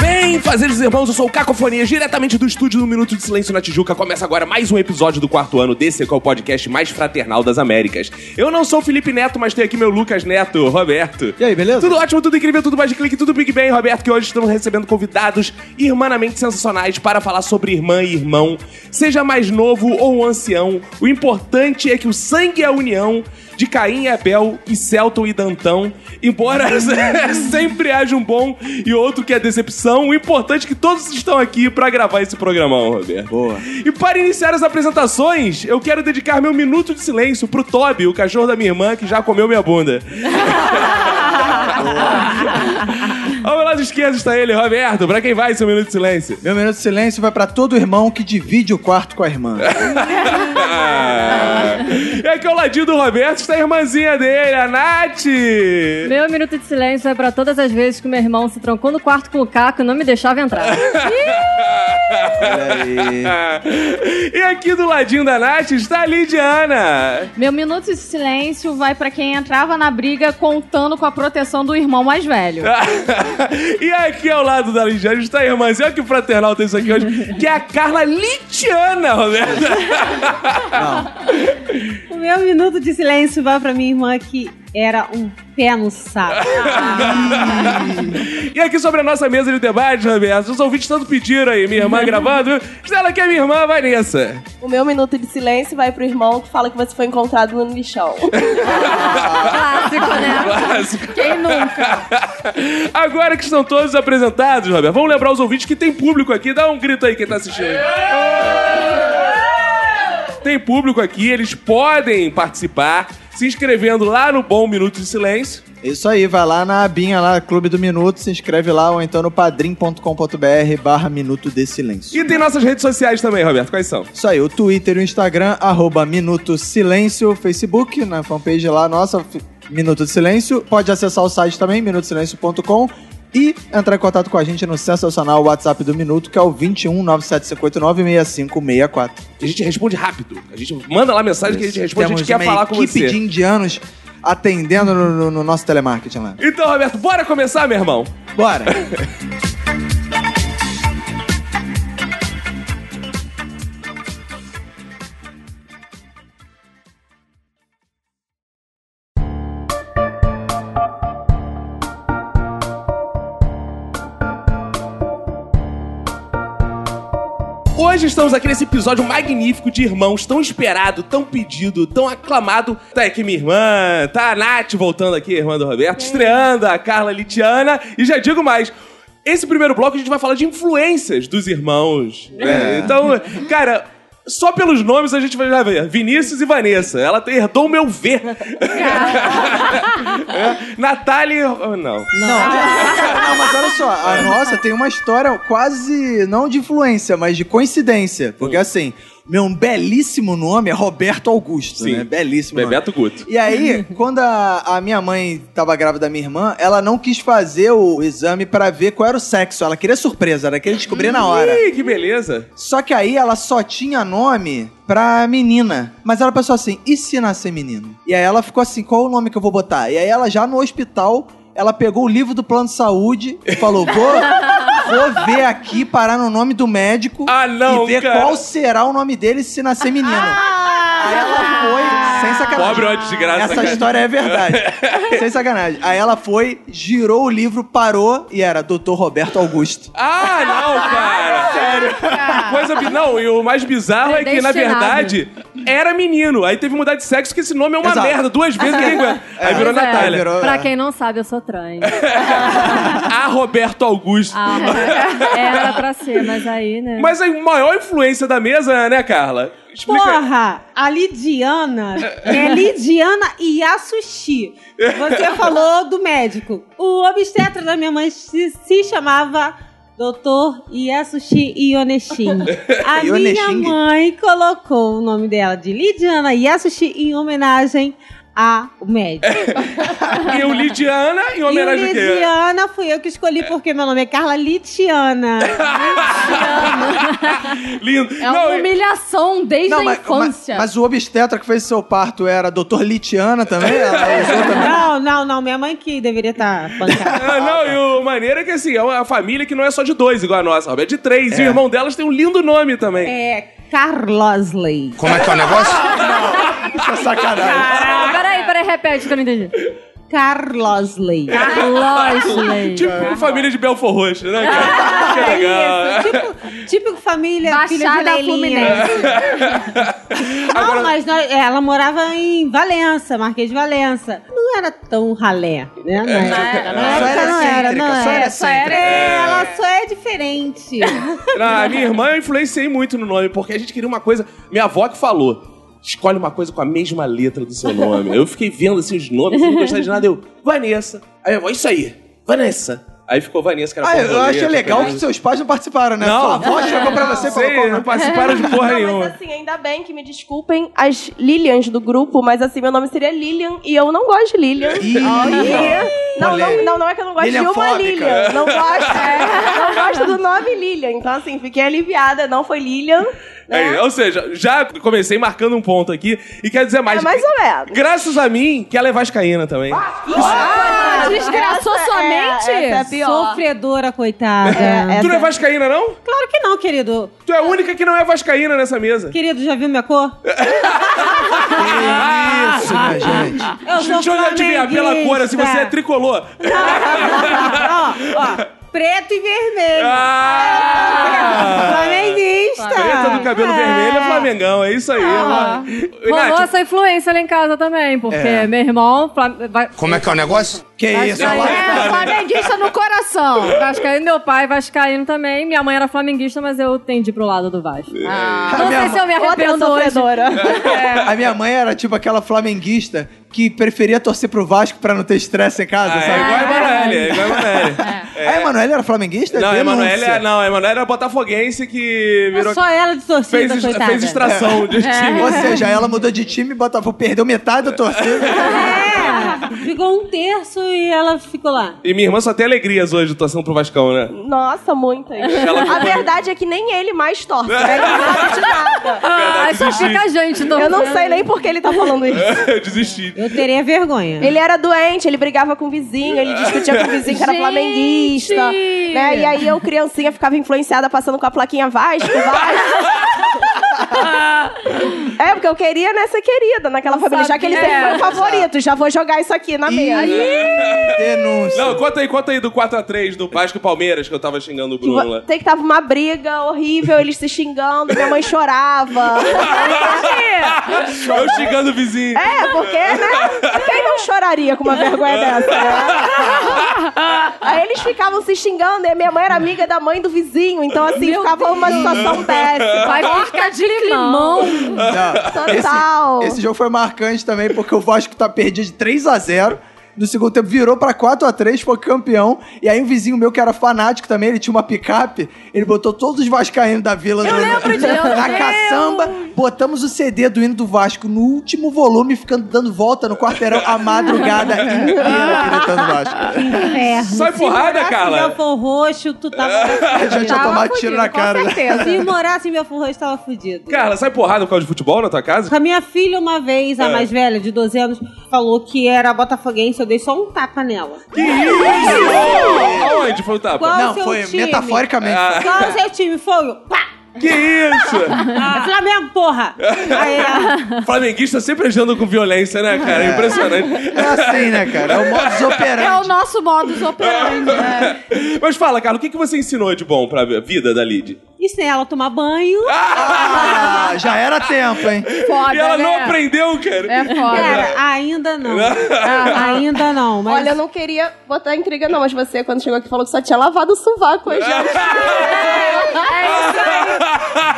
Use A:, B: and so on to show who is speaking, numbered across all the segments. A: Bem, fazeres irmãos, eu sou o Cacofonia, diretamente do estúdio do Minuto de Silêncio na Tijuca. Começa agora mais um episódio do quarto ano desse, que é o podcast mais fraternal das Américas. Eu não sou o Felipe Neto, mas tenho aqui meu Lucas Neto, Roberto.
B: E aí, beleza?
A: Tudo ótimo, tudo incrível, tudo mais de clique, tudo Big Bang, Roberto, que hoje estamos recebendo convidados irmanamente sensacionais para falar sobre irmã e irmão. Seja mais novo ou um ancião, o importante é que o sangue é a união de Caim e Abel e Celton e Dantão. Embora sempre haja um bom e outro que é decepção, o importante é que todos estão aqui para gravar esse programão, Roberto.
B: Boa.
A: E para iniciar as apresentações, eu quero dedicar meu minuto de silêncio pro Toby, o cachorro da minha irmã, que já comeu minha bunda. Ao meu lado esquerdo está ele, Roberto. Pra quem vai, seu minuto de silêncio.
B: Meu minuto de silêncio vai pra todo irmão que divide o quarto com a irmã.
A: e aqui ao ladinho do Roberto está a irmãzinha dele, a Nath.
C: Meu minuto de silêncio é pra todas as vezes que meu irmão se trancou no quarto com o Caco e não me deixava entrar.
A: e aqui do ladinho da Nath está a Lidiana.
D: Meu minuto de silêncio vai pra quem entrava na briga contando com a proteção do irmão mais velho.
A: e aqui ao lado da Lidiana está a irmãzinha, olha que fraternal tem isso aqui hoje, que é a Carla Lidiana, Roberto.
E: O meu minuto de silêncio vai pra minha irmã que era um pé no saco.
A: e aqui sobre a nossa mesa de debate, Roberto, os ouvintes tanto pediram aí, minha irmã gravando, se ela quer minha irmã, vai nessa.
F: O meu minuto de silêncio vai pro irmão que fala que você foi encontrado no lixão.
C: Clássico, né?
A: Clássico.
C: Quem nunca?
A: Agora que estão todos apresentados, Roberto, vamos lembrar os ouvintes que tem público aqui. Dá um grito aí quem tá assistindo. Tem público aqui, eles podem participar se inscrevendo lá no Bom Minuto de Silêncio.
B: Isso aí, vai lá na abinha lá, Clube do Minuto, se inscreve lá ou então no padrim.com.br barra Minuto de Silêncio.
A: E tem nossas redes sociais também, Roberto. Quais são?
B: Isso aí, o Twitter e o Instagram, arroba Minuto Silêncio, Facebook, na fanpage lá nossa, f- Minuto de Silêncio. Pode acessar o site também, minutosilêncio.com e entrar em contato com a gente no sensacional WhatsApp do Minuto, que é o 21 9759 6564.
A: A gente responde rápido. A gente manda lá mensagem que a gente responde, a gente quer
B: uma
A: falar com
B: equipe
A: você.
B: de indianos atendendo no, no- no nosso telemarketing lá.
A: Então, Roberto, bora começar, meu irmão?
B: Bora!
A: Hoje estamos aqui nesse episódio magnífico de irmãos, tão esperado, tão pedido, tão aclamado. Tá aqui minha irmã, tá a Nath voltando aqui, irmã do Roberto,
B: É.
A: estreando a Carla Litiana. E já digo mais. Esse primeiro bloco a gente vai falar de influências dos irmãos.
B: É.
A: né? Então, cara, só pelos nomes a gente vai já ver. Vinícius e Vanessa. Ela tem- herdou o meu V. é. Natália. oh, Não.
B: Não, não, mas olha só, a nossa tem uma história quase, não de influência, mas de coincidência.
A: Hum.
B: Porque assim, meu belíssimo nome é Roberto Augusto,
A: Sim.
B: né? Belíssimo nome.
A: Bebeto Guto.
B: E aí, quando a, a minha mãe tava grávida da minha irmã, ela não quis fazer o exame pra ver qual era o sexo. Ela queria surpresa, ela queria descobrir na hora.
A: Ih, que beleza.
B: Só que aí ela só tinha nome pra menina. Mas ela pensou assim: e se nascer menino? E aí ela ficou assim: qual o nome que eu vou botar? E aí ela já no hospital, ela pegou o livro do plano de saúde e falou: vou, vou ver aqui, parar no nome do médico
A: Ah, não,
B: e ver
A: cara.
B: qual será o nome dele se nascer menino. Aí ela foi, sem sacanagem.
A: Pobre ódio de graça,
B: Essa
A: cara.
B: história é verdade. sem sacanagem. Aí ela foi, girou o livro, parou e era Dr. Roberto Augusto.
A: Ah, não, cara! Sério? Coisa bi- Não, e o mais bizarro é que, na
C: Predestinado.
A: verdade, era menino. Aí teve que mudar de sexo, porque esse nome é uma
B: Exato.
A: merda. Duas vezes ninguém aguenta. Aí virou
C: Pois é,
A: Natália.
B: virou-
C: pra quem não sabe, eu sou trans.
A: A Ah, Roberto Augusto.
C: Ah, era pra ser, mas aí,
E: é.
C: né?
A: Mas a maior influência da mesa, né, Carla? Explica.
E: Porra, a Lidiana é Lidiana Yasushi. Você falou do médico. O obstetra da minha mãe se se chamava Doutor Yasushi Ioneshin. A minha
B: Ioneshin?
E: mãe colocou o nome dela de Lidiana Yasushi em homenagem ao médico.
A: E o Lidiana em homenagem
E: e
A: a
E: o
A: quê?
E: Lidiana fui eu que escolhi porque meu nome é Carla Litiana.
A: Lindo.
E: um
D: É uma
A: Não, e-
D: humilhação desde
B: Não,
D: a
B: mas, mas,
D: infância.
B: mas o obstetra que fez seu parto era doutor Litiana também? Ela usou também?
E: não, não, não. Minha mãe que deveria estar bancada.
A: Ah, não, e o maneiro é que assim, é uma família que não é só de dois, igual a nossa, Rob, é de três. E o irmão delas tem um lindo nome também.
E: É Carlosley.
G: Como é que é o negócio?
B: Isso é sacanagem.
C: Ah, Peraí, peraí, repete que eu não entendi.
E: Carlosley.
A: É,
B: Ah,
C: Losley.
A: Tipo família de Belfor Roxo, né, cara? que legal.
E: Ah, é Tipo, típico família, filha de
D: Baixada
E: orelhinha.
D: Fluminense.
E: Não,
A: Agora-
E: mas nós- ela morava em Valença, Marquês de Valença. Não era tão ralé,
A: É,
E: né? Na
A: tipo,
E: época, na
B: Só
E: época
B: era
E: não era,
B: excêntrica,
E: não
B: só
E: era.
B: era
D: Só era-
B: excêntrica.
E: É, ela só é diferente.
A: Não, a minha irmã eu influenciei muito no nome, porque a gente queria uma coisa. Minha avó que falou. Escolhe uma coisa com a mesma letra do seu nome. Eu fiquei vendo assim os nomes, sem gostar de nada. Eu, Vanessa. Aí minha avó, isso aí, Vanessa. Aí ficou Vanessa, que era
B: Ah, eu
A: borboleta,
B: achei legal que
A: coisa.
B: seus pais não participaram, né?
A: né? Não.
B: Sua avó chegou pra você e
A: Sei,
B: colocou né? É. o
A: não
B: nome.
A: participaram de porra
F: Não,
A: nenhuma.
F: mas assim, ainda bem que me desculpem as Lilians do grupo, mas assim, meu nome seria Lilian e eu não gosto de Lilian.
B: Ih,
F: E- não,
B: polêmica.
F: não, não, não é que eu não gosto de uma
B: Lilianfóbica.
F: Lilian. Não gosto, é, não gosto do nome Lilian. Então, assim, fiquei aliviada, não foi Lilian.
A: Aí, ou seja, já comecei marcando um ponto aqui. E quer dizer mais.
F: É mais ou menos.
A: Graças a mim, que ela é vascaína também.
C: é
D: Ah, desgraçou
F: Essa
D: sua
F: é-
D: mente?
F: essa é a pior.
E: Sofredora, coitada.
F: É,
A: tu não é
F: essa-
A: vascaína, não?
E: Claro que não, querido.
A: Tu é a única que não é vascaína nessa mesa.
E: Querido, já viu minha cor?
A: É, Ah,
B: Isso, minha gente.
E: Eu sou
A: Deixa eu já adivinhar pela cor, assim, você é
E: flamenguista.
A: tricolor.
E: ó, ó, preto e vermelho.
A: Ah!
E: Flamenguista.
A: Preta do cabelo vermelho é Flamengão, é isso aí. Ô,
C: Rolou
D: assim,
A: Nath,
C: essa influência lá em casa também, porque meu irmão. Flam- vai-
G: Como é que é o negócio?
B: Que isso,
C: Vascaíno. É,
B: ela-
D: É, flamenguista no coração.
C: Vascaíno, meu pai vascaíno também. Minha mãe era flamenguista, mas eu tendi pro lado do Vasco. Ah,
B: A
C: Não
B: minha
C: sei se eu me arrependo
F: Outra
C: hoje.
F: sofredora.
B: A minha mãe era tipo aquela flamenguista que preferia torcer pro Vasco pra não ter estresse em casa,
A: ah, é
B: sabe?
A: igual a Emanuele, é igual a Emanuele.
B: A Emanuela era flamenguista?
A: Não, a Emanuele
B: Denúncia.
A: é, não, a Emanuele era botafoguense que virou...
E: É só ela de
A: Fez,
E: torcida,
A: es-
E: coitada.
A: fez extração de time.
B: Ou seja, ela mudou de time e Botafogo perdeu metade da torcida.
E: É, ficou um terço e ela ficou lá.
A: E minha irmã só tem alegrias hoje torcendo pro Vascão, né?
F: Nossa, muitas.
A: Ela-
F: A verdade é que nem ele mais torce. né? Ele não sabe de nada.
C: Ah, aí só fica a gente.
F: Eu não
C: torcendo.
F: sei nem por que ele tá falando isso.
A: Eu Desisti.
E: Eu teria vergonha.
F: Ele era doente, ele brigava com o vizinho, ele discutia com o vizinho que era
C: É. Gente!
F: flamenguista. Né? E aí eu, criancinha, ficava influenciada passando com a plaquinha Vasco, Vasco. é, porque eu queria né, ser querida naquela família, já que ele sempre
C: sabia. É.
F: foi o favorito. Já vou jogar isso aqui na mesa.
B: Denúncia.
A: Não, conta aí, conta aí do 4x3 do Vasco e Palmeiras que eu tava xingando o
F: Que
A: Bruno lá.
F: Tem que tava uma briga horrível, eles se xingando, minha mãe chorava.
A: Eu xingando o vizinho.
F: É, porque, né? Quem não choraria com uma vergonha dessa, né? Aí eles ficavam se xingando, e a minha mãe era amiga da mãe do vizinho, então assim, ficava uma situação péssima.
C: Vai ficar de limão.
B: Não,
F: Total.
B: Esse, esse jogo foi marcante também, porque o Vasco tá perdido de 3 a 0 no segundo tempo virou pra 4 a 3 foi campeão. E aí um vizinho meu que era fanático também, ele tinha uma picape, ele botou todos os vascaínos da vila no- na caçamba. Botamos o CD do hino do Vasco no último volume, ficando dando volta no quarteirão a madrugada inteira gritando Vasco.
E: Inferno.
A: Sai
E: Se
A: porrada,
E: morasse
A: Carla.
E: em Belfor Roxo, tu tava
B: Eu já tinha
D: Tava
B: tomado
D: fudido,
B: tiro na
D: com
B: cara.
D: certeza.
E: Se morasse em Belfor Roxo, tava fudido.
A: Carla, sai porrada por causa de futebol na tua casa?
E: Com a minha filha, uma vez,
A: É.
E: a mais velha, de 12 anos, falou que era botafoguense, eu dei só um tapa nela.
A: Que isso? Aonde foi o tapa?
E: Qual o
B: Não,
E: seu
B: foi
E: time?
B: metaforicamente.
A: Ah.
E: Qual o seu time? Foi o pá!
A: Que isso?
E: É Flamengo, porra! Aí ela...
A: Flamenguista sempre andando com violência, né, cara? Impressionante.
B: É assim, né, cara? É o modus
D: É o
B: operandi.
D: nosso modus operandi.
A: É.
D: né?
A: Mas fala, Carla, o que que você ensinou de bom pra vida da Lid?
E: Ensinei ela a tomar banho.
B: Ah, já era tempo, hein?
C: É
D: Foda,
A: E ela não
D: né?
A: aprendeu, cara.
D: É foda.
E: Cara, ainda não. Ah, ainda não, mas...
F: Olha, eu não queria botar intriga, não, mas você, quando chegou aqui, falou que só tinha lavado o sovaco hoje.
D: É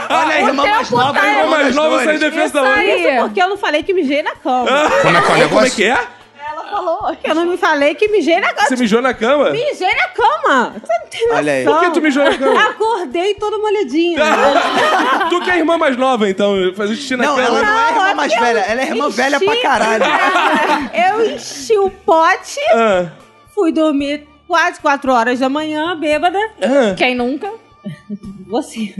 B: Olha a irmã mais nova, a irmã
A: Uma mais
B: das
A: nova
B: dores.
A: sai em defesa da
D: tá Isso
A: outra.
D: aí.
E: Porque eu não falei que mijei na cama.
G: Como é que é o
A: Como é
G: negócio?
A: que é?
F: Ela ela falou.
E: Eu não me falei que mijei na cama.
A: Você mijou na cama?
E: Mijei na cama. Você não tem
B: Olha aí.
E: noção.
A: Por que tu mijou na cama?
E: Acordei toda molhadinha.
A: tu que é a irmã mais nova, então, fazer xixi na
B: Não,
A: cama.
B: ela não é irmã
E: Não,
B: mais
E: aqui eu
B: velha, ela é irmã
E: enchi-
B: velha pra caralho.
E: Eu enchi o pote,
A: Ah,
E: fui dormir quase 4 horas da manhã, bêbada.
A: ah.
D: É, Quem nunca?
E: Você.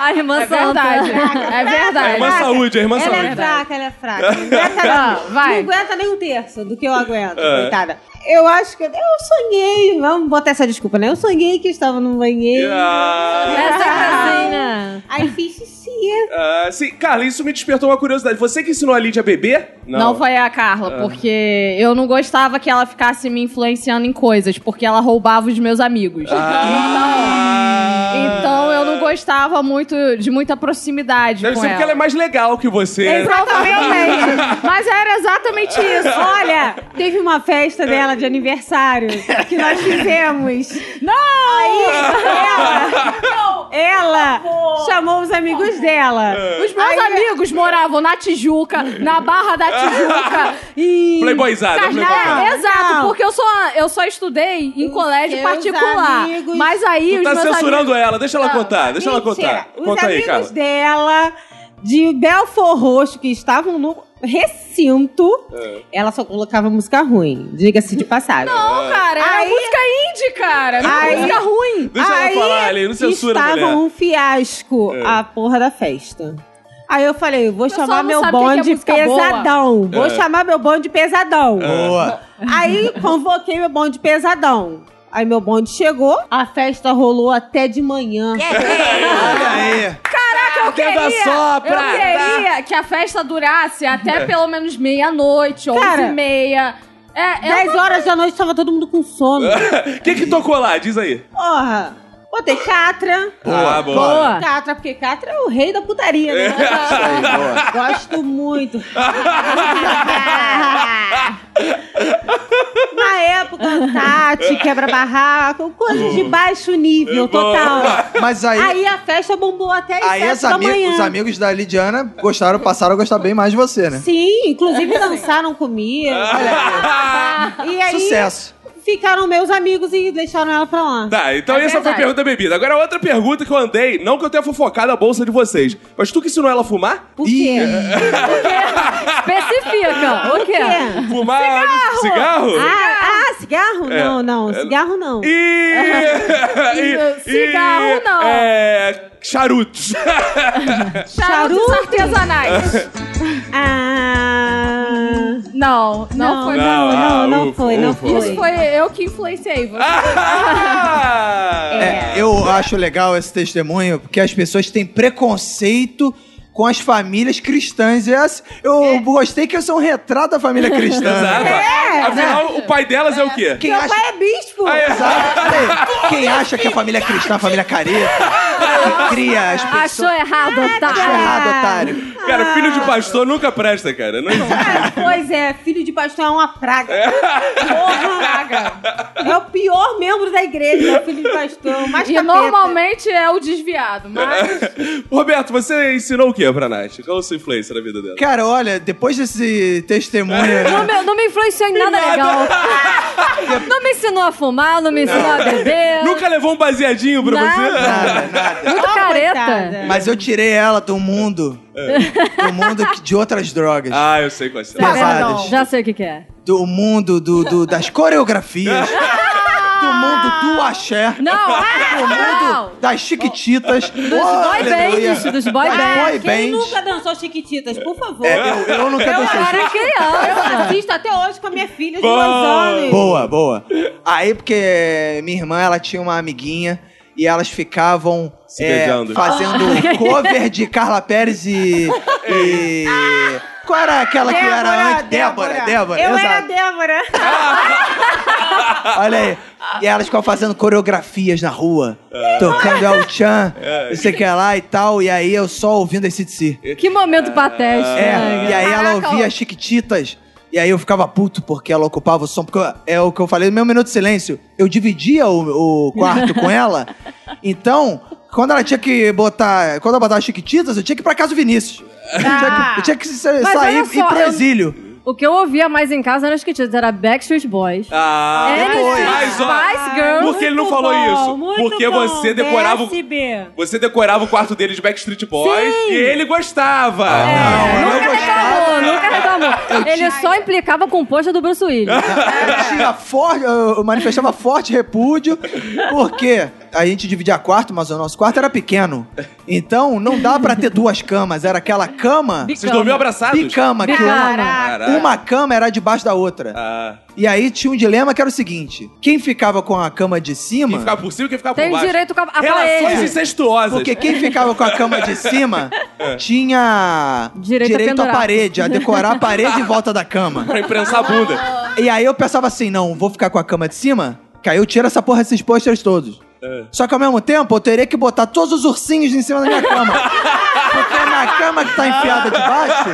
C: A irmã
D: É
C: Santa.
D: verdade. É
A: A irmã
D: verdade.
A: saúde, a irmã
E: Ela é
A: saúde.
E: fraca, ela é fraca. Não aguenta,
D: Ah,
E: não.
D: vai.
E: não aguenta nem um terço do que eu aguento,
A: É.
E: coitada. Eu acho que. Eu sonhei. Vamos botar essa desculpa, né? Eu sonhei que eu estava num banheiro.
A: Ah,
C: Essa é casinha.
E: Aí fiz é xixi.
A: ah, sim, Carla, isso me despertou uma curiosidade. Você que ensinou a Lídia a beber?
D: Não. foi a
A: Ah.
D: Carla, porque eu não gostava que ela ficasse me influenciando em coisas, porque ela roubava os meus amigos.
A: Ah.
D: Então, então eu não gostava muito de muita proximidade
A: Deve
D: com
A: ser
D: ela.
A: porque ela é mais legal que você.
D: Provavelmente. Mas era exatamente isso.
E: Olha, teve uma festa dela de aniversário que nós fizemos.
D: Não!
E: Ela, ela chamou os amigos dela.
A: é
D: Os meus
E: Aí-
D: amigos moravam na Tijuca, na Barra da Tijuca e...
A: Playboyzada, playboyzada.
D: É, exato,
E: Não.
D: porque eu só, eu só estudei em
E: Os
D: colégio
E: seus
D: particular.
E: amigos-
D: Mas aí
A: Tu
D: os
A: tá
D: meus
A: censurando
D: amigos... Ah,
A: ela, deixa ela contar, Tá, deixa ela
E: Mentira.
A: contar.
E: Os
A: Conta aí,
E: amigos
A: Carla.
E: dela, de Belfor Roxo, que estavam no recinto,
A: É.
E: ela só colocava música ruim, diga-se de passagem.
D: Não, cara, era
E: Aí-
D: música indie, cara. Não
E: Aí-
D: era música ruim.
A: Deixa ela
E: Aí
A: falar, Ali, não censura,
E: estava
A: mulher. É.
E: um fiasco a porra da festa. Aí eu falei, eu vou
D: pessoal
E: chamar
D: não
E: meu
D: sabe o que que é
E: bonde
D: música boa.
E: pesadão. Vou
A: É.
E: chamar meu bonde pesadão.
B: Boa.
E: Aí convoquei meu bonde pesadão. Aí meu bonde chegou, a festa rolou até de manhã.
D: É,
B: Olha aí.
D: Eu tá queria, eu queria que a festa durasse até pelo menos meia-noite, onze
E: Cara,
D: e meia. É, é
E: Dez horas da noite tava todo mundo com sono.
A: O que que tocou lá? Diz aí.
E: Porra! Botei Catra.
A: Ah,
D: boa.
E: Catra, porque Catra é o rei da putaria, né?
A: É.
E: Gosto muito. Na época, Tati, quebra-barraco, coisa de baixo nível total.
B: Mas aí, aí,
E: Aí a festa bombou até as
B: as
E: sete da
B: ami-
E: manhã.
B: os amigos da Lidiana gostaram, passaram a gostar bem mais de você, né? Ah.
E: Sim, inclusive dançaram comigo. E aí
B: Sucesso.
E: ficaram meus amigos e deixaram ela pra lá.
A: Tá, então
D: É
A: essa foi a
D: verdade.
A: pergunta da bebida. Agora outra pergunta que eu andei, não que eu tenha fofocado a bolsa de vocês, mas tu que ensinou ela a fumar?
E: Por quê?
C: Especifica. O quê?
E: Por quê?
A: É. Fumar cigarro?
E: Ah, ah, cigarro?
A: É.
E: Não, não, cigarro não.
A: E... e-
D: Cigarro,
A: e-
D: não.
A: É... Charutos.
D: charutos artesanais.
E: Ah,
D: Não, não,
E: Não.
D: foi.
E: não, é
A: ah,
E: não
A: ufa,
E: foi, não
A: ufa.
D: Isso foi eu que influenciei você.
A: Ah!
B: É, eu acho legal esse testemunho, porque as pessoas têm preconceito com as famílias cristãs. E essa- eu gostei que eu sou um retrato da família cristã. né?
A: Exato.
C: É.
A: Afinal, o pai delas é o quê?
B: Quem
E: Meu
B: acha...
E: pai é bispo.
A: Ah, é.
B: Exato. Olha aí. Quem acha que a família é cristã é a família careta, que cria as pessoas...
C: Achou errado,
E: Ah,
B: Achou
C: otário.
E: tá.
B: errado, otário.
A: Cara, filho de pastor nunca presta, cara. Não existe.
E: Ah, pois é, filho de pastor é uma praga. Porra, praga. É o pior membro da igreja, é o filho de pastor. o Mais
D: E
E: capeta.
D: normalmente é o desviado, mas
A: Roberto, você ensinou o quê pra Nath? Qual a sua influência na vida dela?
B: Cara, olha, depois desse testemunho... né?
C: Não me, não me influenciou em nada legal. Não me ensinou a fumar, não me ensinou a beber.
A: Nunca levou um baseadinho pra você?
B: Nada, nada.
D: é
C: Muito careta.
E: Coitada.
B: Mas eu tirei ela do mundo.
C: É.
B: Do mundo que- de outras drogas.
A: Ah, eu sei quais são.
D: Tá
B: Mas- Pesadas.
C: Não, Já sei o que, que é.
B: Do mundo do, do- das coreografias. Do mundo do axé.
C: Não,
B: Do
C: ah,
B: mundo das chiquititas. Dos
C: boy bands, dos boy bands.
B: boy
E: Ah,
B: bands.
E: Quem nunca dançou chiquititas, por favor.
B: É, eu, eu nunca
C: não. Eu
B: deixei.
C: era
E: Eu
C: criança.
E: assisto até hoje com a minha filha de
A: Boa.
E: dois anos.
B: Boa, boa. Aí, porque minha irmã, ela tinha uma amiguinha e elas ficavam é,
A: Se beijando.
B: fazendo cover de Carla Pérez e. e- Qual era aquela que era antes? Débora, Débora.
E: Eu era
B: exato.
E: Débora.
B: Olha aí. E elas ficam fazendo coreografias na rua,
A: É.
B: tocando El Chan, não sei o que lá e tal. E aí eu só ouvindo esse DC.
C: Que momento patético.
B: É,
C: né,
B: e aí ela
D: Caraca,
B: ouvia
D: ó.
B: as chiquititas. E aí eu ficava puto porque ela ocupava o som. Porque eu- é o que eu falei no meu minuto de silêncio. Eu dividia o, o quarto com ela. Então, quando ela tinha que botar. Quando ela botava as chiquititas, eu tinha que ir pra casa do Vinícius. Tinha que, tinha que sa-
C: Ah, Mas
B: sair
C: olha
B: e ir
C: só,
B: pro
C: eu-
B: exílio.
C: O que eu ouvia mais em casa eram os Kids, era Backstreet Boys.
A: Ah,
C: Depois.
A: Mas, ó,
C: É, Spice Girls.
A: Por que ele não
G: Muito
A: falou
G: bom,
A: isso?
G: muito
A: Porque
G: bom.
A: você decorava o-
G: PSB.
A: Você decorava o quarto dele de Backstreet Boys e ele gostava.
B: não, eu
C: Nunca reclamou, nunca reclamou. Ele só implicava com o poxa do Bruce Willis.
B: Eu tinha forte, eu eu manifestava forte repúdio, porque a gente dividia quarto, mas o nosso quarto era pequeno. Então não dá pra ter duas camas, era aquela cama
A: Vocês dormiam abraçados?
B: bicama que
C: Bicama.
A: Caraca.
B: uma cama era debaixo da outra.
A: Ah,
B: E aí tinha um dilema que era o seguinte: quem ficava com a cama de
A: quem
B: cima.
A: ficava por cima e quem ficava por
C: Tem
A: baixo.
C: direito a a
A: Relações
C: parede.
A: incestuosas.
B: Porque quem ficava com a cama de cima
A: É.
B: tinha
C: Direito a
B: à
C: pendurar.
B: parede, a decorar a parede em volta da cama.
A: Pra imprensar a bunda.
B: E aí eu pensava assim: não, vou ficar com a cama de cima, que aí eu tiro essa porra desses posters todos.
A: É.
B: Só que ao mesmo tempo eu teria que botar todos os ursinhos em cima da minha cama. Porque na cama que tá enfiada debaixo,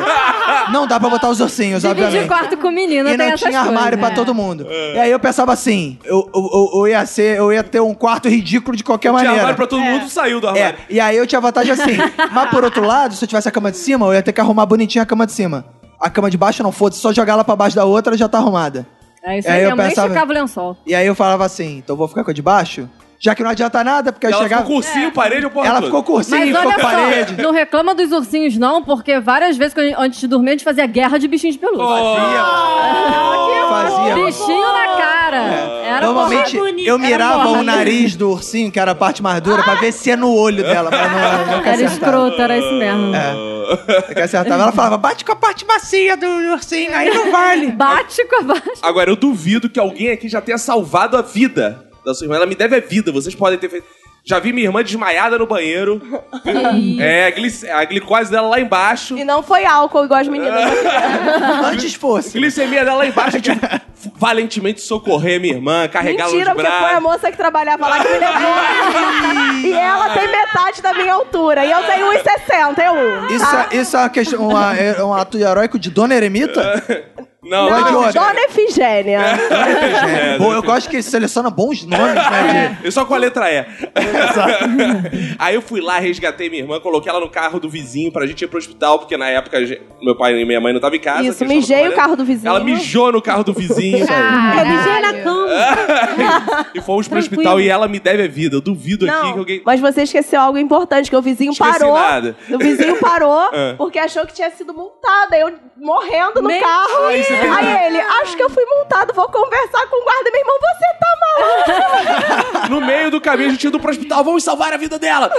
B: não dá pra botar os ursinhos,
C: Dividir
B: obviamente.
C: quarto com menina
B: e
C: tem
B: não
C: essas
B: tinha
C: coisas.
B: armário
C: é.
B: pra todo mundo.
A: É.
B: E aí eu pensava assim, eu, eu, eu- eu ia ser, eu ia ter um quarto ridículo de qualquer
A: Tinha
B: É maneira.
A: armário pra todo mundo, saiu do
B: É,
A: armário.
B: e aí eu tinha vantagem assim. Mas por outro lado, se eu tivesse a cama de cima, eu ia ter que arrumar bonitinha a cama de cima. A cama de baixo não foda, só jogar ela pra baixo da outra já tá arrumada.
C: É isso
B: É,
C: aí,
B: eu
C: minha mãe
B: pensava-
C: esticava o lençol.
B: E aí eu falava assim, então vou ficar com a de baixo? Já que não adianta nada, porque eu
A: Ela
B: chegava.
A: ficou
F: É.
A: cursinho, parede, a porra
B: Ela
A: toda.
B: ficou cursinho,
C: Mas
B: ficou
C: olha
B: com parede.
C: só, não reclama dos ursinhos não, porque várias vezes quando- antes de dormir a gente fazia guerra de bichinhos de
A: Ah.
C: pelúcia.
B: Fazia. É.
C: Bichinho na cara. Era
B: Normalmente
C: porrada.
B: eu
C: Era
B: mirava
C: porrada.
B: o nariz do ursinho, que era a parte mais dura, pra ver se é no olho dela. Mas não, eu nunca
C: Ah! Era
B: acertava.
C: escroto, era isso mesmo.
B: É, que acertava. Ela falava, bate com a parte macia do ursinho, aí não vale.
C: Bate com a baixa.
A: Agora, eu duvido que alguém aqui já tenha salvado a vida da sua irmã. Ela me deve a vida, vocês podem ter feito. Já vi minha irmã desmaiada no banheiro. é, a, glic- a glicose dela lá embaixo.
F: E não foi álcool igual as meninas. né?
B: Antes fosse.
A: Glicemia dela lá embaixo. Eu tive que f- valentemente socorrer minha irmã, carregar ela
F: Mentira,
A: de
F: porque foi a
A: braço.
F: moça que trabalhava lá que me levou. e ela tem metade da minha altura. E eu tenho 1,60, eu. um.
B: Isso,
D: Ah.
B: é- isso é uma questão, uma- é um ato heróico de Dona Eremita?
A: Não,
B: Vai é de
F: Não,
B: olho.
F: Dona Efigênia.
B: É, Pô, eu gosto que seleciona bons nomes,
D: É.
B: né?
A: Eu só com a letra E. Aí eu fui lá, resgatei minha irmã, coloquei ela no carro do vizinho pra gente ir pro hospital, porque na época a gente- meu pai e minha mãe não estavam em casa.
F: Isso,
A: que eles
F: mijei
A: estavam
F: o carro do vizinho. Ah.
A: Ela mijou no carro do vizinho.
E: Eu
B: É
E: mijei na cama.
A: e fomos pro hospital e ela me deve a vida. Eu duvido aqui que
F: Não,
A: alguém.
F: mas você esqueceu algo importante, que o vizinho
A: Esqueci
F: parou.
A: nada.
F: O vizinho parou
A: É.
F: porque achou que tinha sido multada. Eu morrendo no
G: Mentira.
F: carro.
A: Aí você tem-
F: Aí ele, acho que eu fui multado, vou conversar com o guarda. Meu irmão, você tá mal.
A: No meio do caminho, a gente indo pro hospital, vamos salvar a vida dela!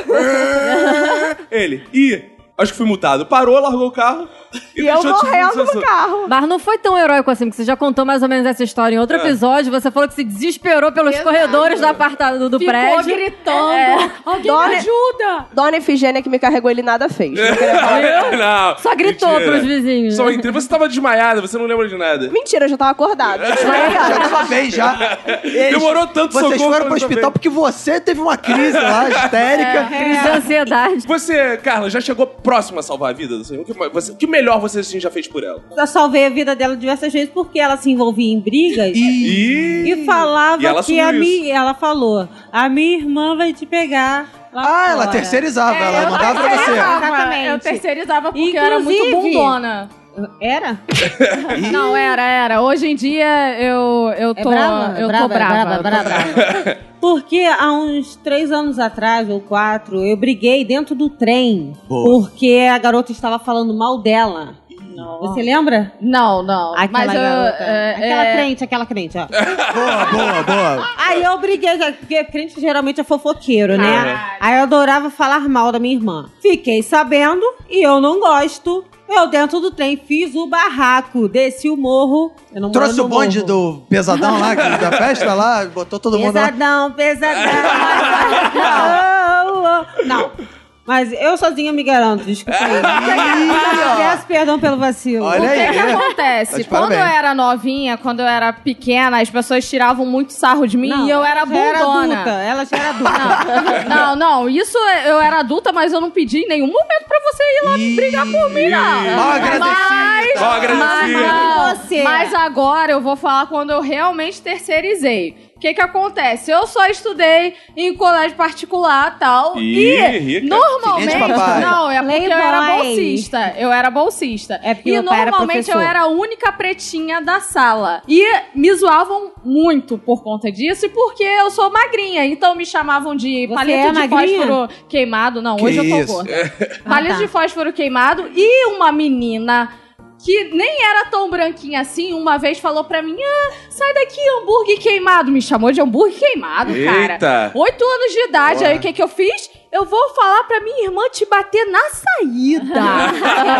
A: Ele, ih, acho que fui multado. Parou, largou o carro.
F: E, eu
A: deixou de-
F: morrendo no carro.
C: Mas não foi tão heróico assim, porque você já contou mais ou menos essa história em
B: É.
C: outro episódio. Você falou que se desesperou pelos corredores do apartamento do, do
G: Ficou
C: prédio.
G: gritando.
C: É.
G: Alguém
F: Dona-
G: me ajuda.
F: Dona Efigênia que me carregou, ele nada fez.
A: É. Não,
C: Só gritou
A: mentira.
C: pros vizinhos.
A: Só entrei. Você tava desmaiada, você não lembra de nada.
F: Mentira, eu já tava acordada.
A: É.
F: é
B: Já tava bem, já. Eles-
A: Demorou tanto
B: Vocês
A: socorro
B: foram
A: quando
B: pro
A: eu
B: hospital
A: também.
B: porque você teve uma crise
D: É.
B: lá, histérica.
C: Crise de ansiedade.
A: Você, Carla, já chegou próximo a salvar a vida? Assim, o que, você, o que melhor você assim, já fez por ela?
E: Eu salvei a vida dela diversas vezes porque ela se envolvia em brigas.
A: E...
E: E falava
A: E ela
E: que a
A: assumiu isso.
E: minha. Ela falou: a minha irmã vai te pegar. Lá
B: Ah, ela
E: fora."
B: terceirizava, ela
D: É, eu
B: mandava pra você.
E: Exatamente.
D: Eu terceirizava porque eu era muito
E: Inclusive-
D: bundona.
E: Era?
D: Não, era, era. Hoje em dia eu, eu
E: É
D: tô
E: brava?
D: eu
E: Brava,
D: tô brava.
E: brava,
D: eu tô
E: brava. Porque há uns três anos atrás, ou quatro, eu briguei dentro do trem.
B: Boa.
E: Porque a garota estava falando mal dela. Você lembra?
D: Não, não.
E: Aquela
D: mas eu,
E: garota.
D: é,
E: aquela
D: é,
E: crente, aquela crente, ó.
B: Boa, boa, boa.
E: Aí eu briguei, porque crente geralmente é fofoqueiro, né? Aí eu adorava falar mal da minha irmã. Fiquei sabendo e eu não gosto. Eu dentro do trem fiz o barraco, desci o morro. Eu não moro
B: Trouxe
D: um
E: no
B: o bonde
E: morro.
B: do pesadão lá, que- da festa lá, botou todo mundo lá.
E: Pesadão, pesadão. Oh, oh, oh. Não. Mas eu sozinha me garanto, desculpa aí. Peço perdão pelo vacilo.
B: Olha
D: O que, que
B: aí. Tá
D: acontece?
B: de
D: Quando eu
B: parabéns.
D: era novinha, quando eu era pequena, as pessoas tiravam muito sarro de mim
E: Não,
D: e eu era
E: ela já era
D: bundona.
E: adulta, ela já era adulta.
D: Não, não, isso é- eu era adulta, mas eu não pedi em nenhum momento pra você ir lá
B: Ih,
D: brigar por mim, não.
B: Mal tá? agradecida.
A: Mal agradecida.
D: Mas,
E: Você.
D: mas agora eu vou falar quando eu realmente terceirizei. Porque que que acontece? Eu só estudei em colégio particular tal.
A: Ih,
D: e
A: rica.
D: normalmente.
B: Cliente papai.
D: Não, é porque eu era
E: Playboy.
D: bolsista. Eu era bolsista.
E: É porque
D: e
E: meu pai era
D: normalmente eu
E: professor.
D: era a única pretinha da sala. E me zoavam muito por conta disso e porque eu sou magrinha. Então me chamavam de
E: Você
D: paleta
E: é
D: de
E: magrinha?
D: fósforo queimado. Não,
B: Que
D: hoje eu
B: isso?
D: tô gorda. Palha de fósforo queimado e uma menina que nem era tão branquinha assim, uma vez falou pra mim: ah, sai daqui, hambúrguer queimado. Me chamou de hambúrguer queimado, cara.
A: Eita!
D: Oito anos de idade,
B: Porra.
D: aí o que, que eu fiz? Eu vou falar pra minha irmã te bater na saída.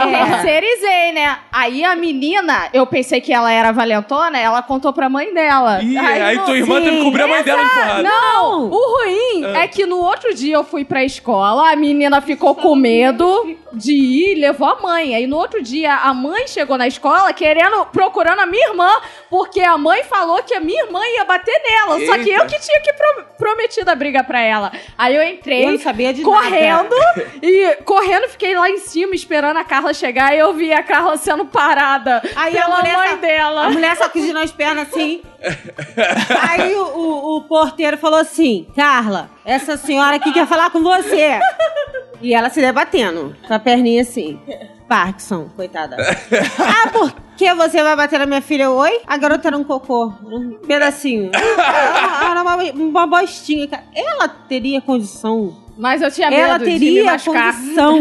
D: É. Terceirizei, né? Aí a menina, eu pensei que ela era valentona, ela contou pra mãe dela.
A: Ih, aí,
D: não-
A: tua irmã teve que cobrir a mãe dela de porrada.
D: não, o ruim é que no outro dia eu fui pra escola, a menina ficou com medo de ir, levou a mãe. Aí no outro dia a mãe chegou na escola querendo, procurando a minha irmã, porque a mãe falou que a minha irmã ia bater nela. Só que
A: Eita.
D: eu que tinha que pro- prometido a briga pra ela. Aí eu entrei,
E: Eu não sabia de nada.
D: correndo e correndo fiquei lá em cima esperando a Carla chegar e eu vi a Carla sendo parada
E: Aí a
D: pela
E: mulher
D: mãe
E: tá-
D: dela.
E: A mulher só quis girar as pernas assim. Aí o, o- o porteiro falou assim: Carla, essa senhora aqui quer falar com você. E ela se debatendo, com a perninha assim. Parkinson, coitada. Ah, por que você vai bater na minha filha? Oi? A garota era um cocô, um pedacinho. Ela era uma, uma bostinha. cara. Ela teria condição
D: Mas eu tinha medo
E: ela
D: de me
E: teria
D: machucar.
E: condição.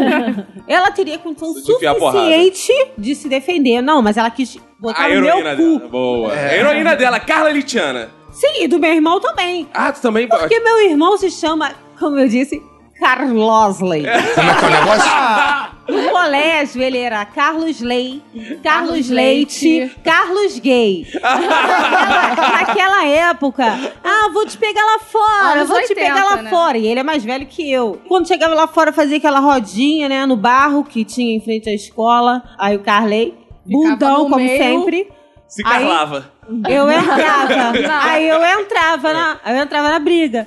E: ela teria condição
A: De enfiar a porrada.
E: suficiente de se defender. Não, mas ela quis botar
A: A
E: no
A: heroína
E: meu cu.
A: dela. Boa. A heroína dela, Carla Litiana.
E: Sim, e do meu irmão também.
A: Ah, tu também.
E: Porque meu irmão se chama, como eu disse, Carlosley.
H: Como é que é o negócio?
E: No colégio ele era Carlos Lei, Carlos,
D: Carlos
E: Leite,
D: Leite.
E: Carlos Gay. naquela, naquela época, ah, vou te pegar lá fora,
D: Anos
E: vou te
D: 80,
E: pegar lá
D: né?
E: fora. E ele é mais velho que eu. Quando chegava lá fora, fazia aquela rodinha, né, no barro que tinha em frente à escola. Aí o Carley, bundão,
D: no
E: como
D: meio.
E: sempre.
A: Se
E: Aí-
A: carlava.
E: Eu entrava.
D: Não.
E: aí eu entrava na, eu entrava na briga.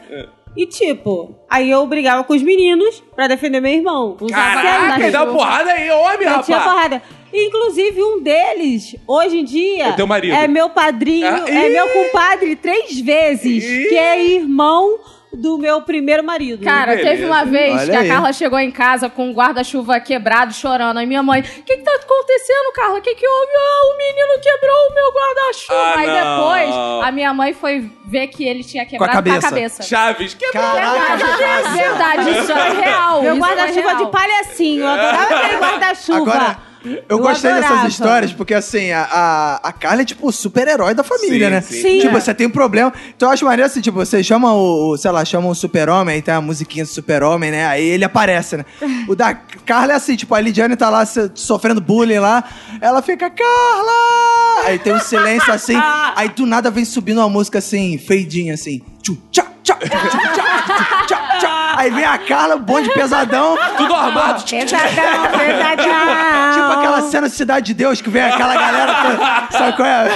E: E tipo, aí eu brigava com os meninos pra defender meu irmão. Usava
A: Caraca,
E: sempre.
A: ele dá uma porrada aí, homem,
E: Eu tinha
A: rapaz.
E: porrada. Inclusive, um deles, hoje em dia,
A: É teu marido.
E: é meu padrinho,
A: Ah,
E: é
A: ih!
E: meu compadre três vezes,
A: Ih!
E: que é irmão do meu primeiro marido.
D: Cara,
A: Hum, Beleza.
D: teve uma vez
B: Olha
D: que a
B: aí.
D: Carla chegou em casa com o guarda-chuva quebrado, chorando. Aí minha mãe, o que, que tá acontecendo, Carla? O que, que houve? Ah, o menino quebrou o meu guarda-chuva.
A: Ah,
D: Aí
A: não.
D: depois, a minha mãe foi ver que ele tinha quebrado
B: cabeça.
A: Chaves, que
B: Caraca,
D: Verdade,
B: Cássia.
D: é verdade, isso é real.
E: meu
D: isso é
E: guarda-chuva
D: real.
E: de palhacinho, eu adorava aquele guarda-chuva.
B: Agora, eu,
E: Eu
B: gostei
E: adorava.
B: dessas histórias, porque assim, a, a, a Carla é tipo o super-herói da família,
A: Sim,
B: né?
A: sim.
E: Sim.
B: Tipo,
E: É.
B: você tem um problema. Então eu acho maneiro assim, tipo, você chama o, o, sei lá, chama o super-homem, aí tem a musiquinha do super-homem, né? Aí ele aparece, né? O da Carla é assim, tipo, a Lidiane tá lá se- sofrendo bullying lá, ela fica, Carla! Aí tem um silêncio assim, aí do nada vem subindo uma música assim, feidinha assim, tchu, tchá, tchá, tchu, tchá, tchu, tchá, tchá. Aí vem a Carla, um bonde pesadão,
A: tudo armado.
E: Pesadão, pesadão.
A: Ah.
B: Tipo aquela cena de Cidade de Deus que vem aquela galera. toda, Sabe qual é?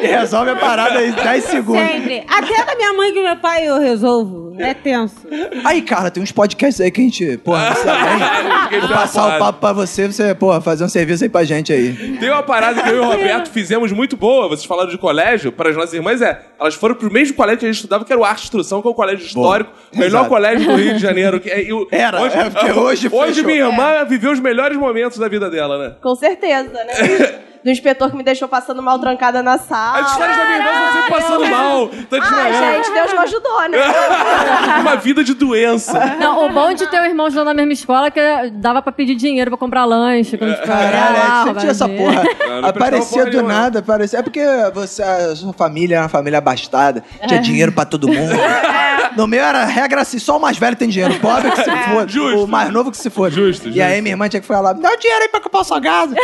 B: E resolve a parada em 10 segundos.
E: Sempre. Até da minha mãe e do meu pai eu resolvo. É tenso.
B: Aí, cara, tem uns podcasts aí que a gente, porra, não
A: Fiquei
B: sabe, Vou passar
A: preocupado.
B: o papo pra você, você, porra, fazer um serviço aí pra gente aí.
A: Tem uma parada que eu e o Roberto fizemos muito boa, vocês falaram de colégio, para as nossas irmãs é, elas foram pro mesmo colégio que a gente estudava, que era o Arte e Instrução, que é o colégio histórico, o melhor
B: Exato.
A: colégio do Rio de Janeiro. Que, é- e o-
B: Era, é, porque hoje fechou.
A: minha irmã viveu os melhores momentos da vida dela, né?
F: Com certeza, né? Do inspetor que me deixou passando mal trancada na sala.
A: As histórias da minha irmã estão tá sempre
F: Ah,
A: passando mal, tá
F: Ai,
A: desmaiando.
F: gente, Deus me ajudou, né?
A: Uma vida de doença.
C: Não, o bom de ter um irmão estudando na mesma escola é que dava pra pedir dinheiro pra comprar lanche. Quando, tipo,
B: Caralho,
C: era lá,
B: Alex, você
C: roubava
B: tinha essa
C: dinheiro.
B: porra.
A: Não, não prestava
B: aparecia
A: porra
B: do
A: nenhuma.
B: nada, aparecia. É porque você, a sua família é uma família abastada,
A: É.
B: tinha dinheiro pra todo mundo. No meu era regra assim, só o mais velho tem dinheiro, o pobre que se foda.
A: Justo.
B: O mais novo que se foda.
A: Justo,
B: E
A: justo.
B: aí minha irmã tinha que falar, me dá o dinheiro aí pra comprar o salgado.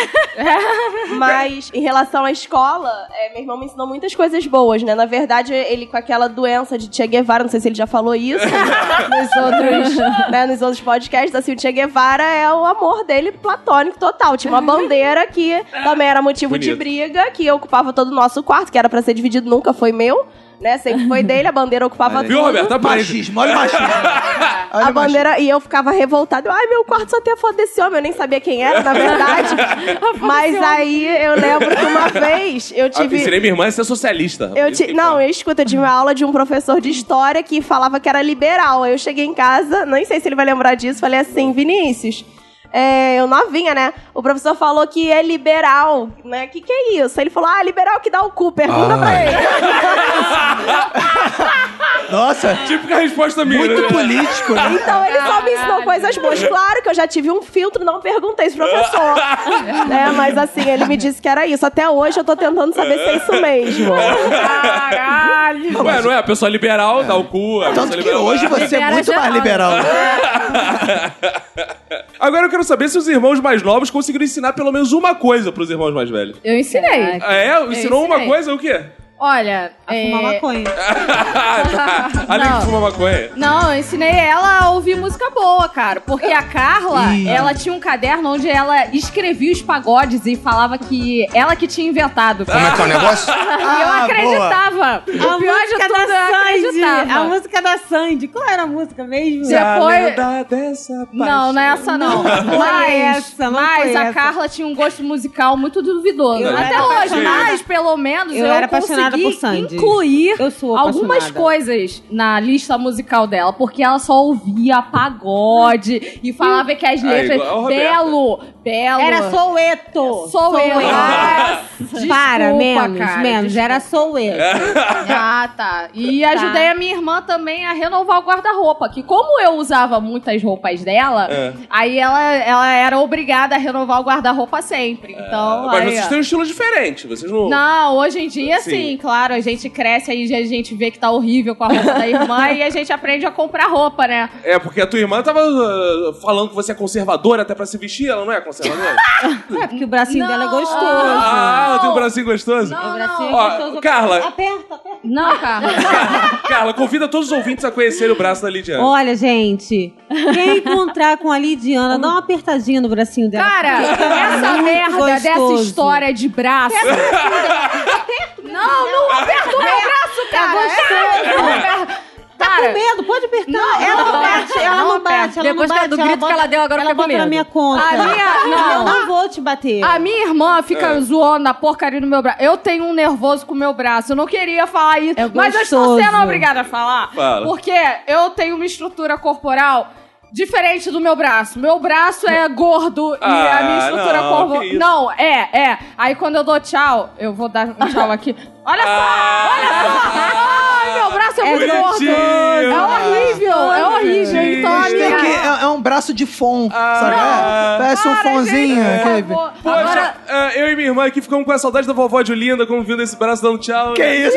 F: Mas em relação à escola, é, meu irmão me ensinou muitas coisas boas, né? Na verdade, ele com aquela doença de Che Guevara, não sei se ele já falou isso nos outros, né, nos outros podcasts, assim, o Che Guevara é o amor dele platônico total. Tinha uma bandeira que também era motivo de
A: Bonito.
F: briga, que ocupava todo o nosso quarto, que era pra ser dividido, nunca foi meu. Né? Sempre foi dele, a bandeira ocupava
B: Olha aí.
F: tudo.
A: Viu, Roberto? Tá parecido.
B: Machismo, olha o machismo. Olha
F: a
B: o macho.
F: bandeira e eu ficava revoltada. Eu, Ai, meu quarto só tem a foto desse homem. Eu nem sabia quem era, na verdade. Mas aí eu lembro que uma vez eu
A: Ah,
F: tive.
A: ensinei então. minha irmã a ser socialista. rapaz.
F: Eu ti- Não, eu escuta, eu tive uma aula de um professor de história que falava que era liberal. Aí eu cheguei em casa, nem sei se ele vai lembrar disso, falei assim, Vinícius. É, eu novinha, né? O professor falou que é liberal, né? Que que é isso? Aí ele falou, ah, liberal que dá o cu, pergunta pra ele.
B: Nossa,
A: Típica resposta minha, né?
B: muito político, né?
F: então ele só me ensinou
D: Caralho.
F: coisas boas. Claro que eu já tive um filtro, não perguntei isso, pro professor. né? Mas assim, ele me disse que era isso. Até hoje eu tô tentando saber se é isso mesmo.
D: Caralho!
A: Ué, não é? A pessoa liberal dá o cu. a pessoa
B: Tanto que
A: liberal-
B: hoje você é
C: Libera
B: muito mais
C: geral.
B: liberal.
A: Agora eu quero saber se os irmãos mais novos conseguiram ensinar pelo menos uma coisa pros irmãos mais velhos.
D: Eu ensinei.
C: Caraca.
A: Ah, é? Ensinou uma
D: ensinei.
A: coisa? O quê?
D: Olha,
E: A
D: é,
E: fumar maconha.
A: Ah, Além de
D: Não.
A: fumar maconha.
D: Não, eu ensinei ela a ouvir música boa, cara. Porque a Carla,
B: Ih.
D: ela tinha um caderno onde ela escrevia os pagodes e falava que ela que tinha inventado.
G: Como é que é o negócio?
D: e eu
B: Ah,
D: acreditava.
E: A
D: O pior de
E: música
D: tudo, é eu
E: da Sandy.
D: acreditava.
E: A música da Sandy. Qual era a música mesmo?
D: Você- Depois-
A: lenda dessa
D: Não, não é essa não.
E: Não foi
D: mas
E: essa, não
D: mas
E: foi
D: a
E: essa.
D: Carla tinha um gosto musical muito duvidoso.
E: Eu
D: Até
E: era
D: hoje,
E: apaixonada.
D: mas pelo menos eu,
E: Eu era
D: consegui
E: apaixonada por Sandy.
D: incluir
E: Eu sou
D: algumas
E: apaixonada.
D: coisas na lista musical dela, porque ela só ouvia pagode e falava que as
A: Ah,
D: letras.
A: igual a Roberta.
D: belo, belo.
E: Era Soueto.
D: Sou eu. Ah, desculpa,
E: Para, menos,
D: cara,
E: menos.
D: desculpa.
E: Era Soueto.
D: Ah, tá. E ajudei a minha irmã também a renovar o guarda-roupa. Que como eu usava muitas roupas dela,
A: É.
D: aí ela, ela era obrigada a renovar o guarda-roupa sempre. Então,
A: É, Mas
D: aí,
A: vocês
D: ó.
A: têm um estilo diferente, vocês não...
D: Não, hoje em dia,
A: Sim.
D: sim. claro, a gente cresce aí, a gente vê que tá horrível com a roupa da irmã e a gente aprende a comprar roupa, né?
A: É, porque a tua irmã tava ah, falando que você é conservadora até pra se vestir, ela não é conservadora?
E: É, porque o bracinho
D: Não.
E: dela é gostoso.
A: ah, ela tem um bracinho gostoso?
E: O bracinho
A: Ó,
E: é gostoso.
A: Carla.
E: Aperta, aperta.
D: Não, cara.
A: Carla, convida todos os ouvintes a conhecerem o braço da Lidiane.
E: Olha, gente, quem encontrar com a Lidiana, dá uma apertadinha no bracinho dela. é
D: Cara, essa
E: Muito
D: merda dessa
E: gostoso.
D: história de braço. Não, não aperta o meu braço, cara. É, não é aperta.
E: Tá com
D: Cara,
E: medo, pode apertar.
D: Não,
E: ela não
D: não.
E: bate, ela não,
C: Não
E: bate,
C: aperta.
E: ela
C: Depois
E: não
C: que-
E: bate.
C: do grito que ela deu, agora eu
E: ela
C: fiquei com
E: bota na
C: medo.
E: minha conta.
D: A minha- não.
E: Eu não vou te bater.
D: a minha irmã fica
A: É.
D: zoando a porcaria do meu braço. Eu tenho um nervoso com o meu braço. Eu não queria falar isso.
E: É
D: mas eu estou
E: gostoso.
D: sendo obrigada a falar.
A: Fala.
D: Porque eu tenho uma estrutura corporal diferente do meu braço. Meu braço é gordo e
A: Ah,
D: a minha estrutura
A: não, que
D: corporal.
A: isso.
D: Não, é, é. Aí quando eu dou tchau, eu vou dar um tchau aqui. Olha
A: Ah.
D: só! Olha só! Ai, meu braço é, muito gordo!
A: bonitinho.
D: É horrível! É horrível! Então a
B: Mas tem
D: minha.
B: que- é, é um braço de fon, sabe?
A: Ah.
B: É, parece um fonzinho.
D: Por
B: que-
D: favor.
A: Poxa, ah, eu e minha irmã aqui ficamos com a saudade da vovó de Olinda, como vindo esse braço dando tchau. né?
B: Que isso?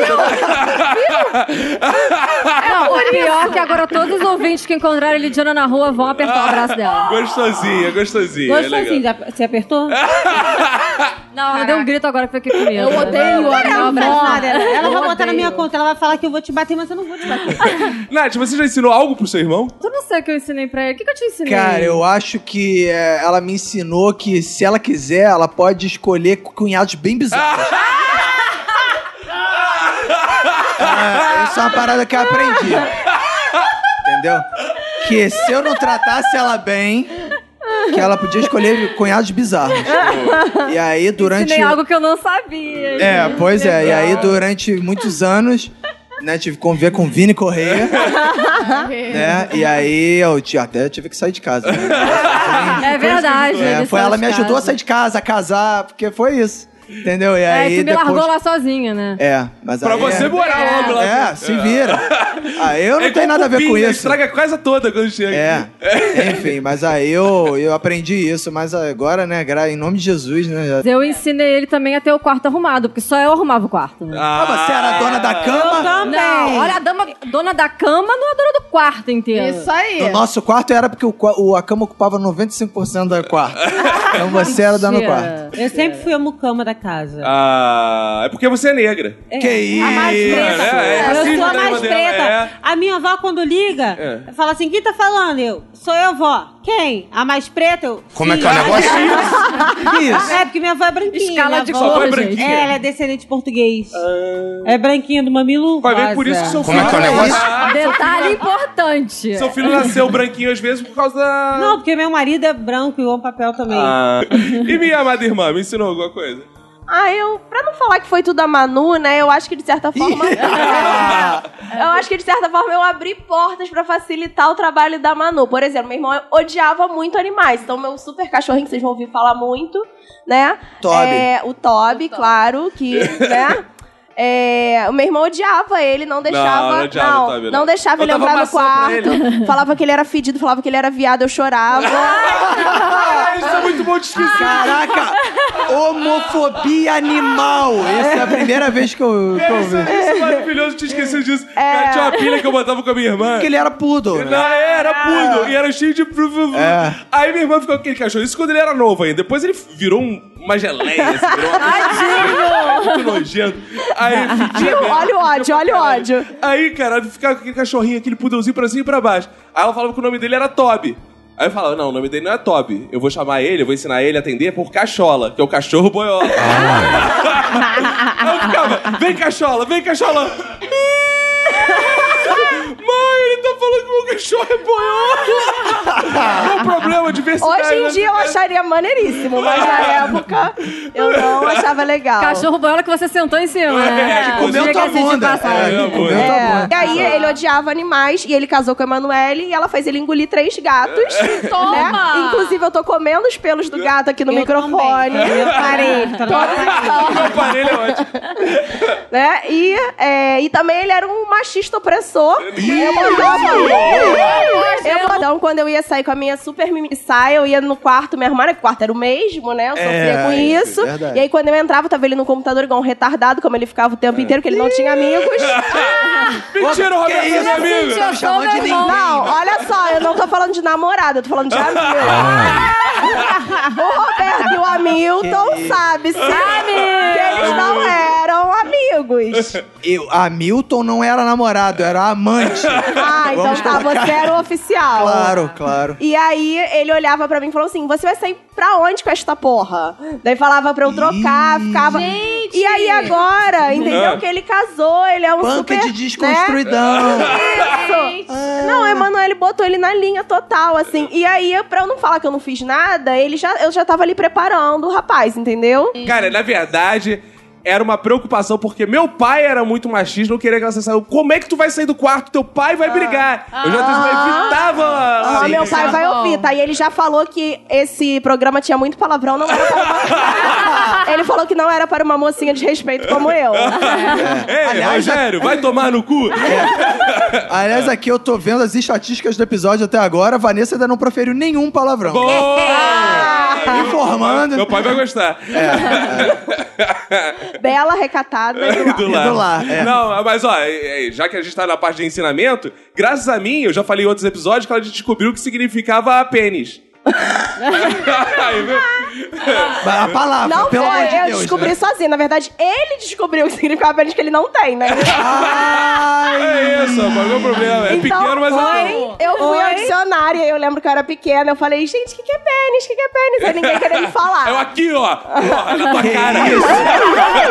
C: Não, o pior é que agora todos os ouvintes que encontrarem a Lidiana na rua vão apertar o braço dela.
A: Gostosinha, gostosinha. é
E: Gostosinho,
A: legal.
E: já- você apertou?
C: Não, ela deu um grito agora que eu fiquei com medo.
D: Eu odeio a minha
E: Ela não faz nada.
D: avó.
E: Ela vai
D: Eu
E: botar na minha
D: odeio.
E: conta, ela vai falar que eu vou te bater, mas eu não vou te bater.
A: Nath, você já ensinou algo pro seu irmão?
C: Tu não sei o que eu ensinei pra ele. O que, que eu te ensinei?
B: Cara, eu acho que é, ela me ensinou que se ela quiser, ela pode escolher cunhados bem bizarros. Ah, isso é uma parada que eu aprendi. Entendeu? Que se eu não tratasse ela bem, que ela podia escolher cunhados bizarros. E aí, durante.
D: é
C: Ensinei algo que eu não sabia.
B: É, pois é. E aí, durante muitos anos, né, tive que conviver com o Vini Correia, né? E aí, eu ti- até tive que sair de casa. né?
C: É verdade.
B: É,
C: ele
B: foi
C: saiu
B: ela
C: de
B: me ajudou a
C: casa.
B: sair de casa, a casar, porque foi isso. Entendeu? E
C: É,
B: aí,
C: tu me
B: depois...
C: largou lá sozinha, né?
B: É, mas
A: Pra
B: aí...
A: você morar logo lá.
B: É, é, se vira. Aí eu não
A: É
B: tenho
A: igual
B: nada a ver com
A: cupim, né?
B: isso.
A: Estraga a casa toda quando chega.
B: É. Enfim, mas aí eu, eu aprendi isso. Mas agora, né, gra- em nome de Jesus, né? já-
C: Eu ensinei ele também a ter o quarto arrumado, porque só eu arrumava o quarto. Né?
B: Ah, você era a dona da
C: Então tá,
B: cama?
D: Ah,
C: Não, olha, a dama, dona da cama não é a dona do quarto inteiro.
D: Isso aí.
B: No nosso quarto era porque o, qua- o- a cama ocupava 95% do quarto. Então você era dona do
C: Mentira.
B: quarto.
E: Eu sempre fui a mucama da casa.
A: Ah, é porque você é negra.
B: Que isso?
E: A mais preta.
A: é, é
E: eu
A: racismo
E: sou a
A: da
E: mais
A: irmã
E: preta.
A: dela, é.
E: A minha avó, quando liga,
A: É.
E: fala assim: quem tá falando? Eu, sou eu, vó. Quem? A mais preta? Eu.
G: Como é
E: "Sim." "Ah,
G: que é o negócio?
B: Que isso?
E: É, porque minha avó é branquinha.
C: Escala
E: minha
C: de
E: avó-
A: Só
C: cor,
A: foi
C: gente.
A: branquinha. Ah.
E: É, ela é descendente português. É branquinha do mamilo.
A: Vai ver
E: rosa.
A: por isso que seu
G: Como é que é o
A: filho-
G: negócio?
A: Ah,
C: Detalhe
D: É.
C: importante.
A: Seu filho nasceu branquinho às vezes por causa da.
E: Não, porque meu marido é branco e o papel também.
A: Ah. E minha amada irmã, me ensinou alguma coisa?
F: Ah, eu. Pra não falar que foi tudo a Manu, né? Eu acho que de certa forma. eu acho que de certa forma eu abri portas pra facilitar o trabalho da Manu. Por exemplo, meu irmão odiava muito animais. Então, meu super cachorrinho, que vocês vão ouvir falar muito, né?
B: Toby.
F: É, o Toby, claro, que, né? É, o meu irmão odiava ele, não deixava.
A: não odiava o Toby, não.
F: não deixava
A: Eu
F: ele
A: tava
F: entrar no
A: passando pra
F: quarto. Falava que ele era fedido, falava que ele era viado, eu chorava.
A: Ah, isso é muito bom de esquecer.
B: Caraca! Homofobia animal! Essa é a primeira vez que eu, que eu
A: Isso,
B: vi.
A: isso é maravilhoso, tinha esquecido disso. Cara, tinha uma pilha que eu botava com a minha irmã.
B: Porque ele era poodle.
A: Não,
B: Né?
A: era pudo. E era cheio de...
B: É.
A: Aí minha irmã ficou com aquele cachorro. Isso quando ele era novo ainda. Depois ele virou um- uma geleia, assim. Virou uma... Muito nojento. Aí um fedia mesmo.
F: olha o ódio, olha o ódio.
A: Aí, cara, ele ficava com aquele cachorrinho, aquele pudelzinho pra cima e pra baixo. Aí ela falava que o nome dele era Toby. Aí eu falava, não, o nome dele não é Toby. Eu vou chamar ele, eu vou ensinar ele a atender por Cachola, que é o cachorro boiola. Aí eu ficava, vem Cachola, vem Cachola. Mãe, ele tá falando que meu cachorro é boiola. Meu problema, diversidade.
F: Hoje em dia eu acharia maneiríssimo, mas na época eu não achava legal.
C: Cachorro boiola que você sentou em cima.
A: É,
C: né?
A: que comeu
C: Diga-se
B: tua
C: de
B: bunda.
C: passagem.
A: É, meu
B: Eu
A: amor.
B: tô
F: É.
B: bom.
F: E aí ele odiava animais e ele casou com a Emanuele e ela fez ele engolir três gatos.
D: Toma!
F: Né? Inclusive eu tô comendo os pelos do gato aqui no
E: Eu
F: microfone.
E: também. Eu parei. ele tá no meu aparelho.
A: O aparelho é ótimo.
F: Né? E, é, e também ele era um machista opressor. Eu Eu- Então, quando eu ia sair com a minha super mimi saia, eu ia no quarto, minha armário, que o quarto era o mesmo, né? Eu sofria com isso.
B: verdade.
F: e aí, quando eu entrava, tava ele no computador igual um retardado, como ele ficava o tempo inteiro, que ele É. não tinha amigos.
A: Mentira, Roberto,
B: isso,
A: meu amigo.
C: Gente, eu sou
B: chamou
C: meu
B: de
C: irmão.
F: Não, olha só, eu não tô falando de namorada, eu tô falando de amigo. Ah. o Roberto e o Hamilton sabem se que eles não eram amigos.
B: Eu, a Milton não era namorado, era amante.
F: Ah, então
B: Vamos
F: tá,
B: colocar-
F: você era o oficial.
B: Claro, claro.
F: E aí ele olhava pra mim e falou assim: Você vai sair pra onde com esta porra? Daí falava pra eu trocar,
B: Ih.
F: ficava.
D: Gente!
F: E aí agora, entendeu?
A: Ah.
F: Que ele casou, ele é um
B: Banca
F: super.
B: de
F: né?
B: desconstruidão. Ah.
F: Isso! Não, o Emanuele botou ele na linha total, assim. E aí, pra eu não falar que eu não fiz nada, ele já, eu já tava ali preparando o rapaz, entendeu?
A: Cara, na verdade, era uma preocupação, porque meu pai era muito machista, não queria que ela saísse. Como é que tu vai sair do quarto? Teu pai vai brigar. Eu já
F: Ah.
A: evitava.
F: Ah,
A: assim.
F: meu pai
C: tá
F: vai
C: bom.
F: ouvir, tá? E ele já falou que esse programa tinha muito palavrão, não era para uma... Ele falou que não era para uma mocinha de respeito como eu.
A: Ei,
B: Aliás,
A: É,
B: É.
A: Rogério, vai tomar no cu?
B: Aliás, aqui eu tô vendo as estatísticas do episódio até agora. A Vanessa ainda não proferiu nenhum palavrão.
F: Ah,
B: Tá
A: Boa!
B: Informando. É.
A: Meu pai vai gostar.
F: Bela, recatada e do
A: do
F: lar.
A: lar.
B: Do lar, é.
A: Não, mas ó, é, é, já que a gente tá na parte de ensinamento, graças a mim, eu já falei em outros episódios que ela descobriu o que significava pênis. Aí, viu?
B: A palavra,
F: Não
B: pelo
F: foi,
B: amor de
F: eu
B: Deus. né?
F: descobri sozinha. Na verdade, ele descobriu o que significava apenas que ele não tem, né?
B: Ai,
A: é isso, rapaz, meu problema. É pequeno, mas eu tenho.
F: Então, foi, eu fui ao dicionário, e eu lembro que eu era pequena, eu falei, gente, o que, que é pênis? O que, que é pênis? Aí ninguém queria me falar.
A: Eu É aqui, ó. Porra, na tua cara.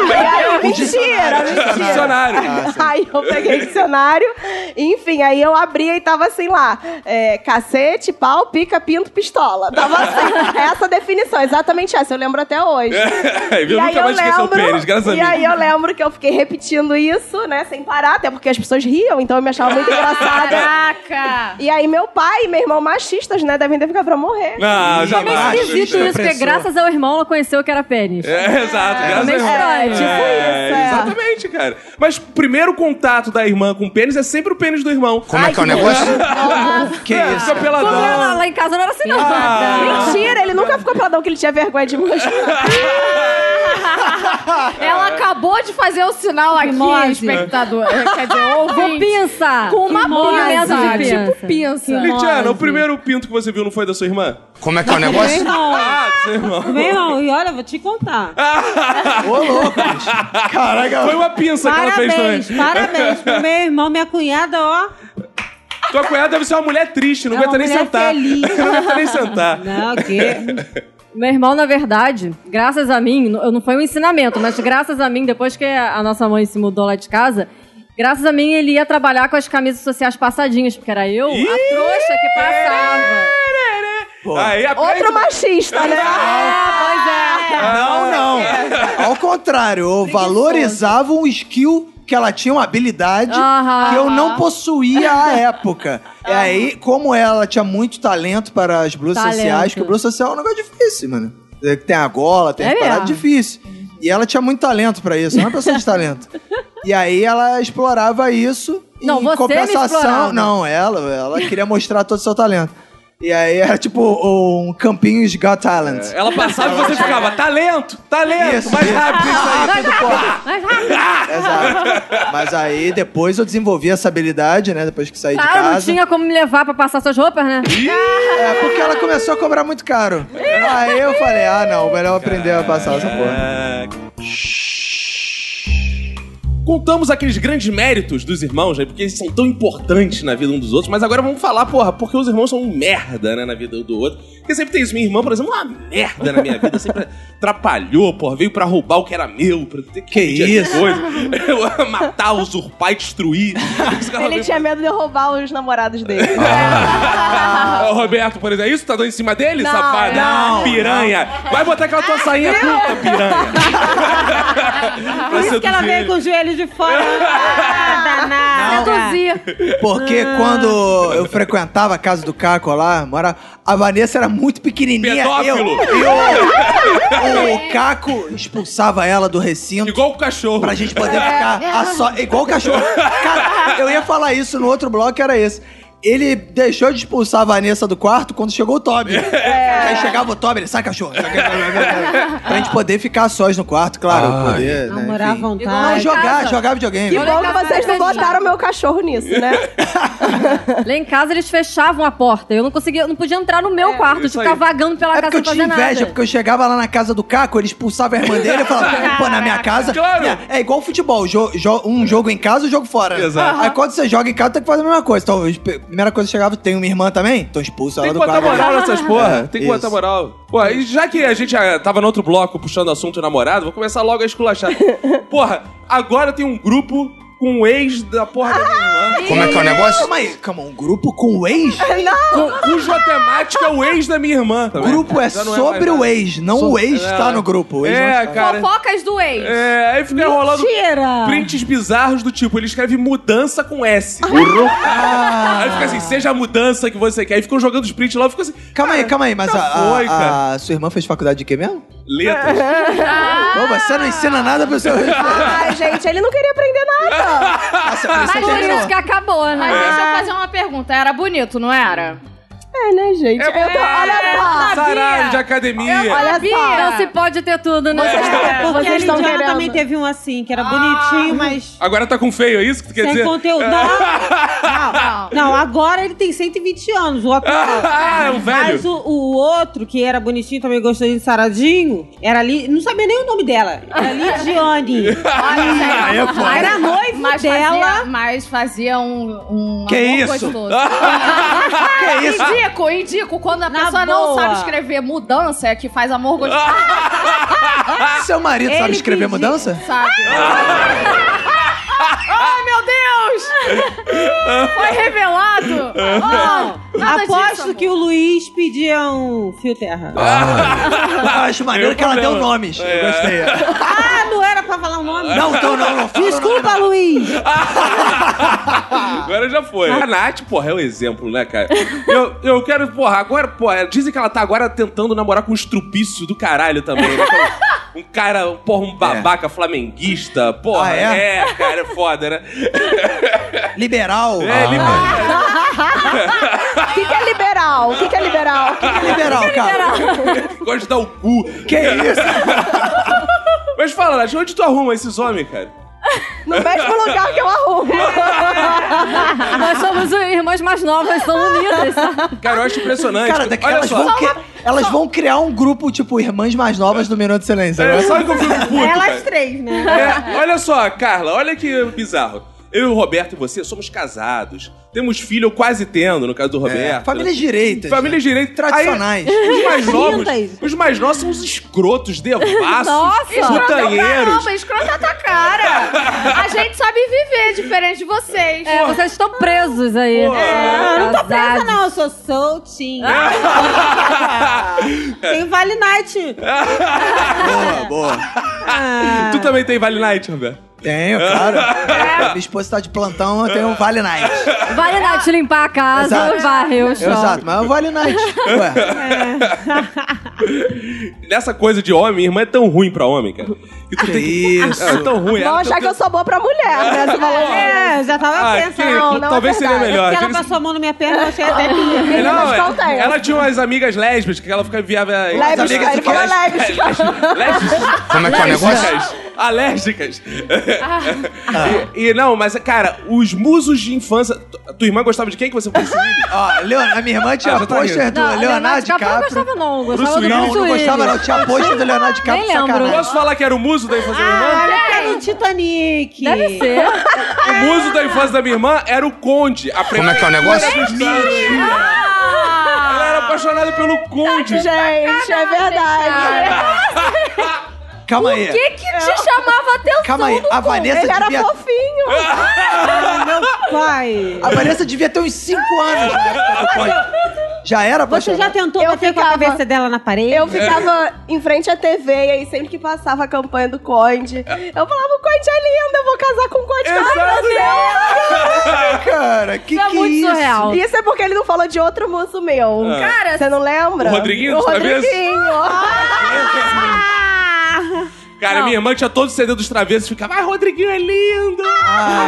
F: E aí, mentira,
B: dicionário,
F: mentira.
A: Dicionário.
F: Aí eu peguei o dicionário, enfim, aí eu abri e tava assim lá: é, cacete, pau, pica, pinto, pistola. Tava assim, essa definição, exatamente essa, eu lembro até hoje.
A: Aí, É, viu? Nunca mais esqueceu o pênis, graças a
F: e
A: mim.
F: aí eu lembro que eu fiquei repetindo isso, né, sem parar, até porque as pessoas riam, então eu me achava muito engraçada.
D: Caraca!
F: E aí meu pai e meu irmão machistas, né, devem ter ficado pra morrer.
A: Não,
C: É meio
A: jamais.
C: esquisito isso, porque graças ao irmão ela conheceu que era pênis.
A: É, exato, graças
C: meio
A: a Deus.
C: estranho, tipo
F: isso, é.
A: Exatamente, cara. Mas o primeiro contato da irmã com o pênis é sempre o pênis do irmão.
G: Como é que é o negócio?
B: que
A: É,
B: isso?
A: Fica peladão.
C: Quando ela lá em casa não era assim, não.
F: Ah. Mentira, ele nunca ficou peladão que ele tinha vergonha de mostrar.
D: Ela acabou de fazer o sinal aqui,
E: Hipnose.
D: espectador. É, Quer dizer,
C: Com
D: ouvinte.
C: pinça.
D: Com uma
C: Movimento
D: pinça.
C: de
D: Tipo
C: pinça.
D: pinça.
A: Litiana, o primeiro pinto que você viu não foi da sua irmã?
G: Como é que é o
E: Meu
G: negócio?
E: irmão,
A: Ah, do seu irmão.
E: meu irmão, e olha, vou te contar.
B: Ô, louco. Caraca.
A: Foi uma pinça que ela fez
E: Parabéns,
A: também.
E: parabéns pro meu irmão, minha cunhada, ó.
A: Tua cunhada deve ser uma mulher triste, não
E: É
A: aguenta
E: uma
A: nem
E: mulher
A: sentar.
E: feliz.
A: Não aguenta nem sentar.
E: Não, o quê?
C: Meu irmão, na verdade, graças a mim, n- eu não foi um ensinamento, mas graças a mim, depois que a nossa mãe se mudou lá de casa, Graças a mim, ele ia trabalhar com as camisas sociais passadinhas, porque era eu
A: Ih!
C: a trouxa que passava.
B: Pô.
A: Aí, a
F: Outro machista, né?
C: É,
A: Ah,
B: Não, não. Ao contrário, eu valorizava um skill que ela tinha, uma habilidade
C: Aham.
B: que eu não possuía à época. E aí, como ela tinha muito talento para as blusas
C: Talento.
B: sociais, que o blusa social é um negócio difícil, mano. Tem a gola, tem
C: É
B: a parada
C: mesmo.
B: difícil. E ela tinha muito talento para isso, ela é uma pessoa de talento. E aí ela explorava isso.
C: Não,
B: em
C: você me
B: compensação,
C: explorava.
B: não, ela, ela queria mostrar todo o seu talento. E aí era tipo um campinho de Got Talent.
A: Ela passava e você ficava, tá lento, tá lento,
B: Isso,
A: mais
B: isso.
A: rápido isso aí.
C: Vai rápido, vai rápido.
B: Exato. Mas aí depois eu desenvolvi essa habilidade, né? Depois que saí de
C: Claro, Ah, não
B: casa.
C: tinha como me levar pra passar suas roupas, né?
B: É, porque ela começou a cobrar muito caro. aí eu falei, ah não, melhor aprender a passar essa porra.
A: Contamos aqueles grandes méritos dos irmãos, né? Porque eles são tão importantes na vida um dos outros. Mas agora vamos falar, porra, porque os irmãos são um merda, né? Na vida um do outro. Porque sempre tem isso. Minha irmã, por exemplo, é uma merda na minha vida. Sempre atrapalhou, porra. Veio pra roubar o que era meu. Pra ter que, pedir as
B: isso?
A: coisas. Eu matar, usurpar e destruir. Isso que ela
F: Ele
A: veio-
F: tinha medo de roubar os namorados dele. É.
A: Ah, o Roberto, por exemplo, é isso? Tá dando em cima dele,
F: Não,
A: safado?
B: não.
A: piranha. Vai botar aquela tua sainha curta, piranha.
E: Por isso que ela veio com o joelho de fora. Ah, danada.
D: É.
C: Seduzir.
B: Porque
C: Ah.
B: quando eu frequentava a casa do Caco lá, mora, a Vanessa era muito pequenininha. Eu,
A: Pedófilo.
B: eu, o Caco expulsava ela do recinto.
A: Igual o cachorro.
B: Pra gente poder ficar a só. Igual o cachorro. Cara, eu ia falar isso no outro bloco, era esse. Ele deixou de expulsar a Vanessa do quarto quando chegou o Toby. Aí chegava o Toby, ele sai cachorro. Sai, cachorro." pra gente poder ficar sós no quarto, claro.
I: Ai.
B: poder, né,
E: Namorar à
B: enfim.
E: vontade.
B: Não, jogar,
C: casa.
B: jogar videogame.
F: Que
C: Olha
F: bom
C: que
F: que vocês não
C: maravilha.
F: botaram meu cachorro nisso, né?
C: Lá em casa eles fechavam a porta. Eu não conseguia, eu não podia entrar no
D: É,
C: meu quarto, de
A: isso
C: ficar
A: aí.
C: vagando pela
B: É
C: casa
B: porque eu
C: sem
B: tinha
C: fazer
B: inveja,
C: nada.
B: porque eu chegava lá na casa do Caco, ele expulsava a irmã dele, eu falava, pô, na minha casa.
A: Claro.
B: minha- É igual futebol, jo- jo- um jogo em casa, um jogo fora. né?
A: Exato.
B: Aí quando você joga em casa, tem que fazer a mesma coisa. Então, a primeira coisa que chegava, tem uma irmã também? Então expulsa
A: Tem
B: ela
A: que
B: do
A: botar
B: quarto.
A: moral nessas
I: É,
A: porra. Tem que
B: É, Isso.
A: botar moral. Pô, e já que a gente já tava no outro bloco puxando assunto namorado, vou começar logo a esculachar. porra, agora tem um grupo com o ex da porra da minha irmã.
I: Como é que é o negócio?
B: Calma aí, calma, um grupo com o ex?
A: cu- Cuja temática é o ex da minha irmã. tá
B: O grupo é
A: Já não
B: sobre
A: mais
B: o
A: nada.
B: ex, não o ex
A: É.
B: tá no grupo. O ex não
A: É,
B: está.
A: cara.
D: Fofocas do ex.
A: É, aí fica rolando
F: Ah.
E: Mentira!
A: prints bizarros do tipo, ele escreve mudança com S.
B: Ah.
I: Burro.
A: Aí fica assim, seja a mudança que você quer. Aí ficam jogando os prints lá, fica assim,
B: Calma aí, calma aí, mas
A: já
B: a, a-
A: foi, cara.
B: a sua irmã fez faculdade de quê mesmo?
A: letras.
B: Pô, você não ensina nada pro seu.
A: Ah.
F: Ai, gente, ele não queria aprender nada.
B: Nossa, por isso
C: Mas
B: que
C: por
B: ele não-
C: isso que acabou, né?
D: Mas deixa
B: É.
D: eu fazer uma pergunta. Era bonito, não era?
F: É, né, gente?
A: É,
F: Eu tô- olha só.
A: Saralho de
D: É,
B: É.
A: academia.
F: Olha só.
C: Não se pode ter tudo, né?
E: É, porque
F: Vocês
E: a
F: estão
E: Lidiana
F: querendo.
E: também teve um assim, que era bonitinho, mas
A: Agora tá com feio, é isso que tu quer
E: sem
A: dizer? ah.
E: conteúdo. Não, não, não, agora ele tem 120 anos, o atual.
A: Ah, é um velho.
E: Mas o, o outro, que era bonitinho, também gostou de saradinho, era ali. Não sabia nem o nome dela. Era Lidiane.
D: Olha,
B: é foda.
E: Era noivo
D: mas
E: dela.
D: Fazia, mas fazia um, um
B: Que
D: amor
B: isso?
D: gostoso.
B: Que isso?
D: Indico, um indico. Quando a
E: Ah. Na
D: pessoa não
E: boa.
D: sabe escrever mudança, é que faz amor gostoso.
B: Ah, Seu marido
E: Ele
B: sabe escrever
E: pediu-
B: mudança?
D: Sabe? Ai, meu Deus! Foi revelado! Oh, nada disso,
E: Ah. Aposto
D: amor.
E: que o Luiz pedia um fio terra.
B: Eu Ah, acho maneiro
A: Meu
B: que ela deu
A: problema.
B: nomes. Eu gostei.
E: Ah, não era pra falar o nome.
B: Não, não, não, não. fala o nome,
E: Desculpa, Luiz.
A: Agora já foi. A Nath, porra, é um exemplo, né, cara? Eu, eu quero, porra, agora, porra, dizem que ela tá agora tentando namorar com um estrupício do caralho também. né? Que é Um um cara, um, porra, um babaca flamenguista, porra.
B: Ah,
A: é?
B: é?
A: cara, é foda, né?
B: não. Liberal.
A: É, liberal.
F: O que, que é liberal? O que, que é liberal?
B: Ah, Liberal, cara.
A: Gosta de dar o cu.
B: Que isso?
A: Mas fala, Nath, onde tu arruma esses homens, cara?
F: No mesmo lugar que eu arrumo.
C: Nós somos irmãs mais novas, são unidas. sabe?
A: Cara, eu acho impressionante.
B: Cara, daqui elas vão, que- elas vão criar um grupo, tipo, irmãs mais novas do Minuto de Silêncio.
A: É,
B: né?
A: sabe que eu fico puto, cara?
E: Elas três, né?
A: É, olha só, Carla, olha que bizarro. Eu e o Roberto e você somos casados. Temos filho, ou quase tendo, no caso do Roberto. né?
B: É, Famílias direitas.
A: Família direita.
B: Tradicionais.
A: Aí, os mais novos.
E: Lindas.
A: Os mais novos são os escrotos,
D: Nossa!
F: é
A: devassos, putanheiros.
D: Caramba, escrota tua cara! A gente sabe viver, diferente de vocês.
C: É, vocês estão presos aí. É,
A: Porra.
B: É,
E: Ah, não tô presa,
C: Casados.
E: não. Eu sou soltinha. Tem Vale Night.
B: Boa, boa.
E: Ah,
A: Tu também tem Vale Night, Roberto?
B: né? Tenho, claro. Minha esposa tá de plantão, eu tenho um Vale Night.
C: Vale lá te limpar a casa,
B: Exato.
C: varrer o chão.
B: Exato, mas é um Vale Night. Ué,
A: Nessa coisa de homem, minha irmã é tão ruim pra homem, cara. Que tu
B: que
A: tem que...
B: isso.
A: É tão ruim.
F: Vão
A: ela
F: achar
A: tem-
F: que eu sou boa pra mulher, né? Você falou,
E: é, eu já tava
A: Ah, que-
E: pensando.
F: não é
A: talvez seria
F: verdade.
A: melhor.
E: Porque ela
A: Eles-
E: passou a mão na minha perna, eu achei até
F: "Ih,
E: que...
F: mas
A: Não, é,
F: conta aí."
A: ela tinha umas amigas lésbicas que ela ficava enviava.
F: Leves,
B: amigas do
F: ele falou leves.
A: Lésbicas.
G: Como é que é o negócio?
A: Alérgicas. Alérgicas.
F: Ah.
A: E, e não, mas, cara, os musos de infância. Tu- Tua irmã gostava de quem que você fosse?
B: Ó, Leon, a minha irmã tinha
A: Ah, já tá
B: pôster
C: Não,
B: do Leonardo
C: não
B: DiCaprio.
C: gostava, não. Gostava do
A: Willis.
B: Não,
C: Bruce
B: não
C: Willis.
B: gostava, não. Tinha pôster do Leonardo DiCaprio,
C: Nem lembro.
B: sacanagem.
A: Posso falar que era o muso da infância da minha irmã?
E: Ah, Olha, que era o Titanic.
C: Deve ser.
A: O muso da infância da minha irmã era o Conde. A
G: Como é que é o negócio?
F: Ah!
A: Ela era apaixonada pelo Conde.
F: Gente, é verdade.
B: Calma aí.
D: O que que te chamava atenção?
B: Calma aí. A Vanessa
F: Ele era
B: devia...
F: fofinho.
E: Ah, meu pai.
B: A Vanessa devia ter uns 5 anos. né? Já era
E: Você já
B: apaixonada?
E: tentou
F: Eu
E: bater
F: ficava-
E: com a cabeça dela na parede?
F: Eu ficava em frente à TV e aí sempre que passava a campanha do Conde, eu falava, o Conde é lindo, eu vou casar com o Conde. Ai, meu Deus!
B: Cara, que
C: É
B: que
C: muito
B: isso?
C: surreal.
F: Isso é porque ele não falou de outro moço meu.
A: Ah.
F: Cara, você não lembra?
A: O Rodriguinho,
F: O
A: dos Travessos?
F: Rodriguinho.
A: Cara, minha irmã tinha todo o CD dos travessos e ficava, ai, Rodriguinho é lindo!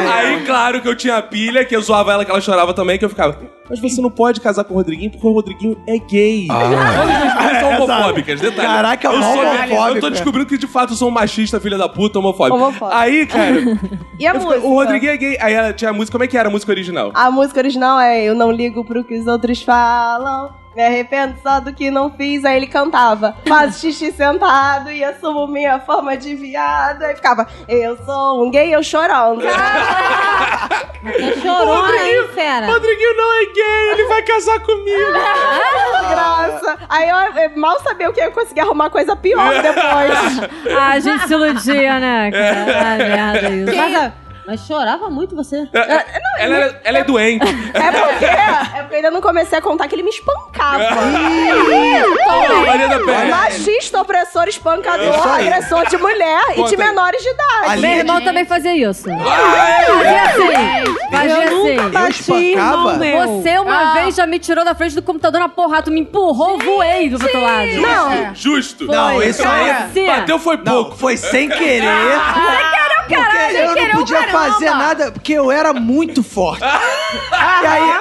A: Aí, claro que eu tinha a pilha, que eu zoava ela, que ela chorava também, que eu ficava, mas você não pode casar com o Rodriguinho porque o Rodriguinho é gay. Todas as minhas são homofóbicas, detalhe.
B: Ah. É, Caraca,
A: eu
B: mó
A: sou
B: homofóbico,
A: Eu tô
B: é.
A: descobrindo que de fato eu sou um machista, filha da puta, homofóbico.
F: Homofóbico.
A: Aí, cara,
F: E a
A: eu
F: música?
A: ficava, o Rodriguinho é gay. Aí ela tinha a música, como é que era a música original?
F: A música original é Eu não ligo pro que os outros falam. Me arrependo só do que não fiz. Aí ele cantava. Faço xixi sentado e assumo minha forma de viado. Aí ficava, eu sou um gay, eu chorando.
E: É chorona, hein, fera?
A: Rodriguinho não é gay, ele vai casar comigo.
F: Graça. Aí eu, eu mal sabia o que eu ia conseguir arrumar coisa pior depois.
C: Ah, a gente se iludia, né? cara? Ah, merda isso.
E: Mas, ah, mas chorava muito você.
A: ela, era- ela é doente.
F: é porque é porque eu ainda não comecei a contar que ele me espancava.
A: Maria da Penha. É
F: Machista, opressor, espancador,
B: Isso aí.
F: agressor de mulher e
A: Conta.
F: de menores de idade.
B: Ali-
C: Meu irmão também fazia isso.
A: Ah,
C: Fazia assim. Fazia assim.
B: Eu espancava?
C: Você
F: Ah.
C: uma vez já me tirou da frente do computador na porrada. Tu me empurrou, voei do outro lado.
F: Não,
A: Justo.
B: Não, isso aí...
C: Sim.
A: Bateu foi pouco.
B: Não, foi sem querer. Sem querer o
D: caralho,
B: Porque eu
D: sem querer
B: não
D: o
B: podia
D: caramba.
B: fazer nada, porque eu era muito forte. e aí,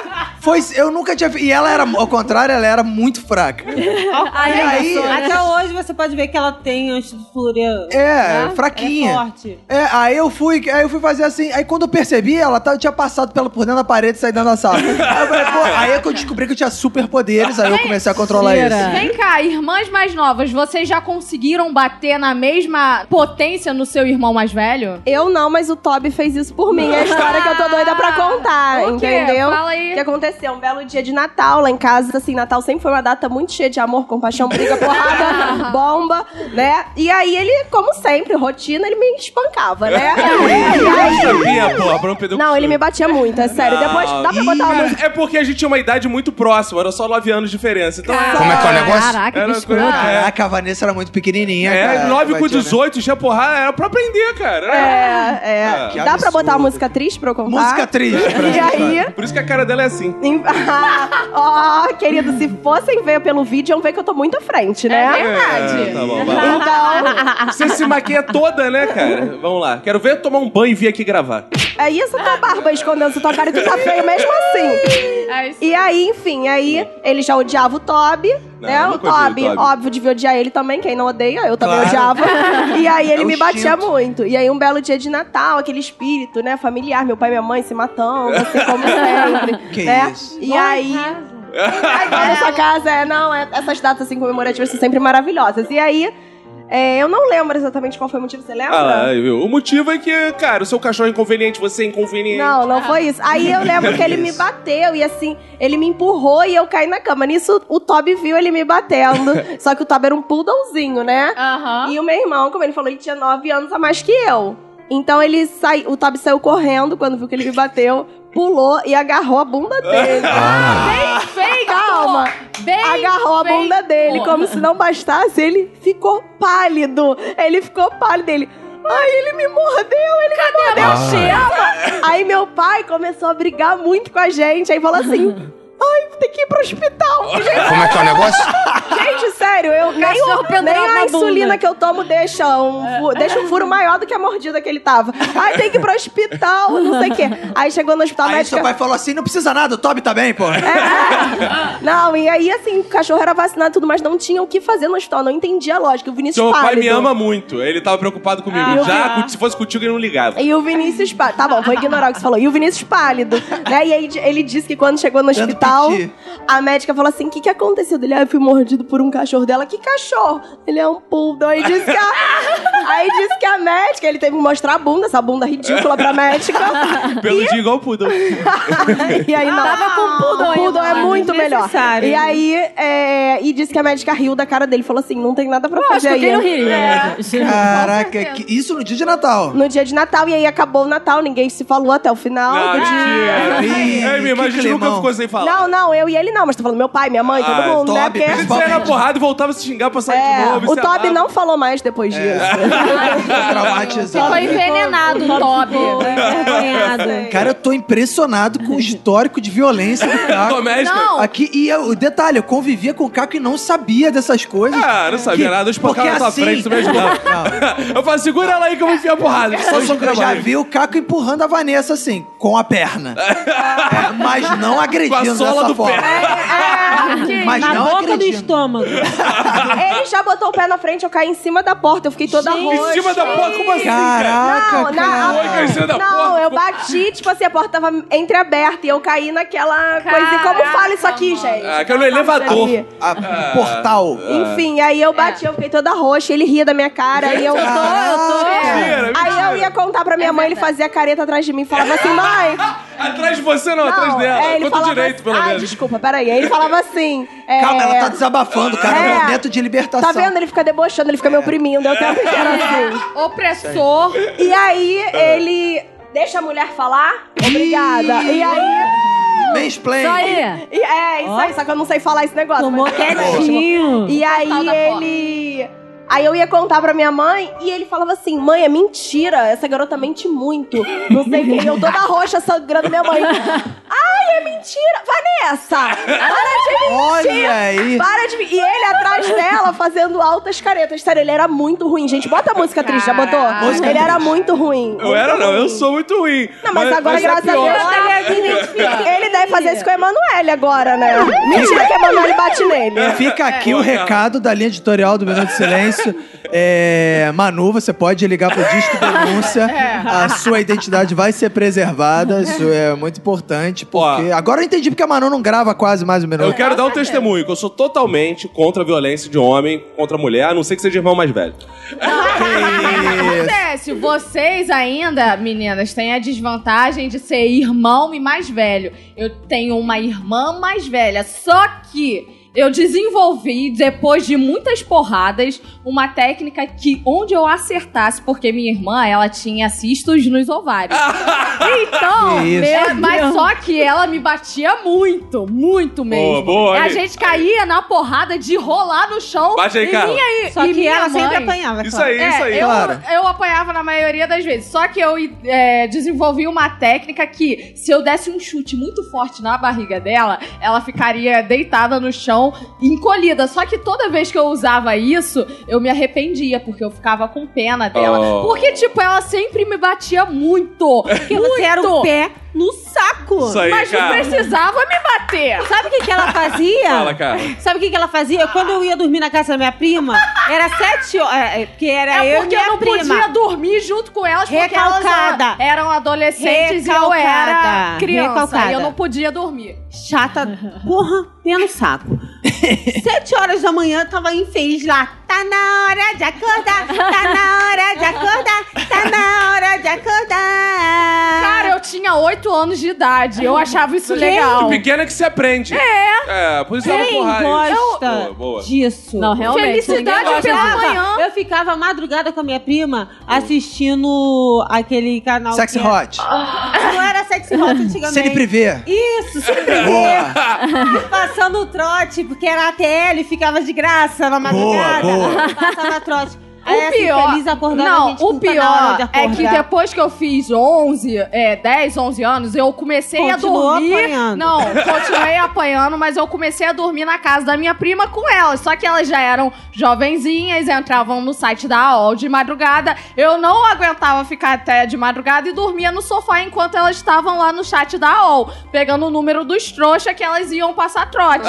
B: foi... Eu nunca tinha... E ela era... Ao contrário, ela era muito fraca.
C: Aí,
B: aí-
E: Até hoje você pode ver que ela tem uma estrutura
B: É,
E: né?
B: fraquinha.
E: É forte.
B: É, aí eu fui, aí eu fui fazer assim, aí quando eu percebi, ela tá, eu tinha passado pela, por dentro da parede e saí dentro da sala. aí, eu falei, pô, aí é que eu descobri que eu tinha superpoderes, aí eu comecei a controlar
C: Mentira.
B: isso.
D: Vem cá, irmãs mais novas, vocês já conseguiram bater na mesma potência no seu irmão mais velho?
F: Eu não, mas o Toby fez isso por mim. É a história que eu tô doida pra contar,
D: O quê?
F: entendeu?
D: Fala
F: O que
D: aí.
F: aconteceu? Um belo dia de Natal lá em casa, assim, Natal sempre foi uma data muito cheia de amor, compaixão, briga, porrada, bomba, né? E aí ele, como sempre, rotina, ele me espancava, né? E aí-
A: sabia, porra, pra não perder o
F: Não, ele
A: costume.
F: me batia muito, é sério. Depois dá pra botar uma música.
A: Cara, é porque a gente tinha uma idade muito próxima, era só 9 anos de diferença. Então era-
G: Como é que é o negócio?
C: Caraca, que
A: Era
C: escroto.
D: É.
A: coisa-
B: Caraca, a Vanessa era muito pequenininha, cara.
A: É, 9 com
B: Batia, né?
A: 18, tinha porrada, era pra aprender, cara. Era-
F: É, é.
A: Ah,
B: que
F: dá pra
B: absurdo.
F: botar uma música triste pra eu contar?
B: Música triste. pra
F: E
B: gente, cara.
F: aí.
A: Por isso que a cara dela é assim.
F: Em- Ah, oh, querido, se fossem ver pelo vídeo, iam ver que eu tô muito à frente, né?
D: É verdade.
A: É, tá bom, vai lá.
F: Então,
A: Você se maquia toda, né, cara? Vamos lá. Quero ver tomar um banho e vir aqui gravar.
F: é isso tua barba escondendo essa tua cara e tu tá feio mesmo assim.
D: É isso.
F: E aí, enfim, aí ele já odiava o Toby,
A: Não,
F: né?
A: eu
F: O
A: nunca odiei o
F: Toby,
A: Toby.
F: óbvio, devia odiar ele também, quem não odeia, eu também
B: Claro.
F: odiava. E aí ele
A: um
B: É o
F: me batia
B: instinto.
F: muito. E aí um belo dia de Natal, aquele espírito, né, familiar, meu pai e minha mãe se matando, assim como sempre.
B: Que
F: né?
B: isso.
F: E aí. Ai, cara, essa casa é, não, é- essas datas assim comemorativas são sempre maravilhosas. E aí, É, eu não lembro exatamente qual foi o motivo, você lembra?
A: Ah, lá, viu? O motivo é que, cara, o seu cachorro é inconveniente, você é inconveniente.
F: Não, não foi isso. Aí eu lembro que ele me bateu e assim, ele me empurrou e eu caí na cama. Nisso, o Toby viu ele me batendo. só que o Toby era um poodlezinho, né?
D: Aham.
F: E o meu irmão, como ele falou, ele tinha nove anos a mais que eu. Então ele saiu, o Toby saiu correndo quando viu que ele me bateu, pulou e agarrou a bunda dele.
J: Ah.
G: Ah,
D: Bem feito!
F: Calma.
D: Bem
F: agarrou a
D: feito.
F: bunda dele, como se não bastasse, ele ficou pálido. Ele ficou pálido, ele... Ai, ele me mordeu, ele me mordeu.
I: o cheiro?
F: Calma. Aí meu pai começou a brigar muito com a gente, aí falou assim... Ai, tem que ir pro hospital. Gente,
G: Como é que é o negócio?
F: gente, sério, eu nem,
C: Cachorro
F: o- nem
C: pendurado
F: a
C: na bunda.
F: insulina que eu tomo deixa um, fu- deixa um furo maior do que a mordida que ele tava. Ai, tem que ir pro hospital, não sei o quê. Aí chegou no hospital, a
B: Aí
F: médica...
B: seu pai falou assim: não precisa nada, o Toby tá bem, pô.
F: É. Não, e aí, assim, o cachorro era vacinado e tudo, mas não tinha o que fazer no hospital. Não entendia a lógica. O Vinícius
A: Seu pai
F: pálido.
A: me ama muito. Ele tava preocupado comigo.
F: Ah, eu
A: Já,
F: vi.
A: cu- se fosse contigo, ele não ligava.
F: E o Vinícius pálido. Tá bom, vou ignorar o que você falou. E o Vinícius pálido, né? E aí de- ele disse que quando chegou no
B: Dando
F: hospital,
B: piti.
F: a médica falou assim: o que, que aconteceu? Ele, ah, eu fui mordido por um cachorro dela. Que cachorro? Ele é um poodle. Aí disse que a, aí disse que a médica, ele teve que mostrar a bunda, essa bunda ridícula pra médica.
A: Pelo dia, igual o Poodle.
F: E aí não.
C: Tava com poodle ainda,
F: Poodle é
C: né?
F: muito melhor.
E: Desnecessário.
F: E aí, é, e disse que a médica riu da cara dele. Falou assim, não tem nada pra fazer
C: Lógico,
F: aí. É.
C: quem não riria? né, gente?
B: Caraca, que- isso no dia de Natal.
F: No dia de Natal. E aí acabou o Natal, ninguém se falou até o final.
A: Não,
F: do dia.
A: mentira.
B: Ih,
A: Ei, minha irmã, a
B: que
A: gente nunca
B: climão.
A: ficou sem falar.
F: Não, não, eu e ele não. Mas tô falando meu pai, minha mãe, todo
A: Ah,
F: mundo, né?
B: Toby,
F: Porque...
A: A gente saía na porrada e voltava a se xingar pra sair
F: É,
A: de novo. É. e
F: o
A: se
F: Toby
A: amava.
F: não falou mais depois disso.
B: Traumatizado.
D: Foi envenenado o Toby.
E: é Envergonhado.
B: Cara, eu tô impressionado com o histórico de violência do Caco.
A: Doméstica.
D: Não.
B: Aqui, e eu- o detalhe, eu convivia com o Caco e não sabia dessas coisas.
A: Ah, não sabia
B: Que-
A: nada. Eu espancava
B: porque
A: na tua
B: assim-
A: frente, tu me ajudava. eu falava, segura ela aí que eu vou enfiar a porrada. Só
B: Hoje
A: soco na
B: eu já
A: barriga.
B: vi o Caco empurrando a Vanessa assim, com a perna. É, mas não agredindo
A: Com a sola
B: dessa
A: do
B: forma. Mas
E: Na
B: não
E: boca do
B: agredindo.
E: estômago.
F: É, ele já botou o pé na frente, eu caí em cima da porta. Eu fiquei toda roxa.
A: Em cima da porta, como assim, cara?
B: Caraca,
F: Não, na-
B: cara.
A: Foi em cima da
F: Não,
A: porta.
F: eu bati, tipo assim, a porta tava entreaberta e eu caí naquela coisa. E como fala isso aqui, gente?
A: Ah, que era no elevador.
F: Aí.
B: A-
A: Ah.
B: portal.
F: Enfim, aí eu bati, eu fiquei toda roxa, ele ria da minha cara, e eu tô, eu tô. é.
A: Mentira, É
F: Aí eu ia contar pra minha mãe, ele fazia careta atrás de mim, falava assim, mãe.
A: Atrás de você não, atrás
F: Não,
A: dela.
F: é, ele
A: Quanto
F: falava
A: direito,
F: assim,
A: pelo
F: Ai,
A: menos.
F: desculpa, peraí. Aí ele falava assim. é,
B: Calma, ela tá desabafando, cara. É um
F: É.
B: momento de
F: Tá
B: libertação.
F: vendo? Ele fica debochando, ele fica
A: É.
F: me oprimindo. Eu tempo inteiro assim.
D: Opressor.
F: E aí ele. Deixa a mulher falar? Obrigada. E aí.
B: Mansplain.
C: Isso aí.
F: e- é, isso aí, só que eu não sei falar esse negócio.
E: Tomou
F: mas- é
E: quietinho.
F: E aí
D: Tal da
F: ele. Aí eu ia contar pra minha mãe e ele falava assim: mãe, é mentira, essa garota mente muito. Não sei quem, eu toda roxa sangrando minha mãe. Ai, é mentira! Vanessa! Para de mentir!
B: Olha aí.
F: Para de. E ele atrás dela fazendo altas caretas. Sério, ele era muito ruim, gente. Bota a música triste, já botou?
D: Caraca.
B: Música
F: ele era
B: triste.
F: muito ruim.
A: Eu era não, eu sou muito ruim.
F: Não, mas, agora,
A: é
F: graças a
A: pior.
F: Deus, ele deve fazer isso com a Emanuele agora, né? Mentira que a Emanuele bate nele.
B: Fica aqui
A: É.
B: o recado da linha editorial do Minuto de Silêncio. É, Manu, você pode ligar pro Disco Denúncia. A sua identidade vai ser preservada. Isso é muito importante. Porque... Agora eu entendi porque a Manu não grava quase mais um minuto.
A: Eu quero dar um testemunho, que eu sou totalmente contra a violência de homem contra mulher, a não ser que seja irmão mais velho.
D: Ah, Acontece, vocês ainda, meninas, têm a desvantagem de ser irmão e mais velho. Eu tenho uma irmã mais velha, só que eu desenvolvi, depois de muitas porradas, uma técnica que onde eu acertasse, porque minha irmã, ela tinha cistos nos ovários. então,
B: Que isso.
D: é, mas só que ela me batia muito, muito mesmo.
A: Boa, boa,
D: a
A: hein?
D: gente caía na porrada de rolar no chão.
A: Bate aí,
D: e
A: cara.
D: minha- e-
E: Só
D: e
E: que
D: minha
E: ela
D: mãe-
E: sempre apanhava.
A: Isso
E: claro.
A: aí, isso aí.
D: É, eu,
B: Claro.
D: eu apanhava na maioria das vezes. Só que eu é, desenvolvi uma técnica que, se eu desse um chute muito forte na barriga dela, ela ficaria deitada no chão, encolhida. Só que toda vez que eu usava isso, eu me arrependia, porque eu ficava com pena dela.
A: Oh.
D: Porque, tipo, ela sempre me batia muito.
E: Porque você era o
D: Muito.
E: pé no saco.
A: Isso aí,
D: Mas não
A: cara.
D: precisava me bater.
E: Sabe o que, que ela fazia?
A: Fala, cara.
D: É
E: Sabe o que, que ela fazia? Quando eu ia dormir na casa da minha prima, Era sete horas. é, Porque era
K: É
E: eu e
K: porque
E: minha
K: eu não
E: prima.
K: podia dormir junto com elas, porque elas
E: Recalcada.
K: ah, eram adolescentes e eu era
E: Recalcada.
K: criança.
E: Recalcada.
K: E eu não podia dormir.
E: Chata, porra, menos saco. Sete horas da manhã eu tava infeliz lá. Tá na hora de acordar, tá na hora de acordar, tá na hora de acordar.
K: Cara, eu tinha oito anos de idade. Eu achava isso
A: De
K: legal.
A: pequena que se aprende. É. É, por isso ela
E: Quem
A: porra. isso.
E: gosta
A: Boa, boa.
E: disso?
D: Não, realmente.
K: Felicidade
D: ninguém gosta
K: pela
D: disso.
K: manhã.
E: Eu ficava madrugada com a minha prima assistindo aquele canal.
B: Sexy
E: que era-
B: Hot.
E: Não era sexy hot
B: Cine
E: antigamente.
B: Privé.
E: Isso, Cine Privé.
B: Boa.
E: Passando o trote, porque era ATL e ficava de graça na madrugada.
B: Boa, boa.
E: Passava trote.
K: O
E: Aí, assim,
K: pior-
E: feliz acordando, a
K: Não,
E: gente
K: o
E: puta na hora
K: pior
E: de
K: é
E: acordar.
K: que depois que eu fiz 11, é, 10, 11 anos, eu comecei
E: Continuou
K: a dormir.
E: apanhando.
K: Não, continuei apanhando, mas eu comecei a dormir na casa da minha prima com elas. Só que elas já eram jovenzinhas, entravam no site da AOL de madrugada. Eu não aguentava ficar até de madrugada e dormia no sofá enquanto elas estavam lá no chat da AOL, pegando o número dos trouxas que elas iam passar trote.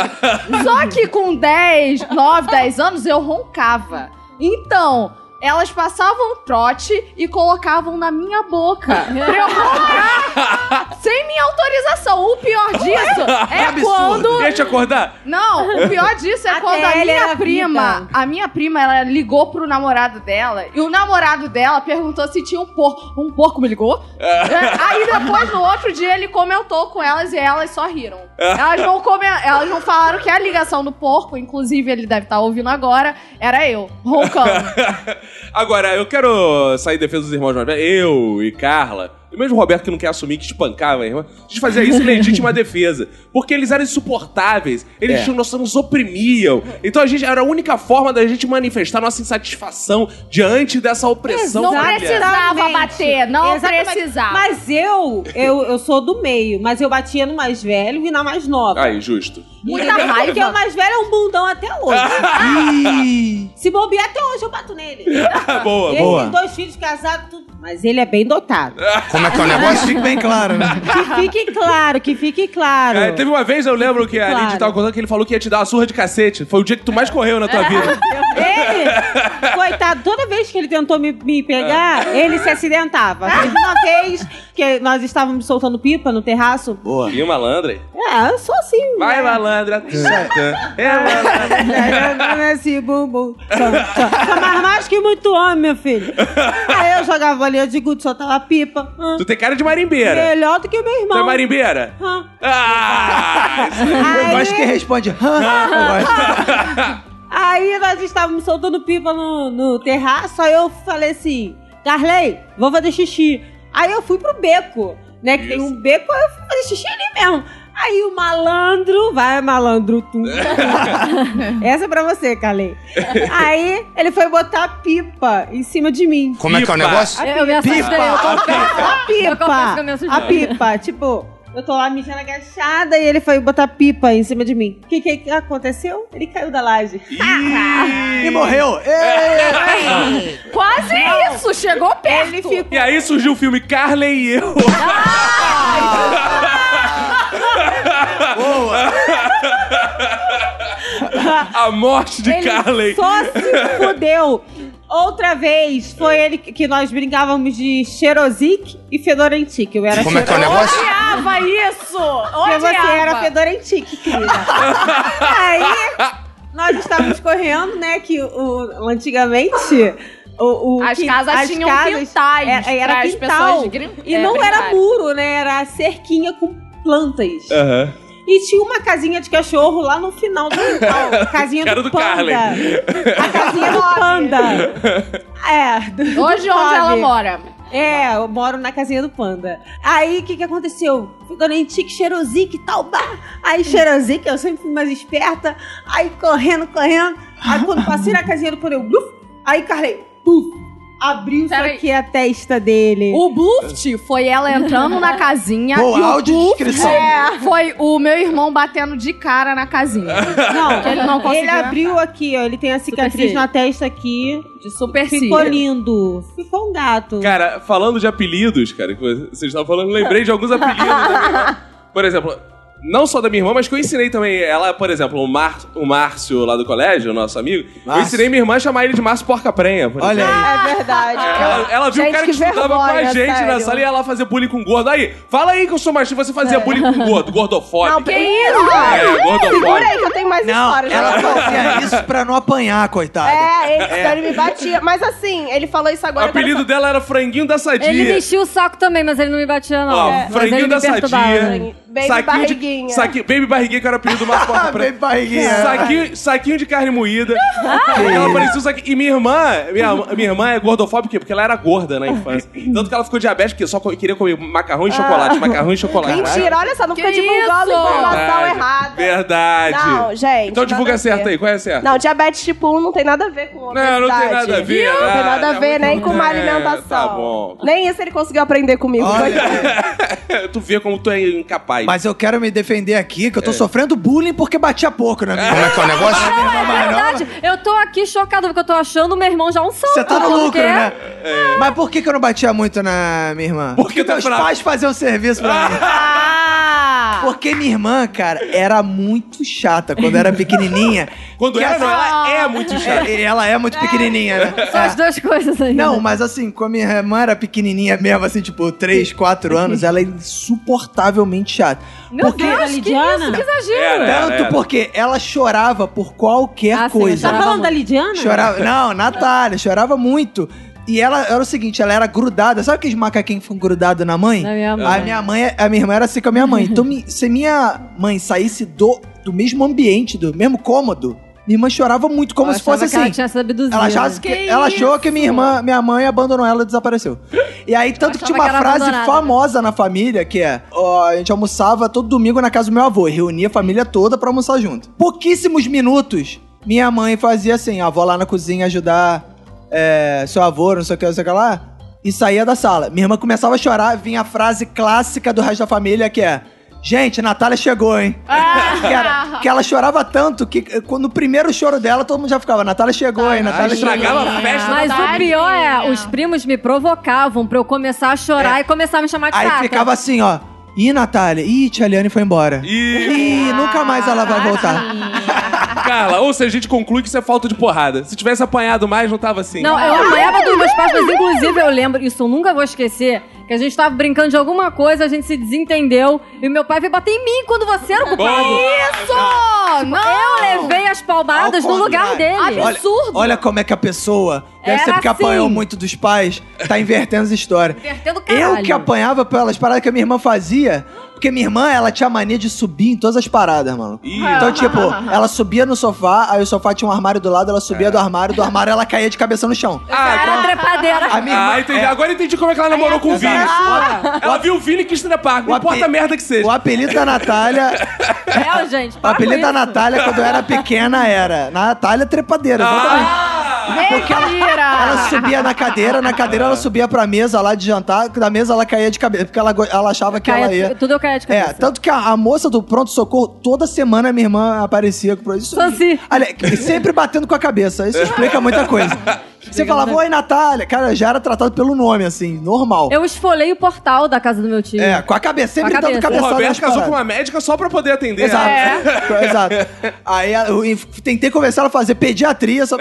K: Só que com 10, 9, 10 anos eu roncava. Então, elas passavam trote e colocavam na minha boca. pra eu roncar sem minha autorização. O pior disso é quando.
A: Deixa eu acordar.
K: Não, o pior disso é
E: Até
K: quando a
E: ele era
K: minha
E: vida.
K: prima, a minha prima, ela ligou pro namorado dela e o namorado dela perguntou se tinha um porco. Um porco me ligou? É, Aí depois, no outro dia, ele comentou com elas e elas só riram. Elas não, come... elas não falaram que a ligação do porco, inclusive ele deve estar ouvindo agora, era eu, roncando.
A: Agora, eu quero sair em defesa dos irmãos mais velhos. Eu e Carla. E mesmo o Roberto que não quer assumir que espancava a irmã. A gente fazia isso em legítima defesa. Porque eles eram insuportáveis. Eles tinham- nós nos oprimiam. Então a gente era a única forma da gente manifestar nossa insatisfação diante dessa opressão.
K: Não
A: familiar.
K: precisa. precisava bater, não precisava.
E: Mas eu, eu, eu sou do meio, mas eu batia no mais velho e na mais nova.
A: Aí, justo.
K: Muita
E: Entendeu?
K: raiva.
E: Porque o mais velho é um bundão até hoje. Se bobear até hoje, eu bato nele.
A: boa,
E: ele
B: boa.
E: tem dois filhos casados, tudo. Mas ele é bem dotado.
H: Como é que é o
B: Negócio
H: negócio?
B: fica bem claro, né?
E: Que fique claro, que fique claro.
A: É, teve uma vez, eu lembro que a
E: Claro.
A: Lidia tava contando que ele falou que ia te dar uma surra de cacete. Foi o dia que tu mais correu na tua
E: É.
A: vida.
E: Ele, coitado, toda vez que ele tentou me, me pegar, ele se acidentava. Teve uma vez que nós estávamos soltando pipa no terraço.
B: Boa.
A: E malandra? hein?
E: É, eu sou assim.
A: Vai,
E: né?
A: malandra. É, malandra.
E: Esse bumbum. Só, só, só mais macho que muito homem, meu filho. Aí eu jogava bolinha de gude, soltava pipa. Ah,
A: Tu tem cara de marimbeira.
E: Melhor do que meu
A: Tu é
E: irmão.
A: marimbeira?
E: Ah.
A: Ah!
B: Eu
E: Aí-
B: gosto que responde. "Hã?" Eu gosto.
E: Aí nós estávamos soltando pipa no, no terraço, aí eu falei assim, Carlei, vou fazer xixi. Aí eu fui pro beco, né, que tem um beco, aí eu fui fazer xixi ali mesmo. Aí o malandro, vai malandro tu. Essa é pra você, Carlei. Aí ele foi botar a pipa em cima de mim.
H: Como é que é o
A: Pipa.
H: negócio?
D: Eu, eu me assustei, eu confesso.
E: A
D: Eu confesso que eu me
E: pipa,
D: assustei.
E: a pipa, tipo... Eu tô lá mijando agachada e ele foi botar a pipa em cima de mim. O que, que aconteceu? Ele caiu da laje.
B: E morreu. Ei!
K: Quase isso, chegou perto. Ele ficou
A: E aí surgiu o filme Carla e eu. A morte de
E: ele
A: Carley.
E: só se fudeu. Outra vez foi ele que que nós brincávamos de Xerozic e Fedorentic. Eu era
H: Como é que é o
E: Xerozic,
H: negócio?
K: Odiava isso!
E: e
K: Odiava!
E: você era Fedorentic, querida. Aí nós estávamos correndo, né? Que o, antigamente. O, o
K: As
E: que-
K: casas
E: as
D: um
K: tinham
E: casas
K: quintais
E: era, era
K: pras
E: quintal.
K: pessoas grin-
E: E
K: é,
E: não era
K: brincarem.
E: muro, né? Era cerquinha com plantas.
A: Aham.
E: E tinha uma casinha de cachorro lá no final do quintal. Casinha
A: Cara
E: do,
A: do
E: panda.
A: Carlin.
E: A casinha do panda. É. do-
K: Hoje
E: do
K: onde ela
E: Bob.
K: mora.
E: É, eu moro na casinha do panda. Aí, o que que aconteceu? Ficou nem tique, xerozique e tal. Bah. Aí, xerozique, eu sempre fui mais esperta. Aí, correndo, correndo. Aí, quando passei na casinha do panda, eu... Bluf, aí, Carlei, puf. Abriu só
K: Peraí.
E: que a testa dele.
K: O Bluft foi ela entrando na casinha
B: Boa,
K: e o
B: áudio
K: Bluft
B: descrição.
K: é, foi o meu irmão batendo de cara na casinha.
E: Não,
K: Ele não conseguiu
E: Ele abriu aqui, ó. Ele tem a cicatriz
K: Supercílio.
E: na testa aqui.
K: De super
E: Ficou
K: cílio.
E: lindo. Ficou um gato.
A: Cara, falando de apelidos, cara, que vocês estavam falando, lembrei de alguns apelidos. né? Por exemplo, Não só da minha irmã, mas que eu ensinei também. Ela, por exemplo, o, Mar- o Márcio lá do colégio, o nosso amigo, eu
B: Márcio.
A: ensinei minha irmã a chamar ele de Márcio Porca Prenha. por
B: Olha
A: exemplo.
B: aí.
F: É verdade.
D: Ah!
E: Tá
A: Ela, ela viu o
F: Gente,
A: cara que,
F: que
A: estudava com a
F: vergonha,
A: gente na
F: sério.
A: sala e ela fazia bullying com gordo. Aí, fala aí que eu sou machinho, você fazia bullying com gordo, gordofóbico.
F: Não, que isso?
A: É,
F: Segura
A: gordofóbico.
F: aí que eu tenho mais
B: Não,
F: histórias.
B: ela assim,
F: né?
B: fazia isso pra não apanhar, coitada.
F: É, ele, então ele me batia. Mas assim, ele falou isso
A: O
F: agora. agora
A: apelido dela era Franguinho da Sadia.
C: Ele me enchia o saco também, mas ele não me batia, não. É,
A: Ó,
C: Mas ele
A: franguinho
C: me
A: da
C: perturbava. né?
A: sadia.
F: Baby
A: saquinho De,
F: barriguinha.
A: saqui, baby barriguinha, que era o apelido do Marco Porta Preta.
B: Baby barriguinha.
A: Saquinho, saquinho de carne moída.
F: Ah!
A: ela parecia um saquinho. E minha irmã, minha, minha irmã é gordofóbica porque ela era gorda na infância. Tanto que ela ficou diabética porque só co- queria comer macarrão e chocolate, macarrão e chocolate.
F: Ah. Mentira, olha só, não
C: Que
F: fica divulgando
C: isso?
F: informação
A: Verdade.
F: errada.
A: Verdade.
F: Não, gente,
A: Então divulga
F: nada a
A: certo
F: ver.
A: aí, qual é certo?
F: Não, diabetes tipo 1 não tem nada a ver com obesidade.
A: não tem nada a ver,
F: Viu? Não
A: nada,
F: tem nada a ver, nem
A: muito
F: com uma
A: bem.
F: alimentação.
A: Tá bom.
F: Nem isso ele conseguiu aprender comigo.
B: Olha,
A: tu vê como tu é incapaz.
B: mas eu quero me defender aqui,
A: É.
B: que eu tô sofrendo bullying porque batia pouco na minha
G: Como é que é o negócio?
C: Verdade, eu tô aqui chocada porque eu tô achando meu irmão já um santo.
B: Você tá no
C: achando
B: lucro,
C: que é.
B: né? Mas por que, que eu não batia muito na minha irmã?
A: Porque tá
B: meus
A: bravo.
B: pais faziam serviço pra mim.
C: Ah!
B: Porque minha irmã, cara, era muito chata quando era pequenininha.
A: Quando
B: Que
A: era, não,
B: essa-
A: ela é muito chata.
B: É, ela é muito pequenininha, né?
C: Só as
B: É.
C: duas coisas aí.
B: Não, mas assim, quando minha irmã era pequenininha mesmo, assim, tipo, 3, 4 anos, ela é insuportavelmente chata.
E: Meu
B: porque
E: Deus, que isso?
C: Que exagero.
A: Era, era,
B: tanto
A: era.
B: porque ela chorava por qualquer
C: Ah, sim,
B: coisa.
C: eu
E: Tá falando da Lidiana?
B: Chorava. Não, Natália, chorava muito. E ela era o seguinte, ela era grudada. Sabe aqueles macaquinhos que ficam grudados na mãe?
C: Na minha mãe.
B: A minha mãe, a minha irmã era assim com a minha mãe. Então, mi- se minha mãe saísse do, do mesmo ambiente, do mesmo cômodo, minha irmã chorava muito, como
C: Eu
B: se fosse
C: achava que Ela,
B: assim.
C: tinha sido abduzida.
B: Ela, achava que- ela achou que minha irmã, minha mãe abandonou ela e desapareceu. E aí, tanto que
C: achava
B: tinha
C: que
B: uma
C: era
B: frase
C: abandonada.
B: famosa na família que é: ó, a gente almoçava todo domingo na casa do meu avô, e reunia a família toda pra almoçar junto. Pouquíssimos minutos, minha mãe fazia assim: a avó lá na cozinha ajudar é, seu avô, não sei o que, não sei o que lá. E saía da sala. Minha irmã começava a chorar, vinha a frase clássica do resto da família que é. Gente, Natália chegou, hein? Que, era- que ela chorava tanto que eh, quando o primeiro choro dela, todo mundo já ficava, Natália chegou, hein?
A: Ela
B: Natália chegou.
A: estragava a festa.
C: Mas o
D: Tadinha.
C: pior é, os primos me provocavam pra eu começar a chorar
B: É.
C: e começar a me chamar de
B: Aí
C: chata.
B: ficava assim, ó. Ih, Natália. Ih, Tia Liane foi embora. Ih,
A: E,
B: nunca mais ela vai voltar.
A: Carla, ou seja, a gente conclui que isso é falta de porrada. Se tivesse apanhado mais, não tava assim.
C: Não, eu apanhava dos meus pais, mas inclusive eu lembro, isso eu nunca vou esquecer, que a gente tava brincando de alguma coisa, a gente se desentendeu e meu pai veio bater em mim quando você era o culpado.
A: Bom.
D: Isso! Não!
C: Eu levei as palmadas
B: Ao
C: no lugar dele.
B: contrário. Olha-
D: Absurdo.
B: Olha, como é que a pessoa, deve ser
C: Era
B: porque
C: assim.
B: apanhou muito dos pais, tá invertendo as histórias.
C: Invertendo o caralho.
B: Eu que apanhava pelas paradas que a minha irmã fazia. Porque minha irmã, ela tinha mania de subir em todas as paradas, mano.
A: Ih.
B: Então, tipo, ela subia no sofá, aí o sofá tinha um armário do lado, ela subia do armário, do armário ela caía de cabeça no chão.
A: Ah,
C: Era trepadeira.
B: A minha irmã,
A: Ah, entendi. Agora entendi como é que ela namorou com o Vini. Ela viu o Vini e quis trepar. Não
B: O
A: importa
B: ape-
A: a merda que seja.
B: O apelido da Natália
C: É, gente.
B: O
C: para
B: apelido
C: com
B: da
C: isso.
B: Natália, quando eu era pequena, era Natália Trepadeira. exatamente.
A: Ah!
B: Porque ela, ela subia na cadeira, na cadeira ela subia pra mesa lá de jantar, que da mesa ela caía de cabeça, porque ela, go- ela achava que ela
C: Caia,
B: ia.
C: tudo eu caia de cabeça.
B: É, tanto que a, a moça do pronto-socorro, toda semana minha irmã aparecia com isso.
C: Sanci.
B: Olha, que- sempre batendo com a cabeça. Isso explica muita coisa. Você falava, oi, Natália. Cara, já era tratado pelo nome, assim, normal.
C: Eu esfolei o portal da casa do meu tio.
B: É, com a cabeça, sempre
C: Com a
B: dando
C: cabeça.
A: O
B: cabeçada nas
A: Roberto casou
B: paradas.
A: com uma médica só pra poder atender.
B: Exato.
A: ela.
B: Exato. Aí eu inf- tentei começar a fazer pediatria. Só...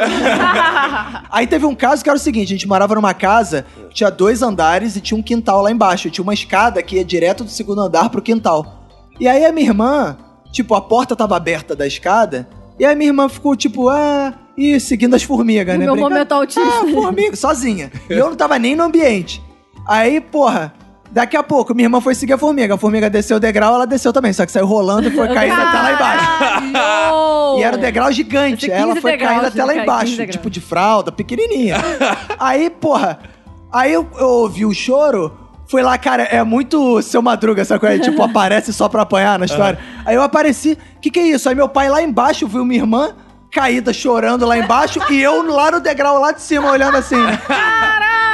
B: Aí teve um caso que era o seguinte: a gente morava numa casa, tinha dois andares e tinha um quintal lá embaixo. Tinha uma escada que ia direto do segundo andar pro quintal. E aí a minha irmã, tipo, a porta tava aberta da escada. E aí a minha irmã ficou tipo, ah, e seguindo as formigas,
C: No
B: né?
C: meu
B: Brincando.
C: momento autista.
B: Ah, formiga, sozinha. E eu não tava nem no ambiente. Aí, porra, daqui a pouco minha irmã foi seguir a formiga. A formiga desceu o degrau, ela desceu também. Só que saiu rolando e foi caindo até tá lá embaixo.
C: Oh.
B: E era um degrau gigante.
C: Esse
B: Aí ela
C: 15
B: foi
C: degraus,
B: caindo até lá
C: né, cara? 15
B: embaixo.
C: degraus.
B: Tipo de fralda, pequenininha. aí, porra. Aí eu, eu ouvi o choro. Fui lá, cara, é muito seu madruga, sabe? qual é? Tipo, aparece só pra apanhar na história.
C: É.
B: Aí eu apareci, que que é isso? Aí meu pai lá embaixo viu minha irmã caída chorando lá embaixo e eu lá no degrau lá de cima olhando assim.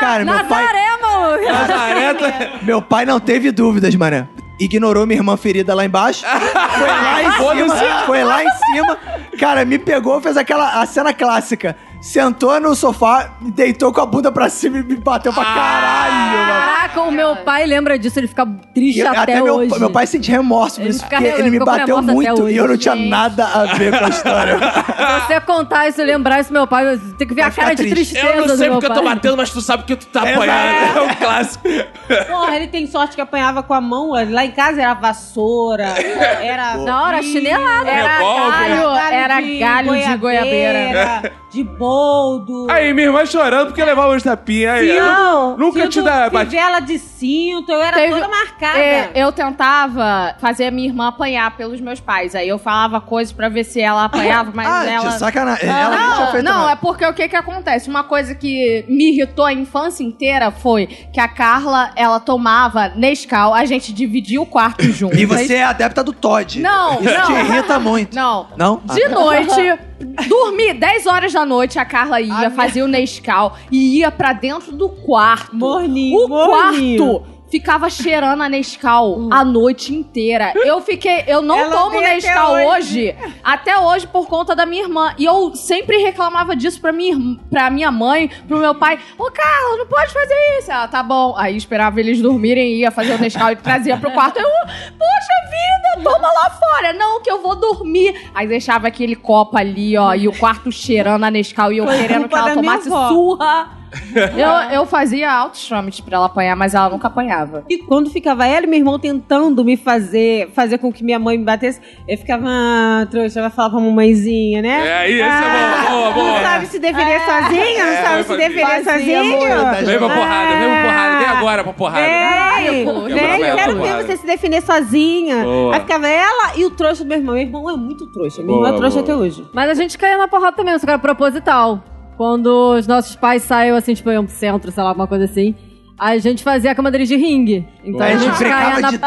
B: Cara, meu pai,
C: Nazaré, maluco.
A: Mas a areta-
B: meu pai não teve dúvidas, mané. Ignorou minha irmã ferida lá embaixo. Foi lá em cima. Foi lá em cima. Cara, me pegou, fez aquela a cena clássica. Sentou no sofá, me deitou com a bunda pra cima e me bateu pra caralho, mano.
C: Caraca, o meu pai lembra disso, ele fica triste
B: E eu-
C: até,
B: meu,
C: hoje.
B: meu pai sente remorso por
C: Ele
B: isso,
C: fica
B: porque
C: re-
B: ele me
C: ficou com
B: bateu
C: remorso até
B: muito e eu não
C: hoje,
B: tinha
C: gente.
B: nada a ver com a história.
C: Se você contar isso, lembrar isso, meu pai, você tem que ver a
B: ficar
C: cara de
B: triste.
C: tristeza
A: Eu não sei
C: do meu
A: porque eu tô
C: pai.
A: batendo, mas tu sabe que tu tá apanhando. É um clássico.
E: Porra, ele tem sorte que apanhava com a mão. Lá em casa era vassoura, era.
C: Na hora,
E: fio,
A: É,
F: É
C: chinelada.
E: Era
A: Revólver.
E: galho,
D: Era galho de
E: De boldo.
A: Aí, minha irmã chorando porque levava uns tapinhas. Aí,
E: Não,
A: nunca te dá bate-
E: Fivela de cinto, eu era
D: Teve-
E: toda marcada.
D: É, eu tentava fazer a minha irmã apanhar pelos meus pais. Aí eu falava coisas pra ver se ela apanhava, mas
B: ah,
D: ela.
B: tia, sacanagem. Ela não, tinha
D: Não,
B: feito
D: não,
B: nada.
D: é porque o que que acontece? Uma coisa que me irritou a infância inteira foi que a Carla, ela tomava Nescau, a gente dividia o quarto junto.
B: E você é adepta do Todd.
D: Não,
B: Isso
D: não.
B: te irrita muito.
D: Não.
B: Não? Ah,
C: Ah.
D: De noite, dormi 10 horas da noite, a Carla
C: Ah,
D: ia, fazia o Nescau e ia pra dentro do quarto.
E: Morninho,
D: O
E: morninho.
D: quarto ficava cheirando a Nescau
C: Hum.
D: a noite inteira. Eu fiquei, eu não
E: Ela
D: tomo
E: odeia até
D: Nescau
E: hoje.
D: hoje, até hoje por conta da minha irmã. E eu sempre reclamava disso pra minha, irm- pra minha mãe, pro meu pai. Ô, Carla, não pode fazer isso. Ela, tá bom. Aí esperava eles dormirem e ia fazer o Nescau e trazia pro quarto. Eu, poxa vida, toma lá fora. Não, que eu vou dormir. Aí deixava aquele copo ali, ó, e o quarto cheirando a Nescau e eu
E: Foi
D: querendo que
E: culpa
D: ela
E: da minha
D: tomasse
E: avó.
D: surra. Eu, eu fazia altos trâmites pra ela apanhar, mas ela nunca apanhava.
E: E quando ficava ela e meu irmão tentando me fazer, fazer com que minha mãe me batesse, eu ficava, ah, trouxa, vai falar pra mamãezinha, né?
A: É, aí, esse é
E: Ah,
A: bom, boa, boa.
E: Não sabe se defender sozinha? Não
A: É,
E: sabe se
A: vai
E: defender
F: Sozinha, É.
E: sozinho?
A: Vem pra porrada, vem pra porrada. Vem agora pra porrada.
E: Vem,
A: eu- eu-
E: vem,
A: eu-
E: quero
A: eu-
E: ver
A: eu-
E: você se defender sozinha.
A: Boa.
E: Aí ficava ela e o trouxa do meu irmão. Meu irmão é muito trouxa. Meu irmão
A: Boa,
E: é
A: boa.
E: trouxa até hoje.
C: Mas a gente caía na porrada também, só que era proposital. Quando os nossos pais saíam, assim, tipo, iam pro centro, sei lá, alguma coisa assim, a gente fazia a cama deles de ringue. Então
B: Tá A gente
C: caía
B: brincava
C: na...
B: É, de
A: Esse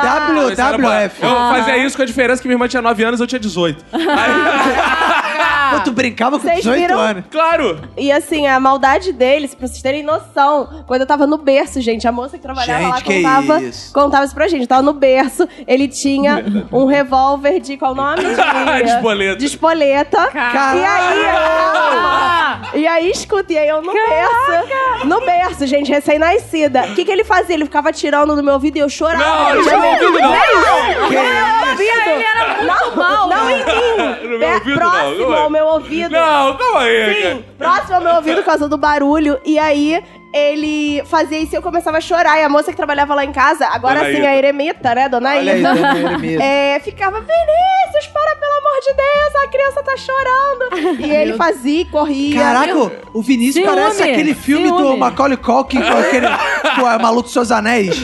A: era bom.
B: WWF.
A: Eu
J: Ah.
A: fazia isso com a diferença que minha irmã tinha 9 anos, eu tinha 18. Aí, Ah,
B: Pô, tu brincava com
F: Vocês
B: 18
F: viram?
B: anos.
A: claro.
F: E assim, a maldade deles, pra vocês terem noção, quando eu tava no berço, gente, a moça que trabalhava
B: Gente,
F: lá
B: que
F: contava,
B: isso.
F: contava isso pra gente. Tava no berço, ele tinha um revólver de qual nome? De-
A: Despoleta.
F: De espoleta. E aí, e aí, escuta, e aí eu no berço, no berço, gente, recém-nascida. O que, que ele fazia? Ele ficava tirando do meu ouvido e eu chorava.
A: Não, não
F: gente.
A: tinha ouvido, não.
F: ouvido. não, não em mim.
A: No meu
F: É,
A: ouvido, não.
F: próximo
A: Não é.
F: ao meu ouvido.
A: Não, calma aí, cara.
F: Sim, próximo ao meu ouvido por causa do barulho. E aí ele fazia isso e eu começava a chorar. E a moça que trabalhava lá em casa, agora
A: Dona
F: sim,
A: Ida.
F: a eremita, né, dona
B: Olha aí, tá
F: Ida?
B: dona Eremita.
F: É, ficava, Vinícius, para, pelo amor de Deus, a criança tá chorando. E ele fazia e corria.
B: Caraca, o Vinícius
C: Ciúme,
B: parece aquele filme do
C: ciúme.
B: Macaulay Culkin com aquele com a Maluco dos Seus Anéis.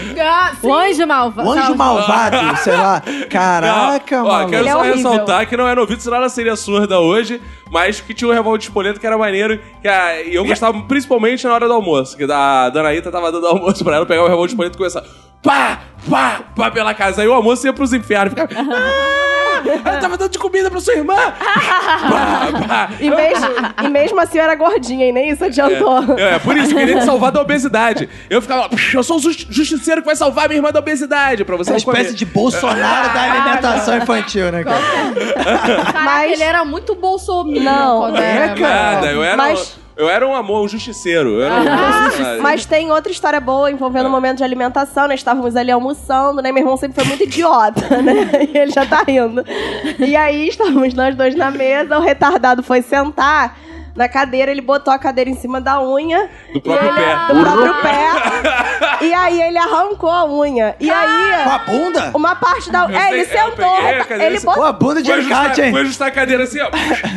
C: O anjo malva.
B: O Anjo
C: Salve.
B: Malvado, sei lá. Caraca,
A: Não, Ó,
B: mano.
A: quero
F: Ele é
A: só
F: horrível.
A: ressaltar que não era ouvido, senão ela seria surda hoje, mas que tinha um revólver de espoleto que era maneiro, que a- e eu gostava principalmente na hora do almoço, que a Dona Ita tava dando almoço pra ela, eu pegava o revólver de espoleto e começava pá, pá, pá pela casa. Aí o almoço ia pros infernos, ficava... "Ah, Ela tava dando de comida pra sua irmã! Pá, pá.
F: E mesmo, e mesmo assim eu era gordinha e nem isso adiantou.
A: É, é, por isso, queria te salvar da obesidade. Eu ficava, "Psh, eu sou o jus- justiceiro que vai salvar minha irmã da obesidade, pra você
B: Uma
A: não
B: espécie
A: comer."
B: de Bolsonaro da alimentação infantil, né, cara?
D: Caraca,
F: Mas-
D: ele é né, era muito bolsominion.
F: Não,
D: quando
B: é,
D: era-
B: cara.
A: Nada, eu era,
F: Mas- Ah,
A: eu era um amor, um justiceiro. Eu era um justiceiro.
F: Mas tem outra história boa envolvendo
A: Ah.
F: o momento de alimentação, né? Estávamos ali almoçando, né? Meu irmão sempre foi muito idiota, né? E ele já tá rindo. E aí estávamos nós dois na mesa, o retardado foi sentar na cadeira, ele botou a cadeira em cima da unha.
A: Do próprio
F: e ele-
A: pé.
F: Do próprio pé. E aí ele arrancou a unha. E
B: Com
F: aí,
B: a bunda?
F: uma parte da.
A: Eu
F: É, ele
A: sei, eu
F: sentou.
A: peguei a cadeira
F: Ele
A: e-
B: Com
F: botou.
B: a bunda de
A: Foi ajustar,
B: encate, hein?
A: foi ajustar a cadeira assim, ó.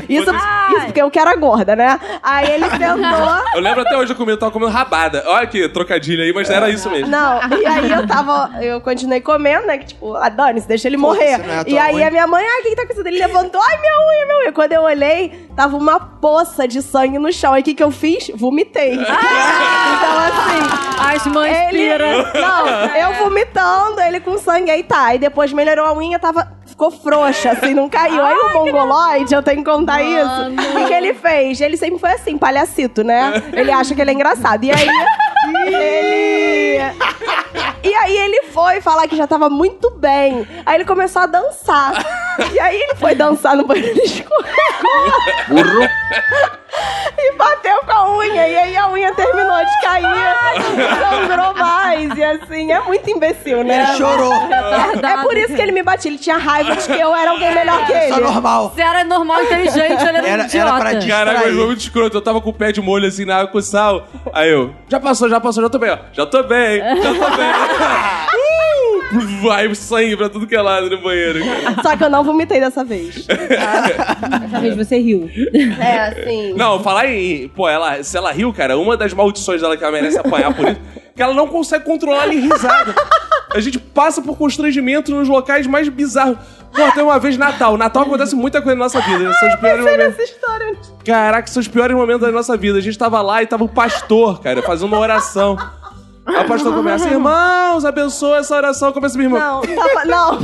F: Isso, isso porque eu que era gorda, né? Aí ele sentou.
A: Eu lembro até hoje eu comendo, tava comendo rabada. Olha que trocadilho aí, mas era isso mesmo.
F: Não, e aí eu tava, eu continuei comendo, né? Que tipo, a Dani, se deixa ele
B: Pô,
F: morrer.
B: isso não é a tua
F: e aí
B: unha.
F: a minha mãe, ai, o que, que tá acontecendo? Ele levantou, ai, minha unha, minha unha. Quando eu olhei, tava uma poça de sangue no chão. Aí o que, que eu fiz? Vomitei. então assim.
C: As mães
F: Ele,
C: pira.
F: não, eu vomitando, ele com sangue, aí tá. Aí depois melhorou a unha, tava, ficou frouxa, assim, não caiu. Aí o mongoloide, eu tenho que contar isso. O que, que ele fez? Ele sempre foi assim, palhacito, né? Ele acha que ele é engraçado. E aí, ele... E aí ele foi falar que já tava muito bem. Aí ele começou a dançar. E aí ele foi dançar no banheiro escuro. E bateu com a unha e aí a unha terminou de cair, sangrou mais e assim, é muito imbecil, né?
B: Ele chorou.
F: É por isso que ele me batia, ele tinha raiva de que eu era alguém melhor que ele.
B: Isso é normal.
C: Você era normal, inteligente, ele era,
B: Era-
C: um idiota.
B: era
F: É.
B: pra dizer.
A: Caraca,
B: Distrair.
A: mas foi muito escroto. Eu tava com o pé de molho assim na água com sal. Aí eu, já passou, já passou, já tô bem, ó. Já tô bem, já tô bem. uh, vai sangue pra tudo que é lado no banheiro. cara.
F: Só que eu não vomitei dessa vez.
E: Dessa vez você riu.
F: É, assim.
A: Não, falar em. Pô, ela, se ela riu, cara, uma das maldições dela que ela merece apanhar por isso, que ela não consegue controlar nem risada. A gente passa por constrangimento nos locais mais bizarros. Pô, tem uma vez Natal. Natal acontece muita coisa na nossa vida. né? São os piores momentos.
F: Essa história. um
A: Caraca, são os piores momentos da nossa vida. A gente tava lá e tava o pastor, cara, fazendo uma oração. Aí o pastor começa, irmãos, abençoa essa oração. Começa, minha irmã.
F: Não, tava, não.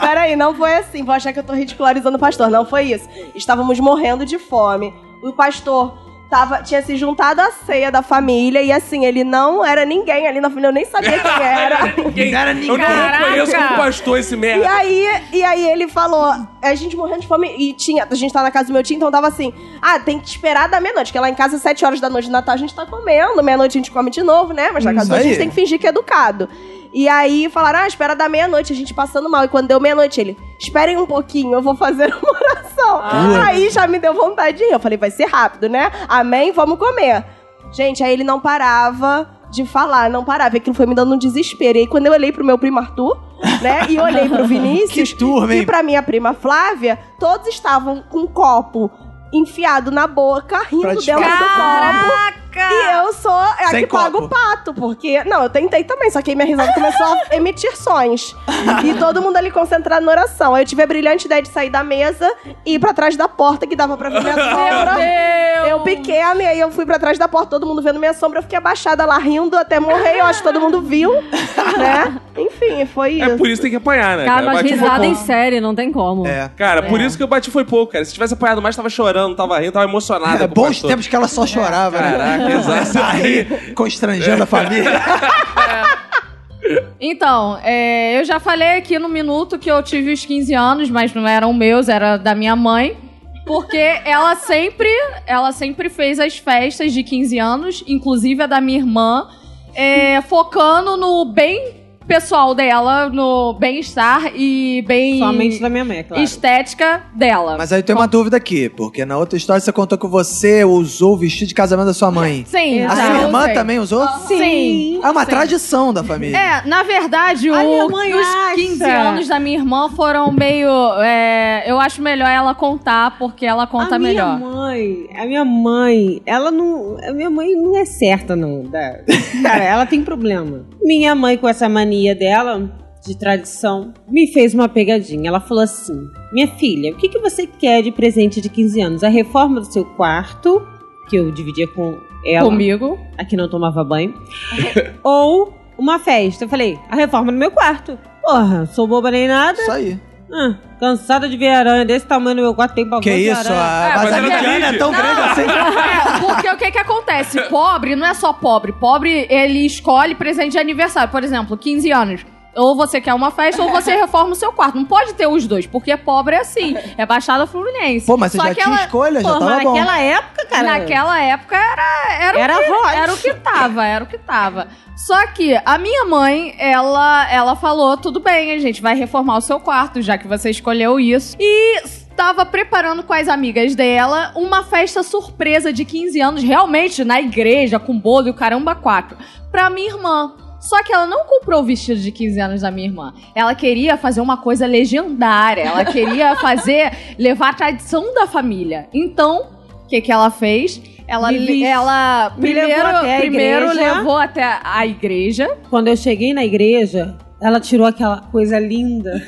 F: Peraí, não foi assim. Vou achar que eu tô ridicularizando o pastor. Não foi isso. Estávamos morrendo de fome. O pastor tava, tinha se juntado à ceia da família e assim, ele não era ninguém ali na família, eu nem sabia quem era.
A: Ninguém,
B: Cara,
A: eu não
C: Caraca.
A: conheço como pastor esse
F: E
A: merda.
F: aí, e aí ele falou, "É, a gente morrendo de fome e tinha, a gente tá na casa do meu tio, então tava assim, ah, tem que esperar da meia-noite, porque lá em casa, às 7 horas da noite de Natal, a gente tá comendo, meia-noite a gente come de novo, né? Mas na casa do
B: aí.
F: a gente tem que fingir que é educado. E aí falaram, ah, espera da meia-noite, a gente passando mal. E quando deu meia-noite, ele, esperem um pouquinho, eu vou fazer uma oração. Aí já me deu vontade de rir. Eu falei, vai ser rápido, né? Amém, vamos comer. Gente, aí ele não parava de falar, não parava. Aquilo foi me dando um desespero. E aí, quando eu olhei pro meu primo Arthur, né? E olhei pro Vinícius.
B: Que turma, hein?
F: E pra minha prima Flávia, todos estavam com um copo enfiado na boca, rindo
B: Pra
F: dentro do
B: disfarçar.
F: copo.
C: Caraca!
F: E eu sou a
B: Sem
F: que paga
B: copo.
F: o pato, porque. Não, eu tentei também, só que aí minha risada começou a emitir sons. E todo mundo ali concentrado na oração. Aí eu tive a brilhante ideia de sair da mesa e ir pra trás da porta que dava pra ver minha sombra. Eu pequena, e aí eu fui pra trás da porta, todo mundo vendo minha sombra, eu fiquei abaixada lá rindo até morrer, eu acho que todo mundo viu, né? Enfim, foi
A: É
F: isso.
A: por isso que tem que apanhar, né?
C: Cara, mas
A: Bate um
C: risada
A: pouco.
C: em série, não tem como.
B: É.
A: Cara, por isso que eu bati foi pouco, cara. Se tivesse apanhado mais, tava chorando, tava rindo, tava emocionado.
B: É, bons tempos que ela só chorava, né?
A: Caraca, exato.
B: Aí, constrangendo a família.
D: Então, é, eu já falei aqui no minuto que eu tive os 15 anos, mas não eram meus, era da minha mãe. Porque ela sempre, ela sempre fez as festas de 15 anos, inclusive a da minha irmã, é, focando no bem pessoal dela, no bem-estar e bem
E: Somente da minha mãe, é claro.
D: estética dela.
B: Mas aí tem uma dúvida aqui, porque na outra história você contou que você usou o vestido de casamento da sua mãe.
D: Sim,
B: A
D: já
B: sua irmã
D: usei.
B: também usou?
D: Sim.
B: É uma
D: Sim.
B: tradição da família.
D: É, na verdade,
E: A minha
D: o,
E: mãe
D: os
E: acha.
D: 15 anos da minha irmã foram meio. é, eu acho melhor ela contar, porque ela conta
E: a minha
D: melhor.
E: mãe, a minha mãe, ela não, a minha mãe não é certa não, da- cara, ela tem problema. Minha mãe com essa mania dela de tradição me fez uma pegadinha. Ela falou assim: "Minha filha, o que que você quer de presente de 15 anos? A reforma do seu quarto, que eu dividia com ela,
D: Comigo.
E: a que não tomava banho, ou uma festa?" Eu falei: "A reforma do meu quarto." Porra, sou boba nem nada.
B: Isso aí.
E: Ah, cansada de ver aranha desse tamanho no meu quarto, tem pavor
B: Que
E: de
B: isso?
E: aranha.
B: a-
A: É,
B: mas
A: mas
B: a
A: ela
B: minha
A: divide.
B: grana é tão grande assim.
D: É, porque o que que acontece? Pobre não é só pobre. Pobre, ele escolhe presente de aniversário. Por exemplo, 15 anos. Ou você quer uma festa ou você reforma o seu quarto. Não pode ter os dois, porque pobre é assim. É Baixada Fluminense.
B: Pô, mas você
D: Só
B: já
D: que
B: tinha
D: ela-
B: escolha, já
E: Porra,
B: tava bom.
E: naquela época, cara.
D: Naquela época era, era,
E: Era
D: o que,
E: voz.
D: era o que tava, era o que tava. Só que a minha mãe, ela, ela falou: tudo bem, a gente vai reformar o seu quarto, já que você escolheu isso. E estava preparando com as amigas dela uma festa surpresa de 15 anos, realmente na igreja, com bolo e o caramba quatro, pra minha irmã. Só que ela não comprou o vestido de 15 anos da minha irmã. Ela queria fazer uma coisa legendária. Ela queria fazer, levar a tradição da família. Então, o que, que ela fez? Ela,
E: Me
D: li-
E: vis-
D: ela
E: me
D: primeiro,
E: levou até a
D: primeiro
E: igreja.
D: levou até a igreja,
E: Quando eu cheguei na igreja, ela tirou aquela coisa linda.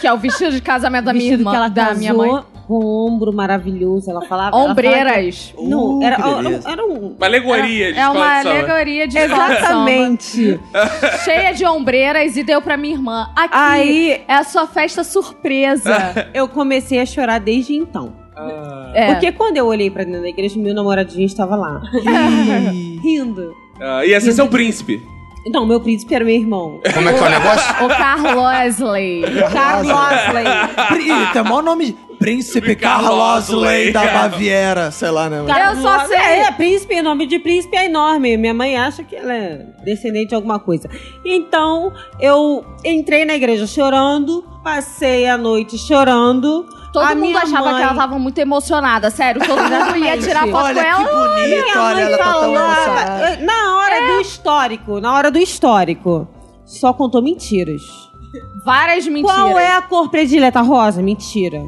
D: que é o vestido de casamento da minha
E: vestido
D: irmã,
E: que ela
D: da
E: casou,
D: minha mãe.
E: Com um ombro maravilhoso, ela falava. ela falava
D: Ombreiras.
E: que- não, era,
B: Uh, que
E: era-
B: beleza.
E: era um.
A: Uma alegoria de
D: É uma
A: escola de samba.
D: alegoria de escola de
E: Exatamente.
D: samba, cheia de ombreiras e deu pra minha irmã. Aqui
E: Aí
D: é a sua festa surpresa.
E: eu comecei a chorar desde então.
D: é.
E: Porque quando eu olhei pra dentro da igreja, meu namoradinho estava lá,
B: Ih.
E: rindo.
A: Ah, e esse é seu príncipe.
E: Não, meu príncipe era meu irmão.
G: Como é que é o negócio?
D: O Carlosley.
E: Carlos Osley.
B: Pri- Tem o maior nome de Príncipe Carlos Ley da Baviera, sei lá, né?
D: Eu assim. só sei.
E: É, é príncipe, o nome de príncipe é enorme. Minha mãe acha que ela é descendente de alguma coisa. Então, eu entrei na igreja chorando, passei a noite chorando.
D: Todo
E: A
D: mundo
E: minha
D: achava
E: mãe-
D: que ela tava muito emocionada, sério. Todo mundo ia tirar Tá, foto
B: Olha
D: com ela.
B: que bonito, olha, ela tá tão emocionada.
E: eh, na hora do
D: É.
E: histórico, na hora do histórico, só contou mentiras.
D: Várias mentiras.
E: Qual é a cor predileta rosa? Mentira.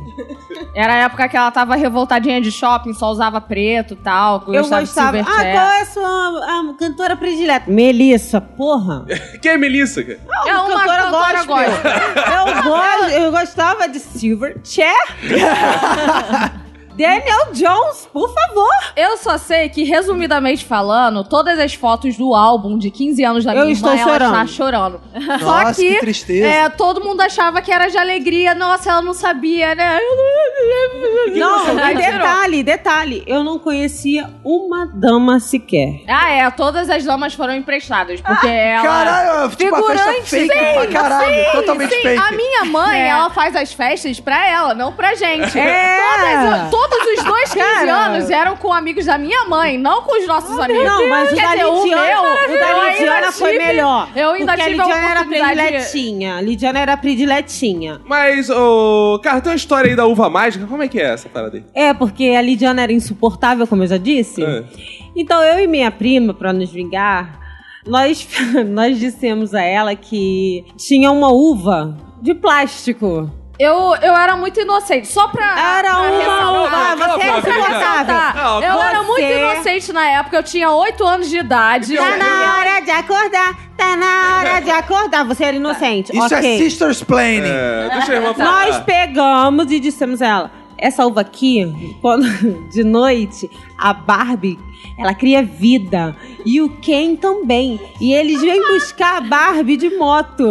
D: Era a época que ela tava revoltadinha de shopping, só usava preto e tal.
E: Eu gostava. Ah,
D: de
E: qual
D: Silverchair.
E: é a sua a cantora predileta? Melissa, porra.
A: Quem é Melissa? cara?
D: É uma cantora
E: gospel.
D: gospel.
E: Eu, gosto, eu gostava de Silverchair. Daniel Jones, por favor.
D: Eu só sei que, resumidamente falando, todas as fotos do álbum de 15 anos da
E: Eu
D: minha
E: estou
D: irmã,
E: chorando.
D: ela está chorando.
B: Nossa,
D: só que,
B: que tristeza.
D: é, todo mundo achava que era de alegria. Nossa, ela não sabia, né?
E: Não, e
D: Ai,
E: detalhe, detalhe. Eu não conhecia uma dama sequer.
D: Ah, é. Todas as damas foram emprestadas, porque
E: Ah,
D: ela...
B: Caralho, tipo uma festa
D: Figurante,
B: fake pra caralho, totalmente
D: Sim, a
B: fake.
D: minha mãe,
E: É.
D: ela faz as festas pra ela, não pra gente.
E: É.
D: Todas- todos os dois 15
E: Cara.
D: anos eram com amigos da minha mãe, não com os nossos amigos.
E: Não, mas o
D: Quer
E: da
D: dizer, o
E: Lidiana,
D: meu,
E: o da
D: eu ainda é
E: Lidiana foi
D: tive-
E: melhor.
D: eu ainda
E: porque
D: tive a
E: a Lidiana era
D: oportunidade-
E: prediletinha. A Lidiana era prediletinha.
A: Mas, ô. Cara, tem uma história aí da uva mágica. Como é que é essa parada aí?
E: É, porque a Lidiana era insuportável, como eu já disse.
A: É.
E: Então, eu e minha prima, pra nos vingar, nós, nós dissemos a ela que tinha uma uva de plástico.
D: Eu, eu era muito inocente, só pra.
E: Era
D: pra Ah, tá,
E: uma
D: ressaltar.
E: uva, você é
D: Só pra
E: insuportável.
D: ressaltar.
A: Não,
D: Eu
E: você-
D: era muito inocente na época, eu tinha 8 anos de idade. né?
E: Tá na hora de acordar, tá na hora de acordar. Você era inocente.
B: Isso
E: ok.
B: é Sisters Planning.
A: É, deixa a irmã falar.
E: Nós pegamos e dissemos a ela: essa uva aqui, quando, de noite, a Barbie, ela cria vida. E o Ken também. E eles vêm buscar a Barbie de moto.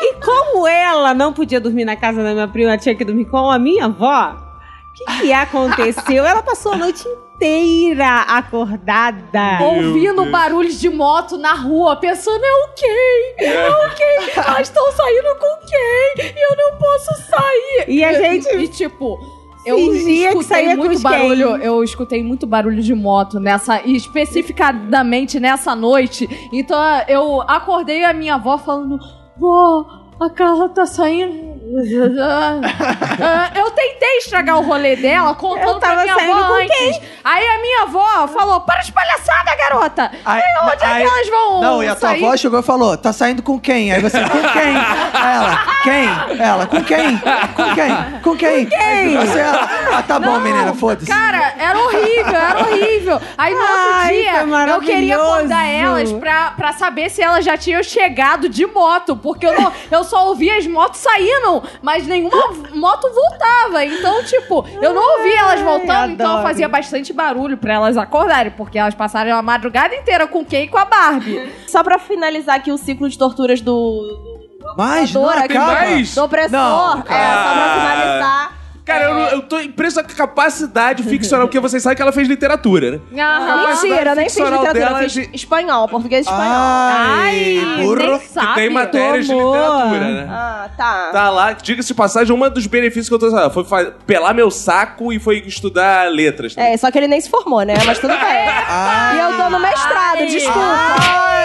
E: e como ela não podia dormir na casa da minha prima, ela tinha que dormir com a minha avó, o que, que aconteceu? Ela passou a noite inteira acordada.
D: Ouvindo barulhos de moto na rua, pensando, é o quem? É o quem? Elas estão saindo com quem? E eu não posso sair.
E: E a gente-
D: E, tipo, eu
E: Fingia que
D: escutei
E: saía com
D: muito
E: os
D: barulho.
E: gays.
D: Eu escutei muito barulho de moto nessa. E especificadamente nessa noite. Então eu acordei a minha avó falando: Vó, a Carla tá saindo. Ah, eu tentei estragar o rolê dela contando
E: Eu tava
D: pra minha
E: saindo
D: avó
E: com
D: antes. Aí a minha avó falou: Para de palhaçada, garota!
B: Aí-
D: Aí, onde é
B: aí-
D: que elas vão?
B: Não, e a tua
D: sair?
B: avó chegou e falou: tá saindo com quem? Aí você, com quem? Ela, quem? Ela, com quem? Com quem? Com quem? Aí Você, ela, ah, tá bom, menina, foda-se.
D: Cara, era horrível, era horrível. Aí no outro
E: Ai, foi
D: dia, eu queria acordar
E: maravilhoso.
D: elas pra, pra saber se elas já tinham chegado de moto, porque eu, não- eu só ouvia as motos saindo, mas nenhuma moto voltava. Então, tipo, eu não ouvia elas voltando,
E: Ai,
D: então eu
E: adoro.
D: fazia bastante barulho pra elas acordarem, porque elas passaram a madrugada inteira com quem? Com a Barbie.
F: Só pra finalizar aqui o ciclo de torturas do,
B: Mas, não,
F: Adora,
B: acaba.
A: mais?
F: do opressor.
B: Não,
F: é, só pra
A: cara.
F: finalizar.
A: Cara, eu, não- eu tô impresso com a capacidade ficcional, porque vocês sabem que ela fez literatura, né?
D: Aham.
F: Mentira, eu nem fiz
A: ficcional
F: literatura,
A: dela
F: eu fiz
A: de- Ah.
F: espanhol, português e espanhol.
B: Ai, burro.
D: nem sabe.
A: Tem matérias de
E: tomou.
A: literatura, né?
F: Ah, tá.
A: Tá lá, diga-se de passagem, um dos benefícios que eu tô sabendo foi fa- pelar meu saco e foi estudar letras. tá
F: É, só que ele nem se formou, né? Mas tudo bem.
B: Ai,
F: E eu tô no mestrado,
D: Ai.
F: desculpa.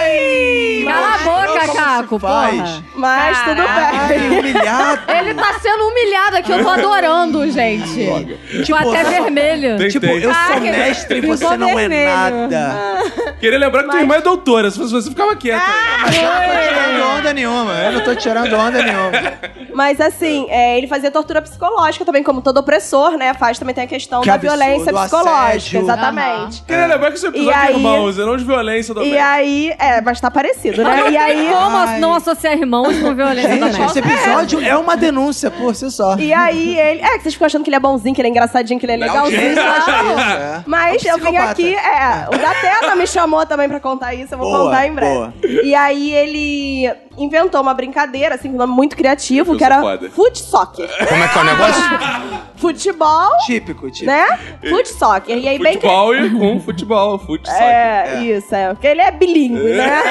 B: ai,
D: Cala a boca,
B: como se
D: Caco,
B: faz?
D: porra.
F: Mas tudo bem.
B: Ai, humilhado.
D: Ele tá sendo humilhado aqui, eu tô adorando, gente.
B: Tipo,
D: Tô até vermelho.
A: Tem-
B: Tipo,
A: tem.
B: eu
D: Ah,
B: sou
D: que-
B: mestre e você
E: ficou
B: não é
E: vermelho.
B: nada.
A: Queria lembrar que tua irmã é doutora, se fosse você ficava quieta.
D: Ah.
F: Ah!
B: Eu não tô tirando onda nenhuma. Eu não tô tirando onda nenhuma.
F: Mas assim, é, ele fazia tortura psicológica também, como todo opressor, né? Faz também tem a questão
B: Que
F: da
B: absurdo,
F: violência
B: o
F: psicológica.
B: assédio.
F: Exatamente.
A: Queria lembrar que esse episódio é
F: aí-
A: irmãos, e não de violência
F: E
A: doméstica.
F: aí, é, mas tá parecido, né? E aí.
C: Como
B: Ai.
C: não associar irmãos com violência
B: É, Gente,
C: também?
B: esse episódio é uma denúncia por si só.
F: E aí ele. É, que vocês ficam achando que ele é bonzinho, que ele é engraçadinho, que ele é legalzinho.
B: Gente, acha isso,
F: Não.
B: um é.
F: Mas
B: É um
F: eu vim
B: psicopata.
F: aqui, é. O Datena me chamou também pra contar isso, eu vou
B: Boa,
F: contar em breve.
B: boa.
F: E aí ele inventou uma brincadeira, assim, com um nome muito criativo,
A: Eu
F: que
A: sou
F: era
A: foda.
F: foot soccer.
G: Como é que é o negócio?
F: Futebol,
B: Típico, típico.
F: né? Fute soccer. E aí, bem que.
A: Futebol e com futebol, futsal.
F: É, isso, é. Porque ele é bilíngue, né?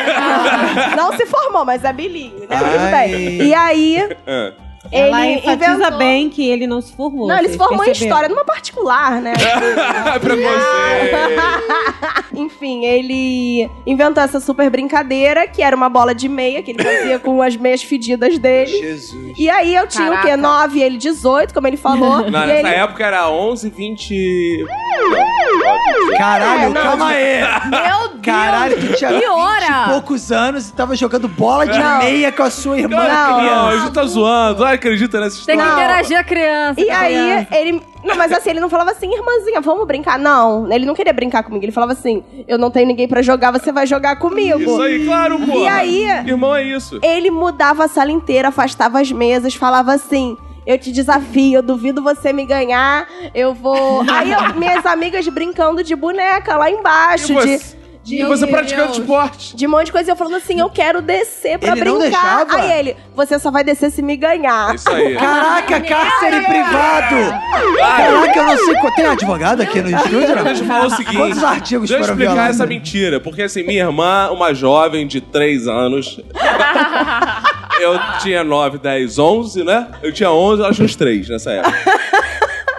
A: É.
F: Não se formou, mas é bilíngue, né? Tudo
B: Ai.
F: bem. E aí,
A: É.
E: Ela
F: ele
E: enfatiza
F: inventou...
E: bem que ele não se formou.
F: Não, ele se
E: vocês
F: formou em
E: perceberam?
F: história, numa particular, né? Ah!
A: Preconceito.
F: Enfim, ele inventou essa super brincadeira, que era uma bola de meia, que ele fazia com as meias fedidas dele.
B: Jesus.
F: E aí eu tinha o quê?
D: Caraca.
F: 9 e ele 18, como ele falou.
A: Não,
F: e
A: nessa
F: ele...
A: época era 11, 20.
B: Caralho, calma aí.
D: Meu Deus!
B: Caralho, tu tinha
D: Que
B: 20
D: hora?
B: e poucos anos e tava jogando bola de
F: Não.
B: meia com a sua irmã
F: Não,
A: Não,
B: criança.
A: a gente tá zoando. Ai, acredita nessa
C: Tem
A: história.
C: que
F: Não.
C: interagir a criança. tá
F: E
A: tá
C: com a
F: aí,
C: criança.
F: ele. Não, mas assim, ele não falava assim, irmãzinha, vamos brincar. Não, ele não queria brincar comigo. Ele falava assim: eu não tenho ninguém pra jogar, você vai jogar comigo.
A: Isso aí, claro, pô.
F: E aí?
A: Irmão, é isso.
F: Ele mudava a sala inteira, afastava as mesas, falava assim. Eu te desafio, eu duvido você me ganhar. Eu vou. Aí eu- minhas amigas brincando de boneca lá embaixo,
A: E
F: de,
A: você,
F: de-
A: e você praticando tipo,
D: Deus.
A: esporte.
F: de um monte de coisa. Eu falando assim, eu quero descer pra
B: Ele não
F: brincar.
B: deixava?
F: aí ele, você só vai descer se me ganhar.
A: É Isso aí.
B: Caraca,
F: né?
B: cárcere privado! Caraca, eu não sei. qual- Tem advogado aqui no estúdio? não?
A: Deixa eu falar o seguinte.
B: Quantos artigos
A: Deixa eu
B: foram
A: explicar
B: violados?
A: essa mentira, porque assim, minha irmã, uma jovem de 3 anos. eu tinha 9, 10, 11, né? Eu tinha 11, ela tinha uns 3 nessa época.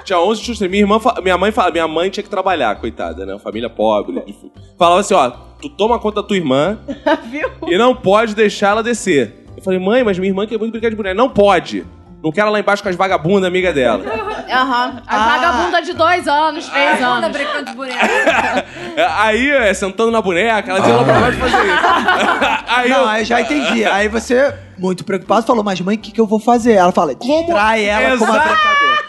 A: Tinha 11, tinha uns 3. Minha, irmã, fa- minha mãe fala, minha mãe tinha que trabalhar, coitada, né? Família pobre. difícil. Falava assim, ó, tu toma conta da tua irmã e não pode deixar ela descer. Eu falei, mãe, mas minha irmã quer muito brincar de boneca. Não pode. Não quero ela lá embaixo com as vagabundas, amiga dela.
D: Aham. A vagabunda de dois anos, três
C: Anda
D: anos.
C: brincando de boneca.
A: Aí, é, sentando na boneca, ela dizia, não
F: Ah.
A: pode fazer isso. Aí eu...
B: Não, aí já entendi. Aí você, muito preocupado, falou, mas mãe, o que, que eu vou fazer? Ela fala, distrai ela com uma
A: Exato.
B: brincadeira.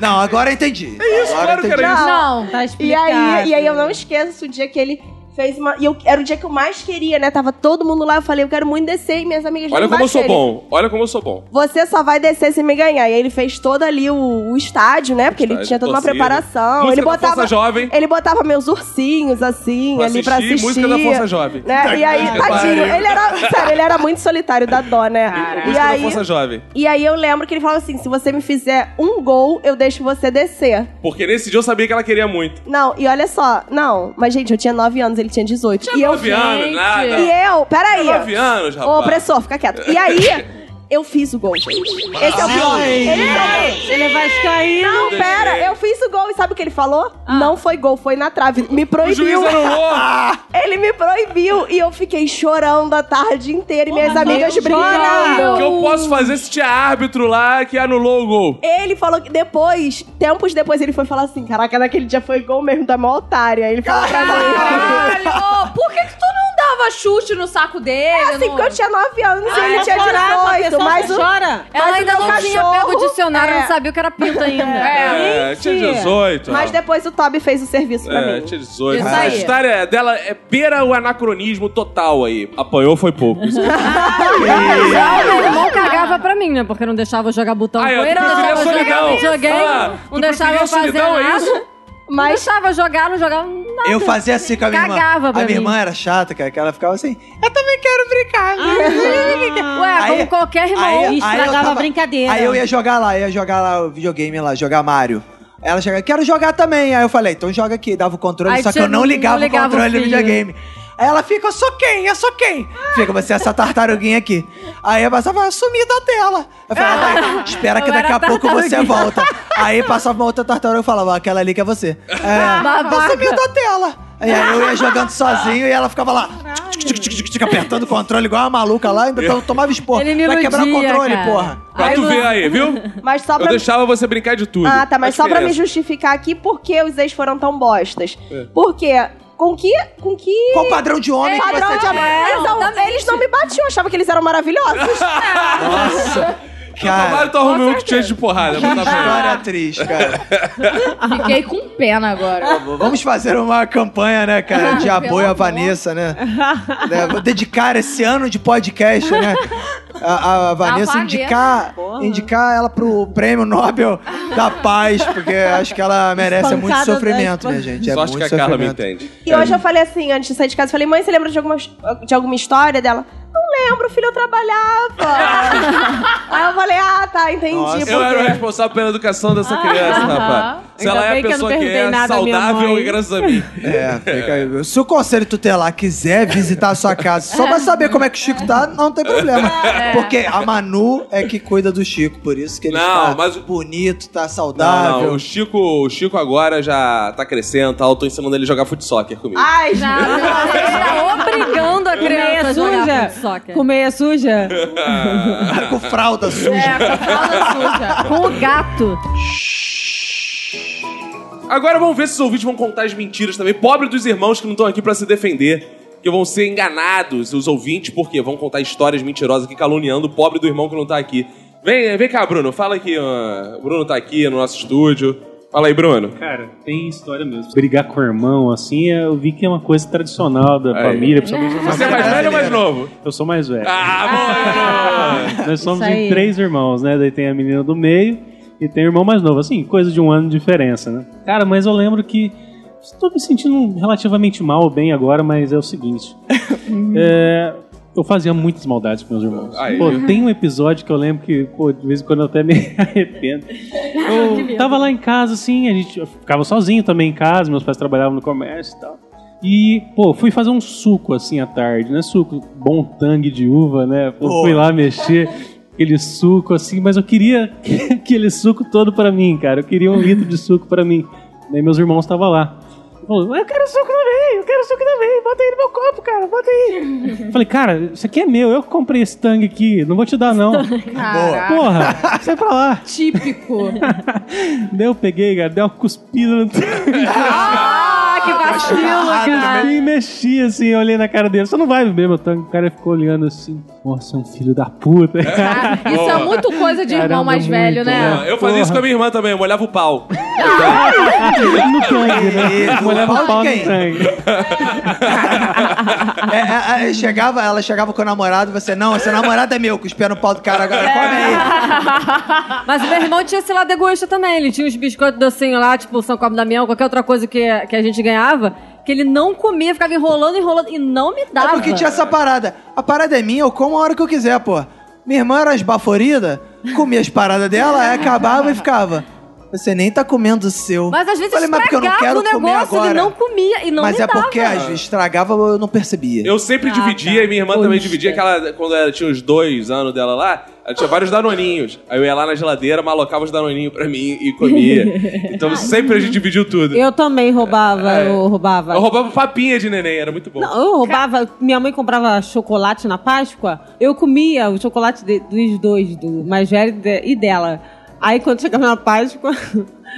B: Não, agora eu entendi. É isso,
A: claro que era
F: isso.
D: Não.
E: Tá
F: E
E: explicado.
F: aí, e aí eu não esqueço o dia que ele fez uma. E eu, era o dia que eu mais queria, né? Tava todo mundo lá, eu falei, eu quero muito descer, e minhas amigas
A: Olha
F: lá
A: como eu
F: embaixo,
A: sou
F: ele,
A: bom. Olha como eu sou bom.
F: Você só vai descer se me ganhar. E aí ele fez todo ali o, o estádio, né? Porque ele
A: Estádio,
F: tinha toda uma
A: torcida.
F: preparação.
A: Música
F: ele
A: da Força
F: botava.
A: Jovem.
F: Ele botava meus ursinhos, assim,
A: Pra
F: ali pra
A: assistir,
F: assistir.
A: música da Força Jovem.
F: Né? E aí,
A: Puta que
F: tadinho,
A: pariu.
F: ele era. Sério, ele era muito solitário, dá dó, né? E
A: Música da
F: aí,
A: Força Jovem.
F: e aí eu lembro que ele falava assim: se você me fizer um gol, eu deixo você descer.
A: Porque nesse dia eu sabia que ela queria muito.
F: Não, e olha só, não, mas gente, eu tinha 9 anos, ele tinha 18. e eu.
A: Nove anos, nada.
F: E eu, peraí.
A: Nove anos,
F: Ô,
A: rapaz.
F: opressor, fica quieto. E aí, eu fiz o gol, gente. Esse é o gol. Ele falou.
E: Ele vai cair.
F: Não, pera, eu fiz o gol e sabe o que ele falou? Não foi gol, foi na trave. Me
A: Ah. O juiz
F: proibiu.
A: anulou.
F: Ele me proibiu e eu fiquei chorando a tarde inteira e minhas amigas
A: O
F: brincando.
A: que eu posso fazer se tinha árbitro lá que anulou o gol?
F: Ele falou que depois, tempos depois, ele foi falar assim: Caraca, naquele dia foi gol mesmo da maior otária. Ele falou pra mim.
D: Caralho! ô, por que, que tu não dava chute no saco dele?
F: Assim,
D: não-
F: porque eu tinha 9 anos
A: Ah,
F: e
A: é
F: ele
E: Ele
F: tinha 18, mas o,
E: chora.
C: Ela
F: Mas
C: ainda
F: o meu
C: não tinha
F: cachorro-
C: pego o dicionário,
F: É.
C: não sabia o que era pinta ainda.
A: É, tinha 18.
F: Mas
A: ó.
F: depois o Toby fez o serviço pra
A: É,
F: mim.
A: tinha 18.
D: Isso
A: Essa
D: aí.
A: história dela é beira o anacronismo total aí. Apanhou foi pouco. Isso
D: É.
C: Já o meu irmão cagava pra mim, né? Porque não deixava eu jogar botão
A: Ah, eu
C: com ele, não
A: preferia
C: deixava eu jogar
A: solidão.
C: videogame,
A: Ah,
C: não
A: tu
C: deixava
A: preferia
C: eu fazer
A: solidão, é isso?
C: nada. Não
F: Mas
C: deixava eu jogar, não jogava nada.
B: Eu fazia assim com a minha
C: Cagava
B: irmã.
C: pra
B: a minha
C: mim.
B: irmã era chata, cara, que ela ficava assim, eu também quero brincar.
D: É
E: Ah.
C: Ué,
B: Aí-
C: Ah, como qualquer irmão.
B: aí-
E: E
B: aí eu
E: estragava
B: tava-
E: a brincadeira.
B: Aí eu ia jogar lá, ia jogar lá o videogame lá, jogar Mario. Ela chegava, quero jogar também. Aí eu falei, então joga aqui, dava o controle,
C: Aí
B: só que eu
C: tinha-
B: não
C: não
B: ligava,
C: ligava
B: o controle
C: o fio.
B: do videogame. Aí ela fica, eu sou quem? Eu sou quem? Fica você, é essa tartaruguinha aqui. Aí eu passava, eu sumi da tela. Eu falava, "Vai, espera que
C: Eu
B: daqui
C: era
B: a pouco você
C: tartaruguinha.
B: volta. Aí passava uma outra tartaruga e eu falava, aquela ali que é você. É, eu
C: Babaca.
B: sumi da tela. E aí eu ia jogando sozinho e ela ficava lá, tic, tic, tic, tic, apertando o controle igual uma maluca lá, ainda to- tomava esporro.
C: Ele me
B: Vai quebrar o
C: iludia,
B: controle,
C: cara.
B: porra.
A: Pra tu ver aí, viu?
F: Mas só
A: Eu
F: pra.
A: deixava você brincar de tudo.
F: Ah, tá, mas
A: A
F: só pra me
A: diferença. É.
F: justificar aqui por que os ex foram tão bostas. Por quê? Com que. Com que.
B: Qual o padrão de homem que
F: padrão
B: você
F: de
B: tinha?
F: amor? Eles não-
C: exatamente.
F: Eles não me batiam, eu achava que eles eram maravilhosos.
B: Nossa,
A: Tomara
B: cara.
A: tu arrume um que te enche de porrada.
B: Que
A: mas tá bom.
B: história triste, cara.
D: Fiquei com pena agora.
B: Vamos fazer uma campanha, né, cara, de apoio à Vanessa, né? Né, Vou dedicar esse ano de podcast, né? A, a- a Vanessa
D: Vanessa,
B: indicar,
E: porra.
B: indicar ela pro prêmio Nobel da Paz, porque acho que ela merece
E: Espancada
B: muito
E: da-
B: sofrimento, minha gente. É
A: Sorte que
B: muito
A: a Carla me
B: sofrimento.
A: entende.
F: E hoje eu falei assim, antes de sair de casa, eu falei, mãe, você lembra de alguma, de alguma história dela? Não lembro, filho, eu trabalhava. Aí eu falei, ah, tá, entendi. por
A: Eu era o
F: quê.
A: responsável pela educação dessa criança, rapaz. Se
F: Ah. Ainda
A: ela é
F: bem
A: a
F: que eu não
A: pessoa que,
F: perguntei
A: é
F: nada à minha
A: saudável
F: mãe.
A: e graças a mim.
B: É, fica aí. Se o conselho tutelar quiser visitar a sua casa só pra saber como é que o Chico tá, não tem problema. Porque a Manu é que cuida do Chico, por isso que ele
A: Não,
B: tá
A: mas-
B: bonito, tá
A: Não,
B: saudável.
A: não, o Chico, o Chico agora já tá crescendo, tal. Eu tô ensinando ele a jogar futsal comigo.
F: Ai,
C: já. tá obrigando a criança a jogar futsoccer.
E: Com meia suja?
F: Ah.
B: Com fralda suja.
C: Com o gato.
A: Agora vamos ver se os ouvintes vão contar as mentiras também. Pobre dos irmãos que não estão aqui pra se defender. Que vão ser enganados, os ouvintes, porque vão contar histórias mentirosas aqui, caluniando o pobre do irmão que não tá aqui. Vem, vem cá, Bruno. Fala aqui. ó. O Bruno tá aqui no nosso estúdio. Fala aí, Bruno.
K: Cara, tem história mesmo. Brigar com o irmão, assim, eu vi que é uma coisa tradicional da
A: Aí.
K: família. principalmente da
A: Você é
K: família
A: mais velho ou mais
K: brasileira.
A: novo?
K: Eu sou mais velho.
A: Ah, Bruno!
K: Nós somos
E: Isso aí.
K: em três irmãos, né? Daí tem a menina do meio e tem o irmão mais novo. Assim, coisa de um ano de diferença, né? Cara, mas eu lembro que. Estou me sentindo relativamente mal ou bem agora, mas é o seguinte. É, eu fazia muitas maldades com meus irmãos.
A: Aí.
K: Pô, tem um episódio que eu lembro que, pô, de vez em quando eu até me arrependo. Eu tava lá em casa, assim, a gente eu ficava sozinho também em casa, meus pais trabalhavam no comércio e tal. E, pô, fui fazer um suco assim à tarde, né? Suco, bom tangue de uva, né? Pô,
B: Boa.
K: fui lá mexer aquele suco assim, mas eu queria aquele suco todo pra mim, cara. Eu queria um litro de suco pra mim. Daí meus irmãos estavam lá. Falou, eu quero suco também, eu quero suco também, bota aí no meu copo, cara, bota aí. Eu Falei, cara, isso aqui é meu, eu que comprei esse tangue aqui, não vou te dar não. Porra, sai pra lá.
D: Típico.
K: Daí eu peguei, cara, dei uma cuspida no tanque.
C: Ah, que
B: tá
C: vacilo, cara.
K: E mexi assim, eu olhei na cara dele. Você não vai beber meu tanque. O cara ficou olhando assim. Nossa, é um filho da puta.
D: Ah, isso é muito coisa de irmão
K: Caramba,
D: mais
K: muito,
D: velho, né?
K: né?
A: Ah, Eu fazia isso com a minha irmã também, eu molhava o pau.
K: no tanque, né?
B: Isso,
K: Molhava
B: pau de
K: o pau
B: quem?
K: no tanque.
B: É, é, é, chegava, ela chegava com o namorado, você, não, esse namorado é meu, cuspia no pau do cara agora, come aí.
C: Mas o meu irmão tinha esse lado egoísta também. Ele tinha uns biscoitos docinhos lá, tipo São Cosme e Damião, qualquer outra coisa que, que a gente ganhava, que ele não comia, ficava enrolando, enrolando, e não me
B: É
C: dava.
B: porque tinha essa parada. A parada é minha, eu como a hora que eu quiser, pô. Minha irmã era esbaforida, comia as paradas dela, aí acabava e ficava. Você nem tá comendo o seu.
C: Mas às vezes
B: Falei, mas porque eu não
C: estragava
B: quero
C: o
B: comer
C: negócio, ele
B: agora.
C: não comia e não
B: Mas
C: me
B: é
C: dava.
B: porque às vezes estragava, eu não percebia.
A: Eu sempre dividia, e minha irmã também dividia, que ela, quando ela tinha uns dois anos dela lá, ela tinha vários danoninhos. Aí eu ia lá na geladeira, malocava os danoninhos pra mim e comia. Então sempre a gente dividiu tudo. Eu,
E: Eu também roubava,
K: É.
E: eu roubava.
A: roubava papinha de neném, era muito bom.
E: Não, eu roubava, minha mãe comprava chocolate na Páscoa, eu comia o chocolate de- dos dois, do mais velho de- e dela. Aí quando chegava na Páscoa,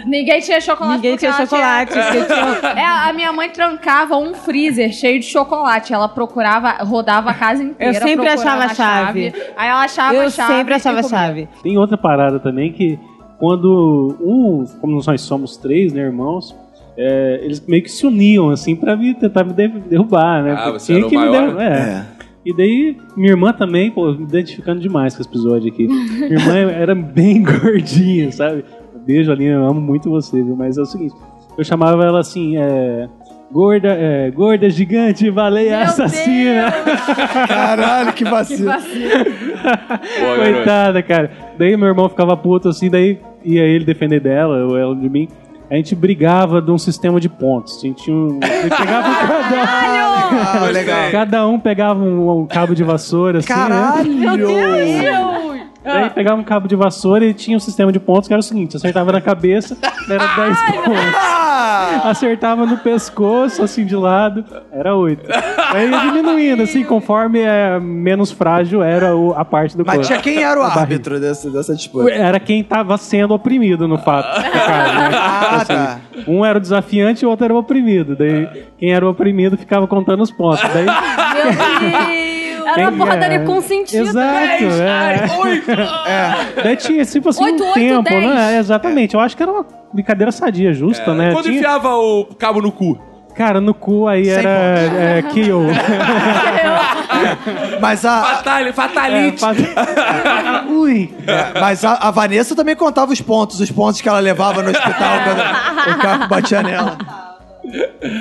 D: Ninguém tinha chocolate.
E: ninguém
D: porque
E: tinha
D: ela
E: chocolate. porque tinha-
D: É, a minha mãe trancava um freezer cheio de chocolate. Ela procurava, rodava a casa inteira.
E: Eu sempre
D: procurando
E: achava a chave.
D: Aí ela achava a
E: Eu
D: chave.
E: sempre
D: e
E: achava
D: comia.
E: chave.
K: Tem outra parada também que quando um, como nós somos três, né, irmãos, é, eles meio que se uniam, assim, pra me tentar me de- derrubar, né?
A: Ah,
K: Porque
A: você era o
K: que me
A: maior?
K: derrubar. É. E daí, minha irmã também, pô, me identificando demais com esse episódio aqui. Minha irmã era bem gordinha, sabe? Um Beijo, Aline, eu amo muito você, viu? Mas é o seguinte, eu chamava ela assim, é... Gorda, é, gorda gigante, baleia
D: Meu
K: assassina.
B: Caralho, que vacilo.
A: Boa, garoto.
K: Coitada, cara. Daí meu irmão ficava puto assim, daí ia ele defender dela, ou ela de mim. A gente brigava de um sistema de pontos. A gente tinha um. eu Pegava cada, um.
B: Ah, legal.
K: cada um pegava um, um cabo de vassoura, assim, né?
B: Caralho. Meu
K: Daí pegava um cabo de vassoura e tinha um sistema de pontos que era o seguinte: acertava na cabeça, era 10 pontos.
B: Ah!
K: Acertava no pescoço, assim, de lado, era 8. Aí ia diminuindo, assim, conforme é, menos frágil era o- a parte do corpo.
B: Mas tinha quem era o
K: A barriga.
B: árbitro dessa, dessa disputa?
K: Era quem tava sendo oprimido, no fato. no caso, né?
B: Ah, tá.
K: Um era o desafiante e o outro era o oprimido. Daí, quem era o oprimido ficava contando os pontos. Daí,
C: Meu Deus. Era uma
K: Quem
C: porradaria né?
K: é?
D: né?
C: consentida.
K: Exato, é. Daí tinha, tipo assim,
D: Oito,
K: um
D: oito,
K: tempo,
D: dez.
K: né? É, Exatamente. Eu acho que era uma brincadeira sadia, justa, né?
A: Quando
K: Tinha-
A: enfiava o cabo no cu.
K: Cara, no cu aí
B: Sem
K: era é, KO.
B: Mas a,
A: Fatal,
K: É,
A: fatalite.
K: faz- Ui!
B: é, mas a, a Vanessa também contava os pontos, os pontos que ela levava no hospital quando o carro batia nela.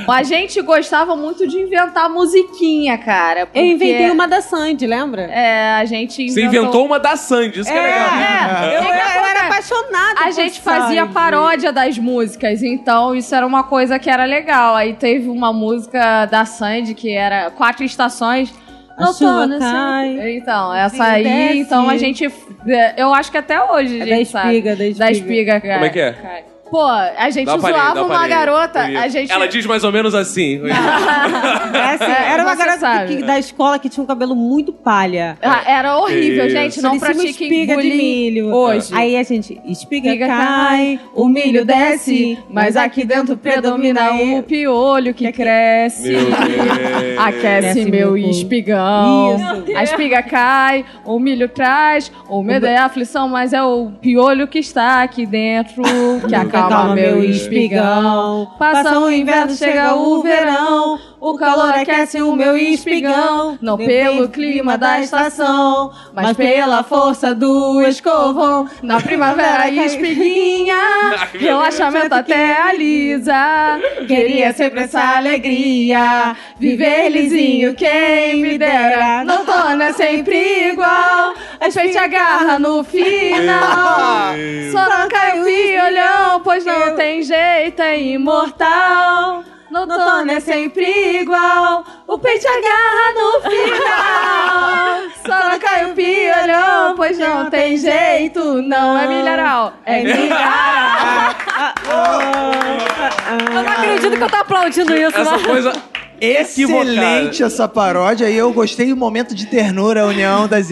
D: A gente gostava muito de inventar musiquinha, cara.
E: Eu inventei uma
D: da Sandy, lembra? É, a gente
A: Você
D: inventou...
A: inventou uma da Sandy, isso que é, legal.
D: é.
E: Eu,
D: O que que
E: eu era
D: acontece?
E: apaixonada
D: A
E: por
D: gente
E: Sandy.
D: fazia paródia das músicas, então isso era uma coisa que era legal. Aí teve uma música da Sandy que era Quatro Estações.
E: A chuva
D: Outono,
E: cai.
D: assim. Então, essa aí,
E: desce.
D: então a gente. é, Eu acho que até hoje. a
E: É
D: gente
E: da
D: sabe.
E: espiga, da espiga.
D: Da espiga, cara.
A: Como é que é?
D: Pô, a gente
A: Dá uma palhinha,
D: zoava
A: dá uma
D: uma
A: palhinha.
D: garota.
A: Bonito.
D: A gente.
A: Ela diz mais ou menos assim.
E: É assim,
D: É,
E: era uma
D: você
E: garota
D: sabe.
E: que- que- da escola que tinha um cabelo muito palha.
D: Ah, era horrível,
A: Isso.
D: gente. Não
E: Parecia uma
D: pratiquem
E: espiga de
D: bullying.
E: milho.
D: hoje.
E: Aí a gente, espiga,
D: Espiga
E: cai,
D: cai, O milho desce, mas aqui dentro predomina um
E: um
D: o piolho que cresce.
E: Meu
A: Deus.
D: Aquece
E: Desce,
D: meu
E: meu povo.
D: espigão.
E: Isso. Meu Deus.
D: A espiga cai, o milho traz. O medo é a aflição, mas é o piolho que está aqui dentro que acalma meu espigão. Passa
E: um
D: o inverno, chega o verão. O calor aquece o meu espigão, não pelo clima da estação, mas pela força do escovão. Na primavera a espiguinha, relaxamento até alisa. Queria sempre essa alegria, viver lisinho quem me dera. No outono é sempre igual, a gente agarra no final. Só não cai o piolhão, pois não tem jeito, é imortal. No outono é sempre igual, o peito agarra no final. Só não cai o piolhão, pois não tem jeito, não é milharal, é milharal.
C: Eu não acredito que eu tô aplaudindo isso,
A: Essa
C: né?
A: coisa equivocada.
B: Excelente essa paródia. E eu gostei do momento de ternura, a união das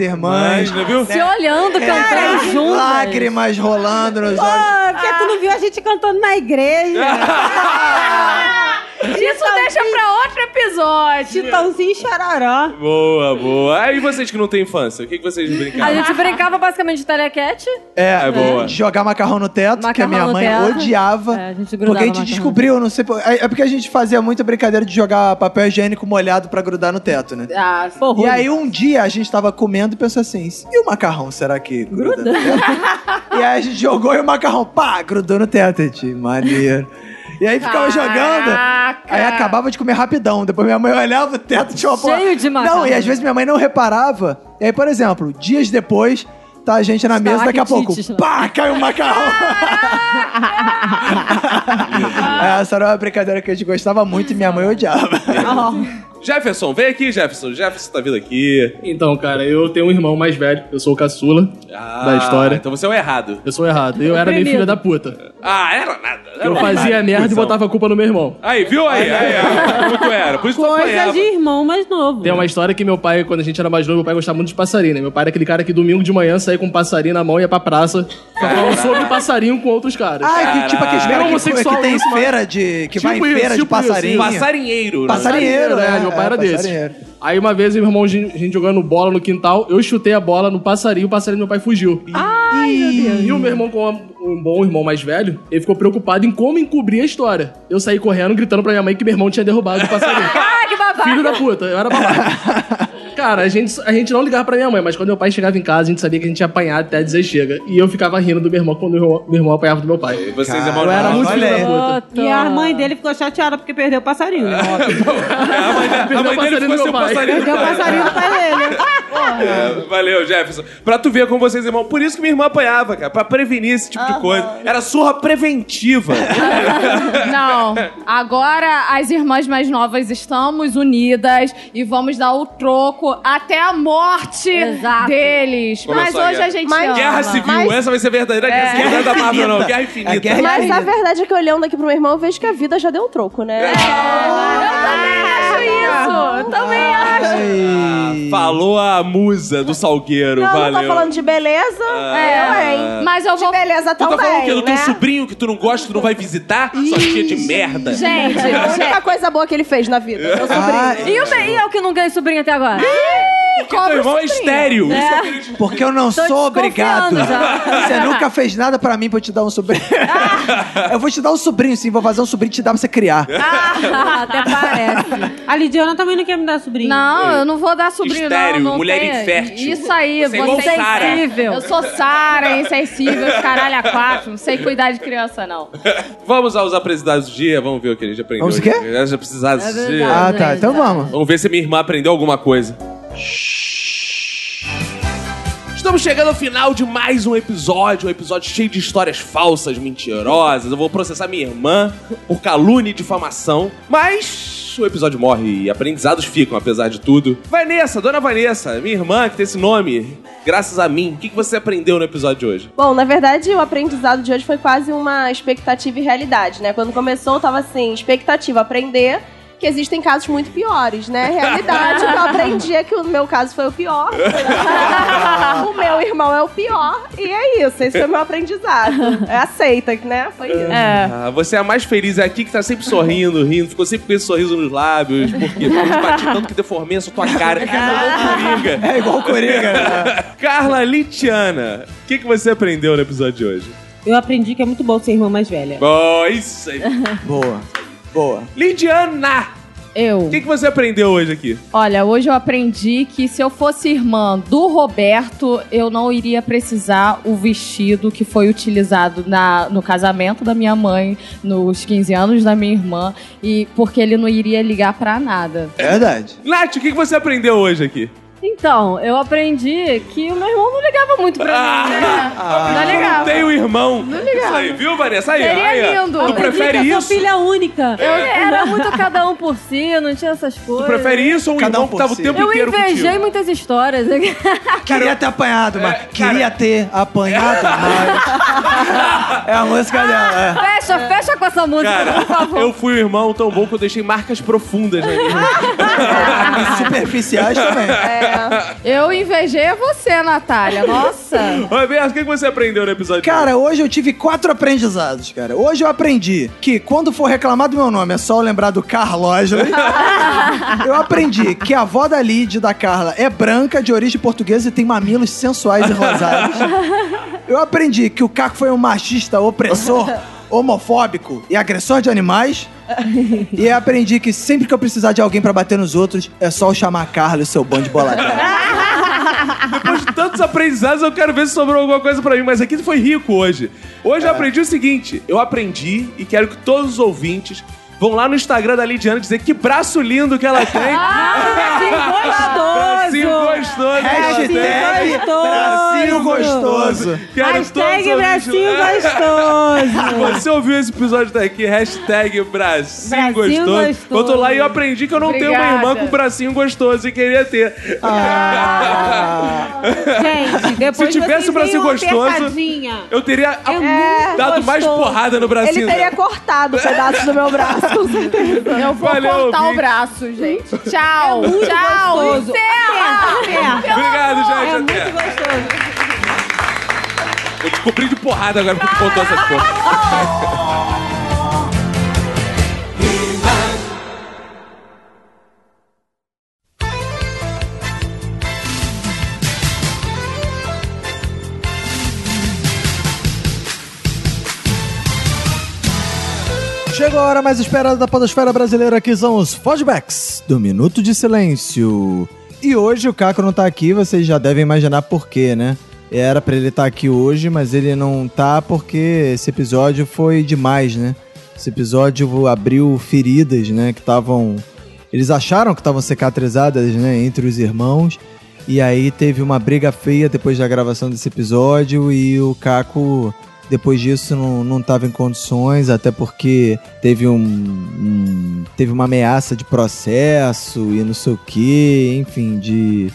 A: Mas,
B: irmãs.
A: né, viu?
C: Se olhando,
B: Cara,
C: cantando juntas.
B: lágrimas rolando nos
E: Pô, é
B: olhos.
E: porque tu não viu a gente cantando na igreja?
D: Isso deixa pra outro episódio.
E: Titãozinho e Chororó.
A: Boa, boa. Aí vocês que não têm infância, o que, que vocês
C: A
A: brincaram?
C: gente brincava basicamente de telequete.
B: É,
A: É boa.
B: de jogar macarrão no teto, que a
C: Macarrão
B: minha
C: no
B: mãe
C: teto.
B: odiava.
C: É, a gente grudava
B: porque a gente
C: macarrão.
B: descobriu, não sei. por- É é porque a gente fazia muita brincadeira de jogar papel higiênico molhado pra grudar no teto, né?
D: Ah,
B: E aí um dia a gente tava comendo e pensou assim, e o macarrão, será que gruda? no teto?" e aí a gente jogou e o macarrão, pá, grudou no teto, a gente, maneiro. E aí ficava jogando, aí acabava de comer rapidão. Depois minha mãe olhava o teto tinha uma porra-
C: Cheio de macarrão.
B: Não, e às vezes minha mãe não reparava. E aí, por exemplo, dias depois, tá a gente na mesa, daqui a pouco,
C: Estalactites lá.
B: pá, caiu um macarrão. Essa era uma brincadeira que a gente gostava muito e minha mãe odiava.
A: Jefferson, vem aqui, Jefferson. Jefferson tá vindo aqui.
J: Então, cara, eu tenho um irmão mais velho, eu sou o caçula
A: Ah,
J: da história.
A: Então você é o errado.
J: Eu sou errado, eu era meio
C: Oprimido.
J: filho da puta.
A: Ah, era nada. Era
J: Eu fazia
A: nada.
J: merda e
A: Cusão.
J: botava a culpa no meu irmão.
A: Aí, viu aí? aí, aí. Como tu era? Por isso tu
E: Coisa
A: apanhava.
E: de irmão mais novo.
J: Tem é uma história que meu pai, quando a gente era mais novo, meu pai gostava muito de passarinho, né? Meu pai era aquele cara que domingo de manhã saía com um passarinho na mão e ia pra praça pra falar sobre passarinho com outros caras.
B: Ah, que tipo aqueles
J: Era
B: caras que,
J: homossexual
B: que tem
J: isso, mano.
B: feira de. que vai em
J: Tipo isso,
B: feira de
J: tipo isso.
B: passarinho.
A: Passarinheiro. né?
B: Passarinheiro, né?
J: Meu pai era
B: É,
J: desse.
B: passarinheiro.
J: Aí uma vez, meu irmão, a gente a gente jogando bola no quintal, eu chutei a bola no passarinho, o passarinho do meu pai fugiu. Ai, meu Deus. E o meu irmão, com um bom irmão mais velho, ele ficou preocupado em como encobrir a história. Eu saí correndo, gritando pra minha mãe que meu irmão tinha derrubado o passarinho.
D: Ah, que babaca.
J: Filho da puta, eu era babaca. Cara, a gente, a gente não ligava pra minha mãe, mas quando meu pai chegava em casa, a gente sabia que a gente ia apanhar até dizer chega. E eu ficava rindo do meu irmão quando meu irmão, meu irmão apanhava do meu pai.
A: Vocês
B: Cara,
A: irmãos
J: Eu era
B: Ah,
J: muito filho
B: olha aí.
J: da puta.
E: E a mãe dele ficou chateada porque perdeu o passarinho. né?
A: É. A mãe, dele- a
J: Perdeu
A: mãe
J: o
A: dele
J: passarinho
A: um ficou
J: do
A: sem o
J: meu pai.
A: passarinho.
E: Perdeu o passarinho do pai dele.
A: É, valeu, Jefferson. Pra tu ver como vocês, irmão. Por isso que minha irmã apanhava, cara. Pra prevenir esse tipo de coisa. Era surra preventiva.
D: Não, agora as irmãs mais novas estamos unidas e vamos dar o troco até a morte
C: Exato.
D: deles.
A: Começou
D: Mas
A: a
D: hoje
A: guerra.
D: a gente
F: Mas-
D: ama.
A: é guerra civil.
F: Mas-
A: Essa vai ser a verdadeira guerra civil. Não é da Marvel, não. Guerra infinita.
B: É guerra
F: Mas a
B: infinita.
F: verdade é que olhando aqui pro meu irmão, eu vejo que a vida já deu um troco, né?
D: Eu também acho isso. Também acho.
A: Ah, Falou a musa do Salgueiro.
F: Não,
A: valeu. Ah.
F: não tá falando de
D: É.
F: beleza. Eu,
E: Ah.
F: hein?
D: Mas eu
F: De
D: vou...
F: beleza
A: Tu tá falando que
F: também,
A: do
F: né?
A: teu sobrinho que tu não gosta, tu não vai visitar? Só cheia de merda.
D: Gente,
F: Foi a
D: gente.
F: única coisa boa que ele fez na vida. Meu sobrinho.
B: Ah,
C: E o, e eu que não ganhei sobrinho até agora?
A: Porque teu irmão é estéreo. Isso que eu queria te
B: Porque eu não
A: Tô
B: sou obrigado.
A: desconfiando já.
B: Você nunca fez nada pra mim pra eu te dar um sobrinho. eu vou te dar um sobrinho, sim. Vou fazer um sobrinho e te dar pra você criar.
D: Ah,
E: até parece. A Lidiana também não quer me dar sobrinho.
D: Não, eu não vou dar sobrinho,
E: Estéreo,
D: não. não
E: mulher
D: tem-
E: infértil.
D: Isso aí,
E: Você é igual Sara.
D: insensível. Eu sou Sara, insensível, caralho a quatro. Não sei cuidar de criança, não.
A: Vamos aos aprendizados do dia, vamos ver o que a gente aprendeu.
B: Vamos o quê?
A: Os aprendizados
B: É
A: do dia.
B: verdade, Ah, tá, é então verdade. vamos.
A: Vamos ver se minha irmã aprendeu alguma coisa. Estamos chegando ao final de mais um episódio, um episódio cheio de histórias falsas, mentirosas. Eu vou processar minha irmã por calúnia e difamação, mas o episódio morre e aprendizados ficam, apesar de tudo. Vanessa, dona Vanessa, minha irmã que tem esse nome, graças a mim, o que que você aprendeu no episódio de hoje?
F: Bom, na verdade, o aprendizado de hoje foi quase uma expectativa e realidade, né? Quando começou, eu tava assim, expectativa, aprender que existem casos muito piores, né? Realidade, o que eu aprendi é que o meu caso foi o pior. o meu irmão é o pior. E é isso, esse foi o meu aprendizado. É aceita, né? Foi isso.
A: Ah, você é a mais feliz aqui que tá sempre sorrindo, rindo, ficou sempre com esse sorriso nos lábios. Por quê? Porque eu te bati tanto que deformei essa tua cara. É
B: igual o Coringa.
A: Carla Litiana, o que, que você aprendeu no episódio de hoje?
E: Eu aprendi que é muito bom ser irmã mais velha.
A: Bom, oh, isso aí.
B: Boa. Boa.
A: Lidiana!
D: Eu.
A: O que, que você aprendeu hoje aqui?
D: Olha, hoje eu aprendi que se eu fosse irmã do Roberto, eu não iria precisar o vestido que foi utilizado na, no casamento da minha mãe, nos 15 anos da minha irmã, e porque ele não iria ligar pra nada.
B: É verdade.
A: Nath, o que, que você aprendeu hoje aqui?
C: Então, eu aprendi que o meu irmão não ligava muito pra mim, né?
D: Ah!
C: não ligava.
A: Não tem o irmão.
C: Não ligava.
A: Isso aí, viu, Vanessa? Aí,
C: Seria
A: aí, ó.
C: lindo.
A: Tu
C: Aprendi
A: prefere
C: que eu sou
A: isso?
E: Filha única.
C: Eu era muito cada um por si, não tinha essas coisas.
A: prefere isso ou um Cada irmão um que por tava o si. tempo
C: eu
A: inteiro
C: Eu invejei
A: contigo?
C: muitas histórias.
B: Queria ter apanhado, mas queria ter apanhado mais. É a música dela, é.
C: Fecha, fecha com essa música,
A: Cara,
C: por favor.
A: eu fui um irmão tão bom que eu deixei marcas profundas na minha
B: E superficiais também.
D: Eu invejei você, Natália. Nossa.
A: Roberto, o que que você aprendeu no episódio?
B: Cara, hoje eu tive quatro aprendizados, cara. Hoje eu aprendi que quando for reclamar do meu nome é só eu lembrar do Carlógio. eu aprendi que a avó da Lid, da Carla, é branca, de origem portuguesa e tem mamilos sensuais e rosários. Eu aprendi que o Caco foi um machista opressor, homofóbico e agressor de animais. E aprendi que sempre que eu precisar de alguém pra bater nos outros, é só eu chamar a Carla e seu bando de boladão.
A: Depois de tantos aprendizados, eu quero ver se sobrou alguma coisa pra mim. Mas aqui foi rico hoje. Hoje
E: É.
A: eu aprendi o seguinte: eu aprendi e quero que todos os ouvintes vão lá no Instagram da Lidiana dizer que braço lindo que ela tem.
E: Ah,
A: Bracinho gostoso!
B: É
E: Hashtag
A: Hashtag
E: bracinho
B: gostoso.
A: Quero
E: Hashtag
A: todos os
E: bracinho
A: ouvintes-
E: gostoso.
A: Você ouviu esse episódio até aqui? Hashtag bracinho
E: Bracinho
A: gostoso.
E: gostoso.
A: Eu tô lá e eu aprendi que eu não tenho uma irmã
E: Obrigada. Ah.
A: com bracinho gostoso e queria ter.
E: Gente, depois
A: Se tivesse
E: vocês
A: o bracinho
E: veem uma
A: gostoso,
E: apertadinha.
A: Eu teria a-
E: É
A: dado
E: muito
A: mais
E: gostoso.
A: porrada no né? bracinho.
F: Ele teria cortado o pedaço do meu braço, com certeza.
D: Eu vou cortar o braço, gente. Tchau.
F: É muito
D: tchau.
F: gostoso.
D: Encerra.
F: Aperta,
A: Obrigado, gente.
D: É
A: até.
D: muito
E: gostoso.
A: Eu te cobri de porrada agora porque tu contou essas coisas.
B: Chegou a hora mais esperada da podosfera brasileira, que são os Fodbacks do Minuto de Silêncio. E hoje o Caco não tá aqui, vocês já devem imaginar por quê, né? Era pra ele estar aqui hoje, mas ele não tá porque esse episódio foi demais, né? Esse episódio abriu feridas, né? Que estavam. Eles acharam que estavam cicatrizadas, né? Entre os irmãos. E aí teve uma briga feia depois da gravação desse episódio e o Caco, depois disso, não, não tava em condições, até porque teve um, um- teve uma ameaça de processo e não sei o que, enfim, de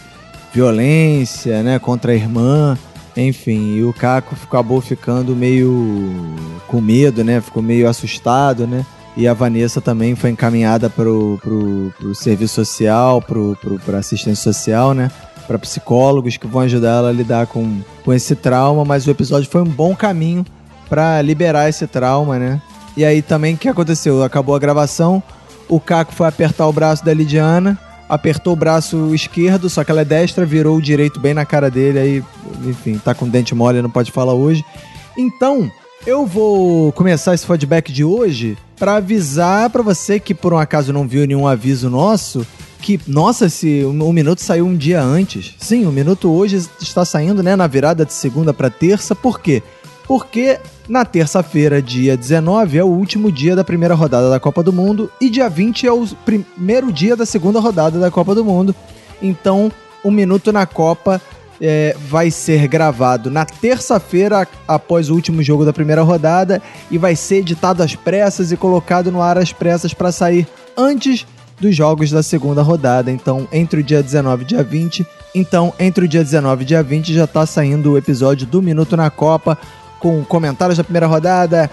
B: violência, né, contra a irmã. Enfim, e o Caco acabou ficando meio com medo, né? Ficou meio assustado, né? E a Vanessa também foi encaminhada pro, pro, pro serviço social, pro, pro, pra assistência social, né? Pra psicólogos que vão ajudar ela a lidar com, com esse trauma, mas o episódio foi um bom caminho pra liberar esse trauma, né? E aí também o que aconteceu? Acabou a gravação, o Caco foi apertar o braço da Lidiana, apertou o braço esquerdo, só que ela é destra, virou o direito bem na cara dele, aí, enfim, tá com dente mole, não pode falar hoje. Então, eu vou começar esse feedback de hoje pra avisar pra você que por um acaso não viu nenhum aviso nosso, que, nossa, se um, um minuto saiu um dia antes. Sim, o minuto hoje está saindo, né, na virada de segunda pra terça, por quê? Porque na terça-feira, dia 19, é o último dia da primeira rodada da Copa do Mundo e dia 20 é o primeiro dia da segunda rodada da Copa do Mundo. Então, o Minuto na Copa é, vai ser gravado na terça-feira, após o último jogo da primeira rodada, e vai ser editado às pressas e colocado no ar às pressas para sair antes dos jogos da segunda rodada. Então, entre o dia 19 e dia 20. Então, entre o dia 19 e dia 20 já tá saindo o episódio do Minuto na Copa, com comentários da primeira rodada,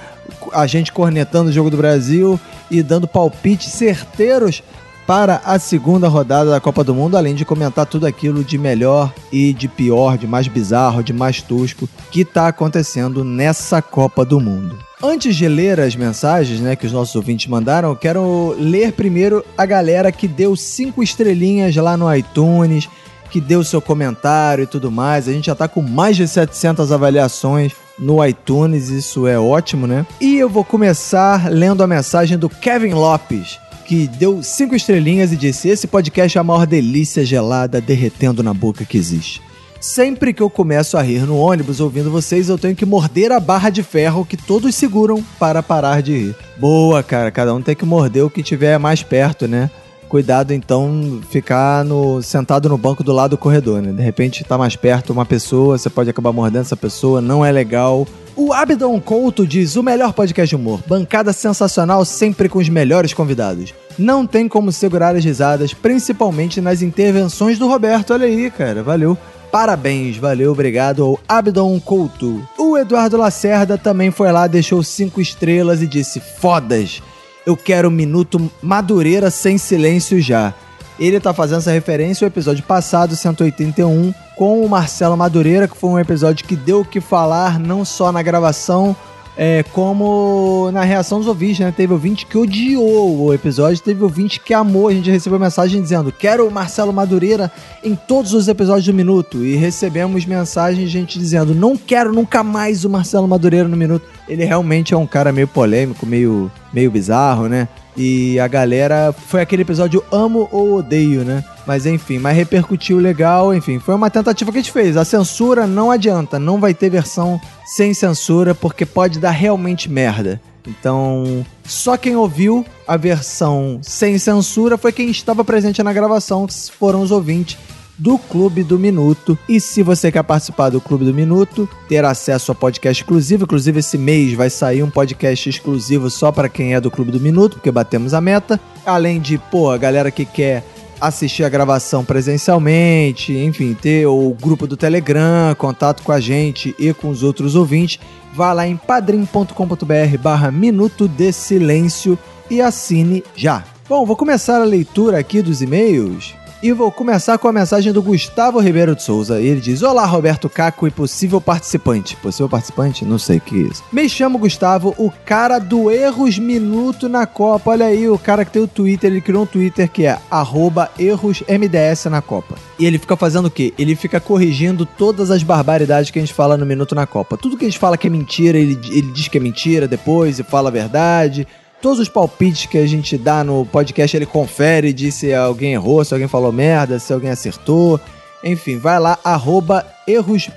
B: a gente cornetando o jogo do Brasil e dando palpites certeiros para a segunda rodada da Copa do Mundo, além de comentar tudo aquilo de melhor e de pior, de mais bizarro, de mais tosco que tá acontecendo nessa Copa do Mundo. Antes de ler as mensagens né, que os nossos ouvintes mandaram, eu quero ler primeiro a galera que deu cinco estrelinhas lá no iTunes, que deu seu comentário e tudo mais. A gente já tá com mais de 700 avaliações no iTunes, isso é ótimo, né? E eu vou começar lendo a mensagem do Kevin Lopes, que deu cinco estrelinhas e disse: Esse podcast é a maior delícia gelada derretendo na boca que existe. Sempre que eu começo a rir no ônibus ouvindo vocês, eu tenho que morder a barra de ferro que todos seguram para parar de rir. Boa, cara, cada um tem que morder o que tiver mais perto, né? Cuidado então ficar no, sentado no banco do lado do corredor, né? De repente tá mais perto uma pessoa, você pode acabar mordendo essa pessoa, não é legal. O Abdon Couto diz: o melhor podcast de humor, bancada sensacional, sempre com os melhores convidados. Não tem como segurar as risadas, principalmente nas intervenções do Roberto. Olha aí, cara, valeu. Parabéns, valeu, obrigado ao Abdon Couto. O Eduardo Lacerda também foi lá, deixou cinco estrelas e disse: fodas. Eu quero um minuto Madureira sem silêncio já. Ele tá fazendo essa referência ao episódio passado, 181, com o Marcelo Madureira, que foi um episódio que deu o que falar, não só na gravação, é, como na reação dos ouvintes, né? Teve ouvinte que odiou o episódio, teve ouvinte que amou. A gente recebeu mensagem dizendo: Quero o Marcelo Madureira em todos os episódios do Minuto. E recebemos mensagem, gente dizendo: Não quero nunca mais o Marcelo Madureira no Minuto. Ele realmente é um cara meio polêmico, meio, meio bizarro, né? E a galera. Foi aquele episódio Amo ou Odeio, né? Mas enfim, mas repercutiu legal, enfim. Foi uma tentativa que a gente fez. A censura não adianta, não vai ter versão sem censura, porque pode dar realmente merda. Então, só quem ouviu a versão sem censura foi quem estava presente na gravação, que foram os ouvintes do Clube do Minuto. E se você quer participar do Clube do Minuto, ter acesso a podcast exclusivo, inclusive esse mês vai sair um podcast exclusivo só para quem é do Clube do Minuto, porque batemos a meta. Além de, pô, a galera que quer assistir a gravação presencialmente, enfim, ter o grupo do Telegram, contato com a gente e com os outros ouvintes, vá lá em padrim.com.br barra Minuto de Silêncio e assine já. Bom, vou começar a leitura aqui dos e-mails. E vou começar com a mensagem do Gustavo Ribeiro de Souza. Ele diz: Olá, Roberto Caco e possível participante. Possível participante? Não sei o que é isso. Me chamo Gustavo, o cara do Erros Minuto na Copa. Olha aí, o cara que tem o Twitter, ele criou um Twitter que é arroba errosmds na Copa. E ele fica fazendo o quê? Ele fica corrigindo todas as barbaridades que a gente fala no Minuto na Copa. Tudo que a gente fala que é mentira, ele, ele diz que é mentira depois e fala a verdade. Todos os palpites que a gente dá no podcast, ele confere, diz se alguém errou, se alguém falou merda, se alguém acertou. Enfim, vai lá, arroba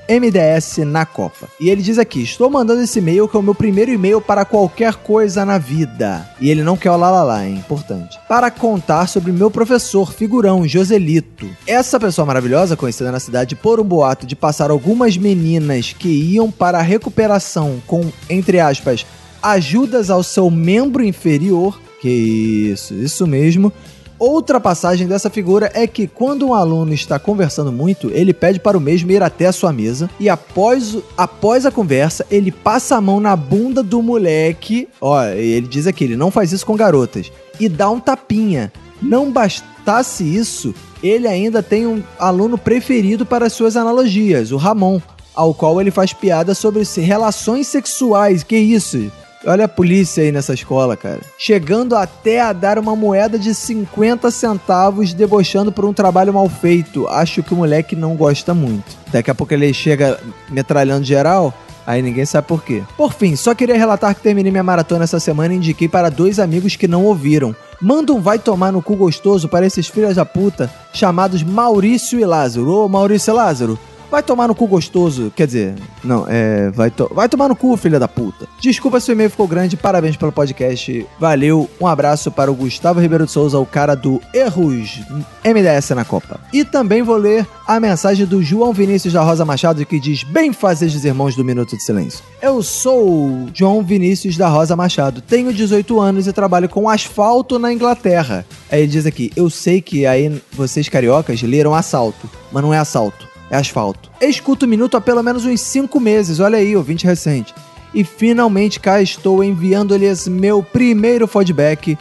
B: errosmds na Copa. E ele diz aqui, estou mandando esse e-mail que é o meu primeiro e-mail para qualquer coisa na vida. E ele não quer o lá, lá, lá, hein? Importante. Para contar sobre meu professor figurão, Joselito. Essa pessoa maravilhosa, conhecida na cidade por um boato de passar algumas meninas que iam para a recuperação com, entre aspas, ajudas ao seu membro inferior. Que isso, isso mesmo. Outra passagem dessa figura é que quando um aluno está conversando muito, ele pede para o mesmo ir até a sua mesa e após, o- após a conversa, ele passa a mão na bunda do moleque. Ó, ele diz aqui, ele não faz isso com garotas. E dá um tapinha. Não bastasse isso, ele ainda tem um aluno preferido para as suas analogias, o Ramon, ao qual ele faz piada sobre se- relações sexuais. Que isso? Olha a polícia aí nessa escola, cara. Chegando até a dar uma moeda de 50 centavos, debochando por um trabalho mal feito. Acho que o moleque não gosta muito. Daqui a pouco ele chega metralhando geral. Aí ninguém sabe por quê. Por fim, só queria relatar que terminei minha maratona essa semana e indiquei para dois amigos que não ouviram. Manda um vai tomar no cu gostoso para esses filhos da puta chamados Maurício e Lázaro. Ô, Maurício e Lázaro, Vai tomar no cu gostoso. Quer dizer, não, é. Vai, to- vai tomar no cu, filha da puta. Desculpa se o e-mail ficou grande, parabéns pelo podcast. Valeu, um abraço para o Gustavo Ribeiro de Souza, o cara do Erros MDS na Copa. E também vou ler a mensagem do João Vinícius da Rosa Machado que diz: Bem fazeres os irmãos do Minuto de Silêncio. Eu sou o João Vinícius da Rosa Machado, tenho 18 anos e trabalho com asfalto na Inglaterra. Aí ele diz aqui: Eu sei que aí vocês cariocas leram assalto, mas não é assalto é asfalto. Escuto o minuto há pelo menos uns 5 meses, olha aí, ouvinte recente. E finalmente cá estou enviando-lhes meu primeiro feedback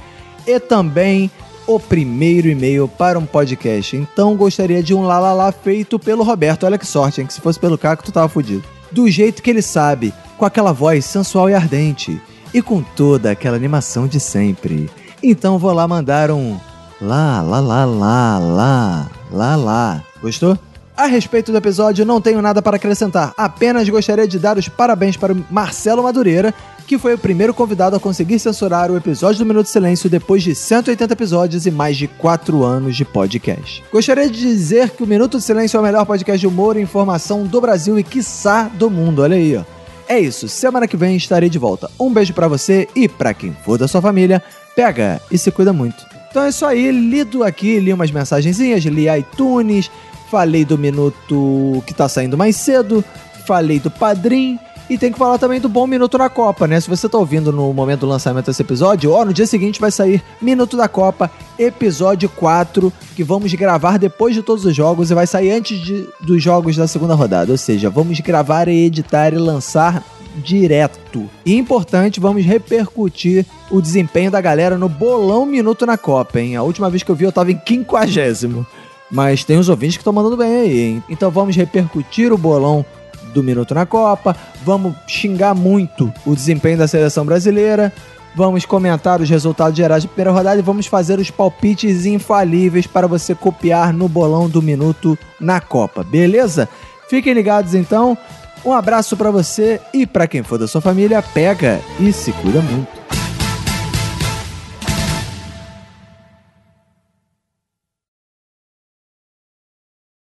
B: e também o primeiro e-mail para um podcast. Então gostaria de um lalalá feito pelo Roberto. Olha que sorte, hein? Que se fosse pelo Caco, tu tava fudido. Do jeito que ele sabe, com aquela voz sensual e ardente. E com toda aquela animação de sempre. Então vou lá mandar um lá, lá, lá, lá, lá, lá, lá. Gostou? A respeito do episódio, não tenho nada para acrescentar. Apenas gostaria de dar os parabéns para o Marcelo Madureira, que foi o primeiro convidado a conseguir censurar o episódio do Minuto de Silêncio depois de 180 episódios e mais de 4 anos de podcast. Gostaria de dizer que o Minuto de Silêncio é o melhor podcast de humor e informação do Brasil e, quiçá, do mundo. Olha aí, ó. É isso. Semana que vem estarei de volta. Um beijo pra você e pra quem for da sua família. Pega e se cuida muito. Então é isso aí. Lido aqui, li umas mensagenzinhas, li iTunes, falei do minuto que tá saindo mais cedo, falei do padrim. E tem que falar também do Bom Minuto da Copa, né? Se você tá ouvindo no momento do lançamento desse episódio, ó, no dia seguinte vai sair Minuto da Copa, episódio 4, que vamos gravar depois de todos os jogos e vai sair antes de- dos jogos da segunda rodada. Ou seja, vamos gravar e editar e lançar direto. E importante, vamos repercutir o desempenho da galera no bolão Minuto na Copa, hein? A última vez que eu vi eu tava em quinquagésimo. Mas tem os ouvintes que estão mandando bem aí, hein? Então vamos repercutir o bolão do Minuto na Copa, vamos xingar muito o desempenho da seleção brasileira, vamos comentar os resultados gerais da primeira rodada e vamos fazer os palpites infalíveis para você copiar no bolão do Minuto na Copa, beleza? Fiquem ligados então, um abraço para você e para quem for da sua família, pega e se cuida muito.